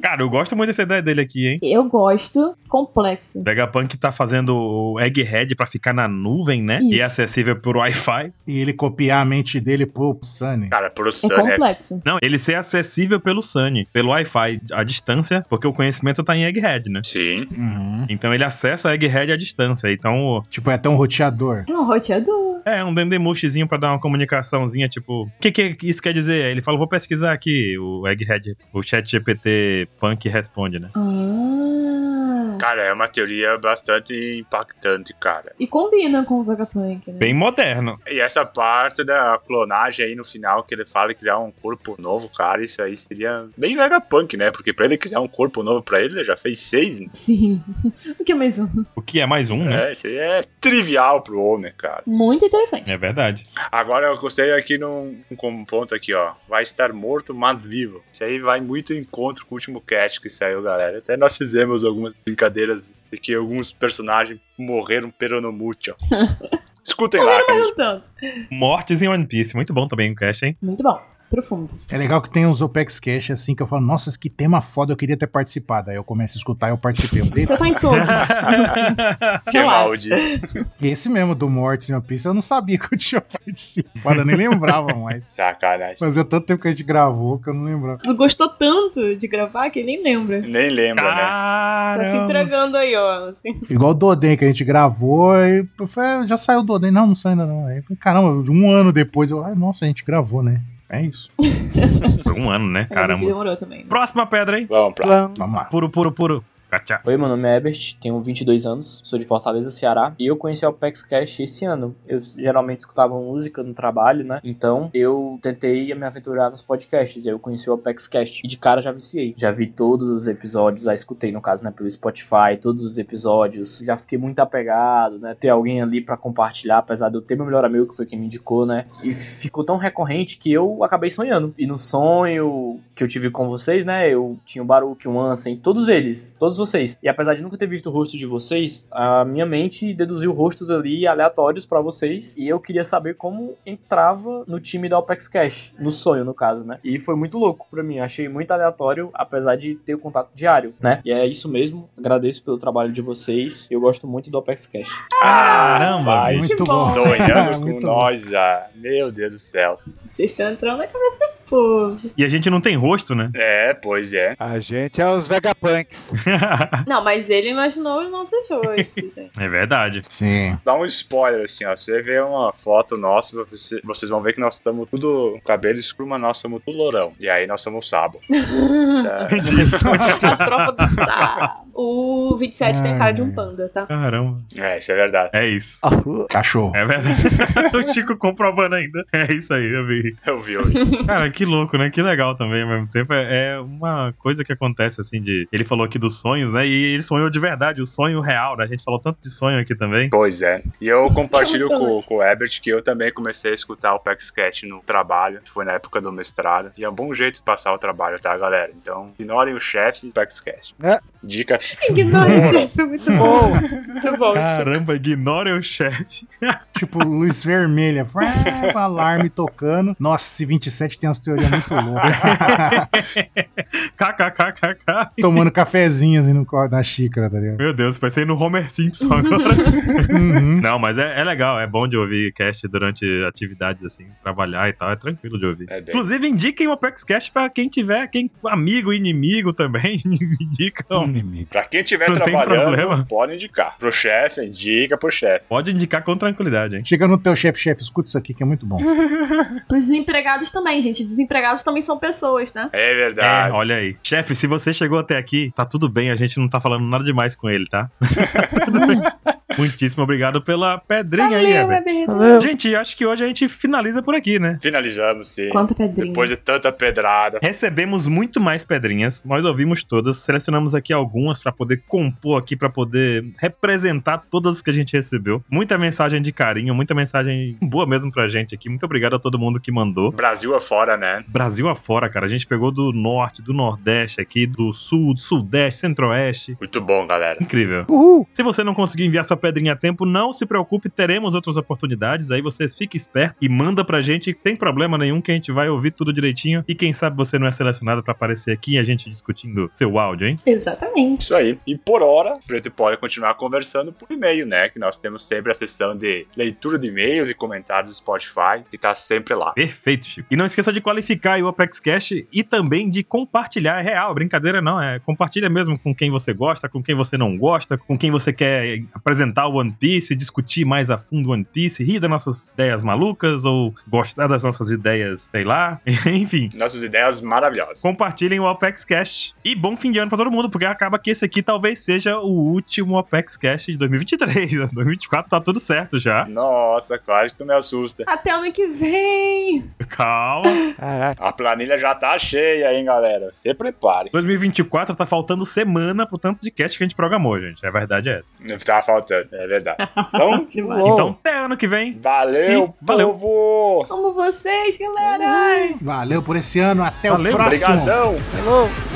Cara, eu gosto muito dessa ideia dele aqui, hein? Eu gosto. Complexo. Vegapunk tá fazendo o Egghead pra ficar na nuvem, né? E é Isso. acessível por Wi-Fi. E ele copiar a mente dele pro Sunny. Cara, pro Sunny é- complexo. Não, ele ser acessível pelo Sunny, pelo Wi-Fi, à distância, porque o conhecimento tá em Egghead, né? Sim. Uhum. Então ele acessa Egghead à distância. Então. Tipo, é até um roteador. É um roteador. É, um dendemushzinho pra dar uma comunicaçãozinha, tipo, o que, que isso quer dizer? Aí ele fala, vou pesquisar aqui. O Egghead, o chat GPT Punk responde, né? Ah. Cara, é uma teoria bastante impactante, cara. E combina com o Vegapunk, né? Bem moderno. E essa parte da clonagem aí no final, que ele fala em criar um corpo novo, cara, isso aí seria bem Vegapunk, né? Porque pra ele criar um corpo novo pra ele, ele já fez seis, né? Sim. O que é mais um? O que é mais um, né? É, isso aí é trivial pro homem, cara. Muito interessante. É verdade. Agora eu gostei aqui num, num ponto aqui, ó. Vai estar morto, mas vivo. Isso aí vai muito em encontro com o último cast que saiu, galera. Até nós fizemos algumas brincadeiras. brincadeiras de que alguns personagens morreram peronomútil. Escutem lá, cara. um Tanto. Mortes em One Piece. Muito bom também o cast, hein? Muito bom. Profundo. É legal que tem uns OPEX Cash assim que eu falo, nossa, que tema foda, eu queria ter participado. Aí eu começo a escutar e eu participei. Eu falei, Você tá em todos. Que balde. Esse mesmo do Mortis em One Piece, eu não sabia que eu tinha participado, eu nem lembrava mais. Sacanagem. Fazia tanto tempo que a gente gravou que eu não lembrava. Gostou tanto de gravar que nem lembra. Nem lembra, né? Tá se entregando aí, ó. assim. Igual o Doden que a gente gravou e eu falei, "Ah, já saiu o Doden. Não, não saiu ainda não. Aí eu falei, caramba, um ano depois eu, ai, nossa, a gente gravou, né? É isso. Foi um ano, né? Caramba. demorou também. Próxima pedra, hein? Vamos pra Vamos lá. Puro, puro, puro. Tchau. Oi, meu nome é Ebert, tenho 22 anos, sou de Fortaleza, Ceará, e eu conheci o Apex Cash esse ano. Eu geralmente escutava música no trabalho, né? Então eu tentei me aventurar nos podcasts, e aí eu conheci o Apex Cash, e de cara já viciei. Já vi todos os episódios, já escutei, no caso, né, pelo Spotify, todos os episódios, já fiquei muito apegado, né? Ter alguém ali pra compartilhar, apesar de eu ter meu melhor amigo, que foi quem me indicou, né? E ficou tão recorrente que eu acabei sonhando. E no sonho que eu tive com vocês, né? Eu tinha o Baruch, o Ansem, todos eles, todos vocês. E apesar de nunca ter visto o rosto de vocês, a minha mente deduziu rostos ali aleatórios pra vocês. E eu queria saber como entrava no time da Opex Cash, no sonho, no caso, né? E foi muito louco pra mim. Achei muito aleatório, apesar de ter o contato diário, né? E é isso mesmo. Agradeço pelo trabalho de vocês. Eu gosto muito do Opex Cash. Caramba, Vai, muito bom. Ah, Sonhamos com Muito nós já. Meu Deus do céu. Vocês estão entrando na cabeça do povo. E a gente não tem rosto, né? É, pois é. A gente é os Vegapunks. Não, mas ele imaginou os nossos rostos. hein? É verdade. Sim. Dá um spoiler, assim, ó. Você vê uma foto nossa, você- vocês vão ver que nós estamos tudo com cabelo escuro, mas nós somos tudo lourão. E aí nós somos sabo. é- é A tropa do sapo. O 27 tem cara de um panda, tá? Caramba. É, isso é verdade. É isso. Cachorro. É verdade. o Chico comprovando ainda. É isso aí, eu vi. Eu vi, Cara, que louco, né? Que legal também ao mesmo tempo. É é uma coisa que acontece, assim, de. Ele falou aqui dos sonhos, né? E ele sonhou de verdade, o sonho real, né? A gente falou tanto de sonho aqui também. Pois é. E eu compartilho com, com o Ebert que eu também comecei a escutar o PaxCat no trabalho. Foi na época do mestrado. E é um bom jeito de passar o trabalho, tá, galera? Então, ignorem o chefe do PaxCat. É. Dica. Ignore o chefe, é muito bom. Muito bom. Caramba, ignora o chefe. Tipo, luz vermelha, frá, alarme tocando. Nossa, esse 27 tem umas teorias muito loucas. KKKKK. Tomando cafezinho assim no corpo da xícara, tá ligado? Meu Deus, pensei no Homer Simpson agora. Não, mas é, é legal, é bom de ouvir cast durante atividades assim, trabalhar e tal, é tranquilo de ouvir. bem. Inclusive, indiquem o Apex Cash pra quem tiver, quem amigo, inimigo também, indicam. Inimigo. Pra quem estiver Não tem trabalhando, problema. pode indicar. Pro chefe, indica pro chefe. Pode indicar com tranquilidade, hein? Chega no teu chefe, chefe, escuta isso aqui que é muito bom. Pros desempregados também, gente. Desempregados também são pessoas, né? É verdade. olha aí. Chefe, se você chegou até aqui, tá tudo bem, a gente não tá falando nada demais com ele, tá? Tudo bem. Muitíssimo obrigado pela pedrinha aí, Valeu, Herbert. Herbert. Valeu. Gente, acho que hoje a gente finaliza por aqui, né? Finalizamos, sim. Quanta pedrinha. Depois de tanta pedrada. Recebemos muito mais pedrinhas, nós ouvimos todas, selecionamos aqui algumas pra poder compor aqui, pra poder representar todas que a gente recebeu. Muita mensagem de carinho, muita mensagem boa mesmo pra gente aqui. Muito obrigado a todo mundo que mandou. Brasil afora, né? Brasil afora, cara. A gente pegou do norte, do nordeste aqui, do sul, do sudeste, centro-oeste. Muito bom, galera. Incrível. Se você não conseguir enviar sua pedrinha a tempo, não se preocupe, teremos outras oportunidades. Aí vocês fiquem espertos e manda pra gente sem problema nenhum que a gente vai ouvir tudo direitinho. E quem sabe você não é selecionado pra aparecer aqui e a gente discutindo seu áudio, hein? Exatamente. Isso aí. E por hora, o Preto pode continuar conversando por e-mail, né? Que nós temos sempre a sessão de leitura de e-mails e comentários do Spotify, que tá sempre lá. Perfeito, Chico. E não esqueça de qualificar aí o Apex Cash e também de compartilhar. É real, brincadeira não. É compartilha mesmo com quem você gosta, com quem você não gosta, com quem você quer apresentar o One Piece, discutir mais a fundo o One Piece, rir das nossas ideias malucas ou gostar das nossas ideias, sei lá. Enfim. Nossas ideias maravilhosas. Compartilhem o Apex Cash e bom fim de ano pra todo mundo, porque acaba que esse aqui talvez seja o último Apex Cash de 2023. 2024 tá tudo certo já. Nossa, quase que tu me assusta. Até ano que vem. Calma. A planilha já tá cheia, hein, galera? Se prepare. 2024 tá faltando semana pro tanto de cast que a gente programou, gente. A verdade é essa. Tá faltando, é verdade. Então, Então, até ano que vem. Valeu, valeu. povo! Amo vocês, galera. Valeu por esse ano, até Valeu, o próximo. brigadão. Falou.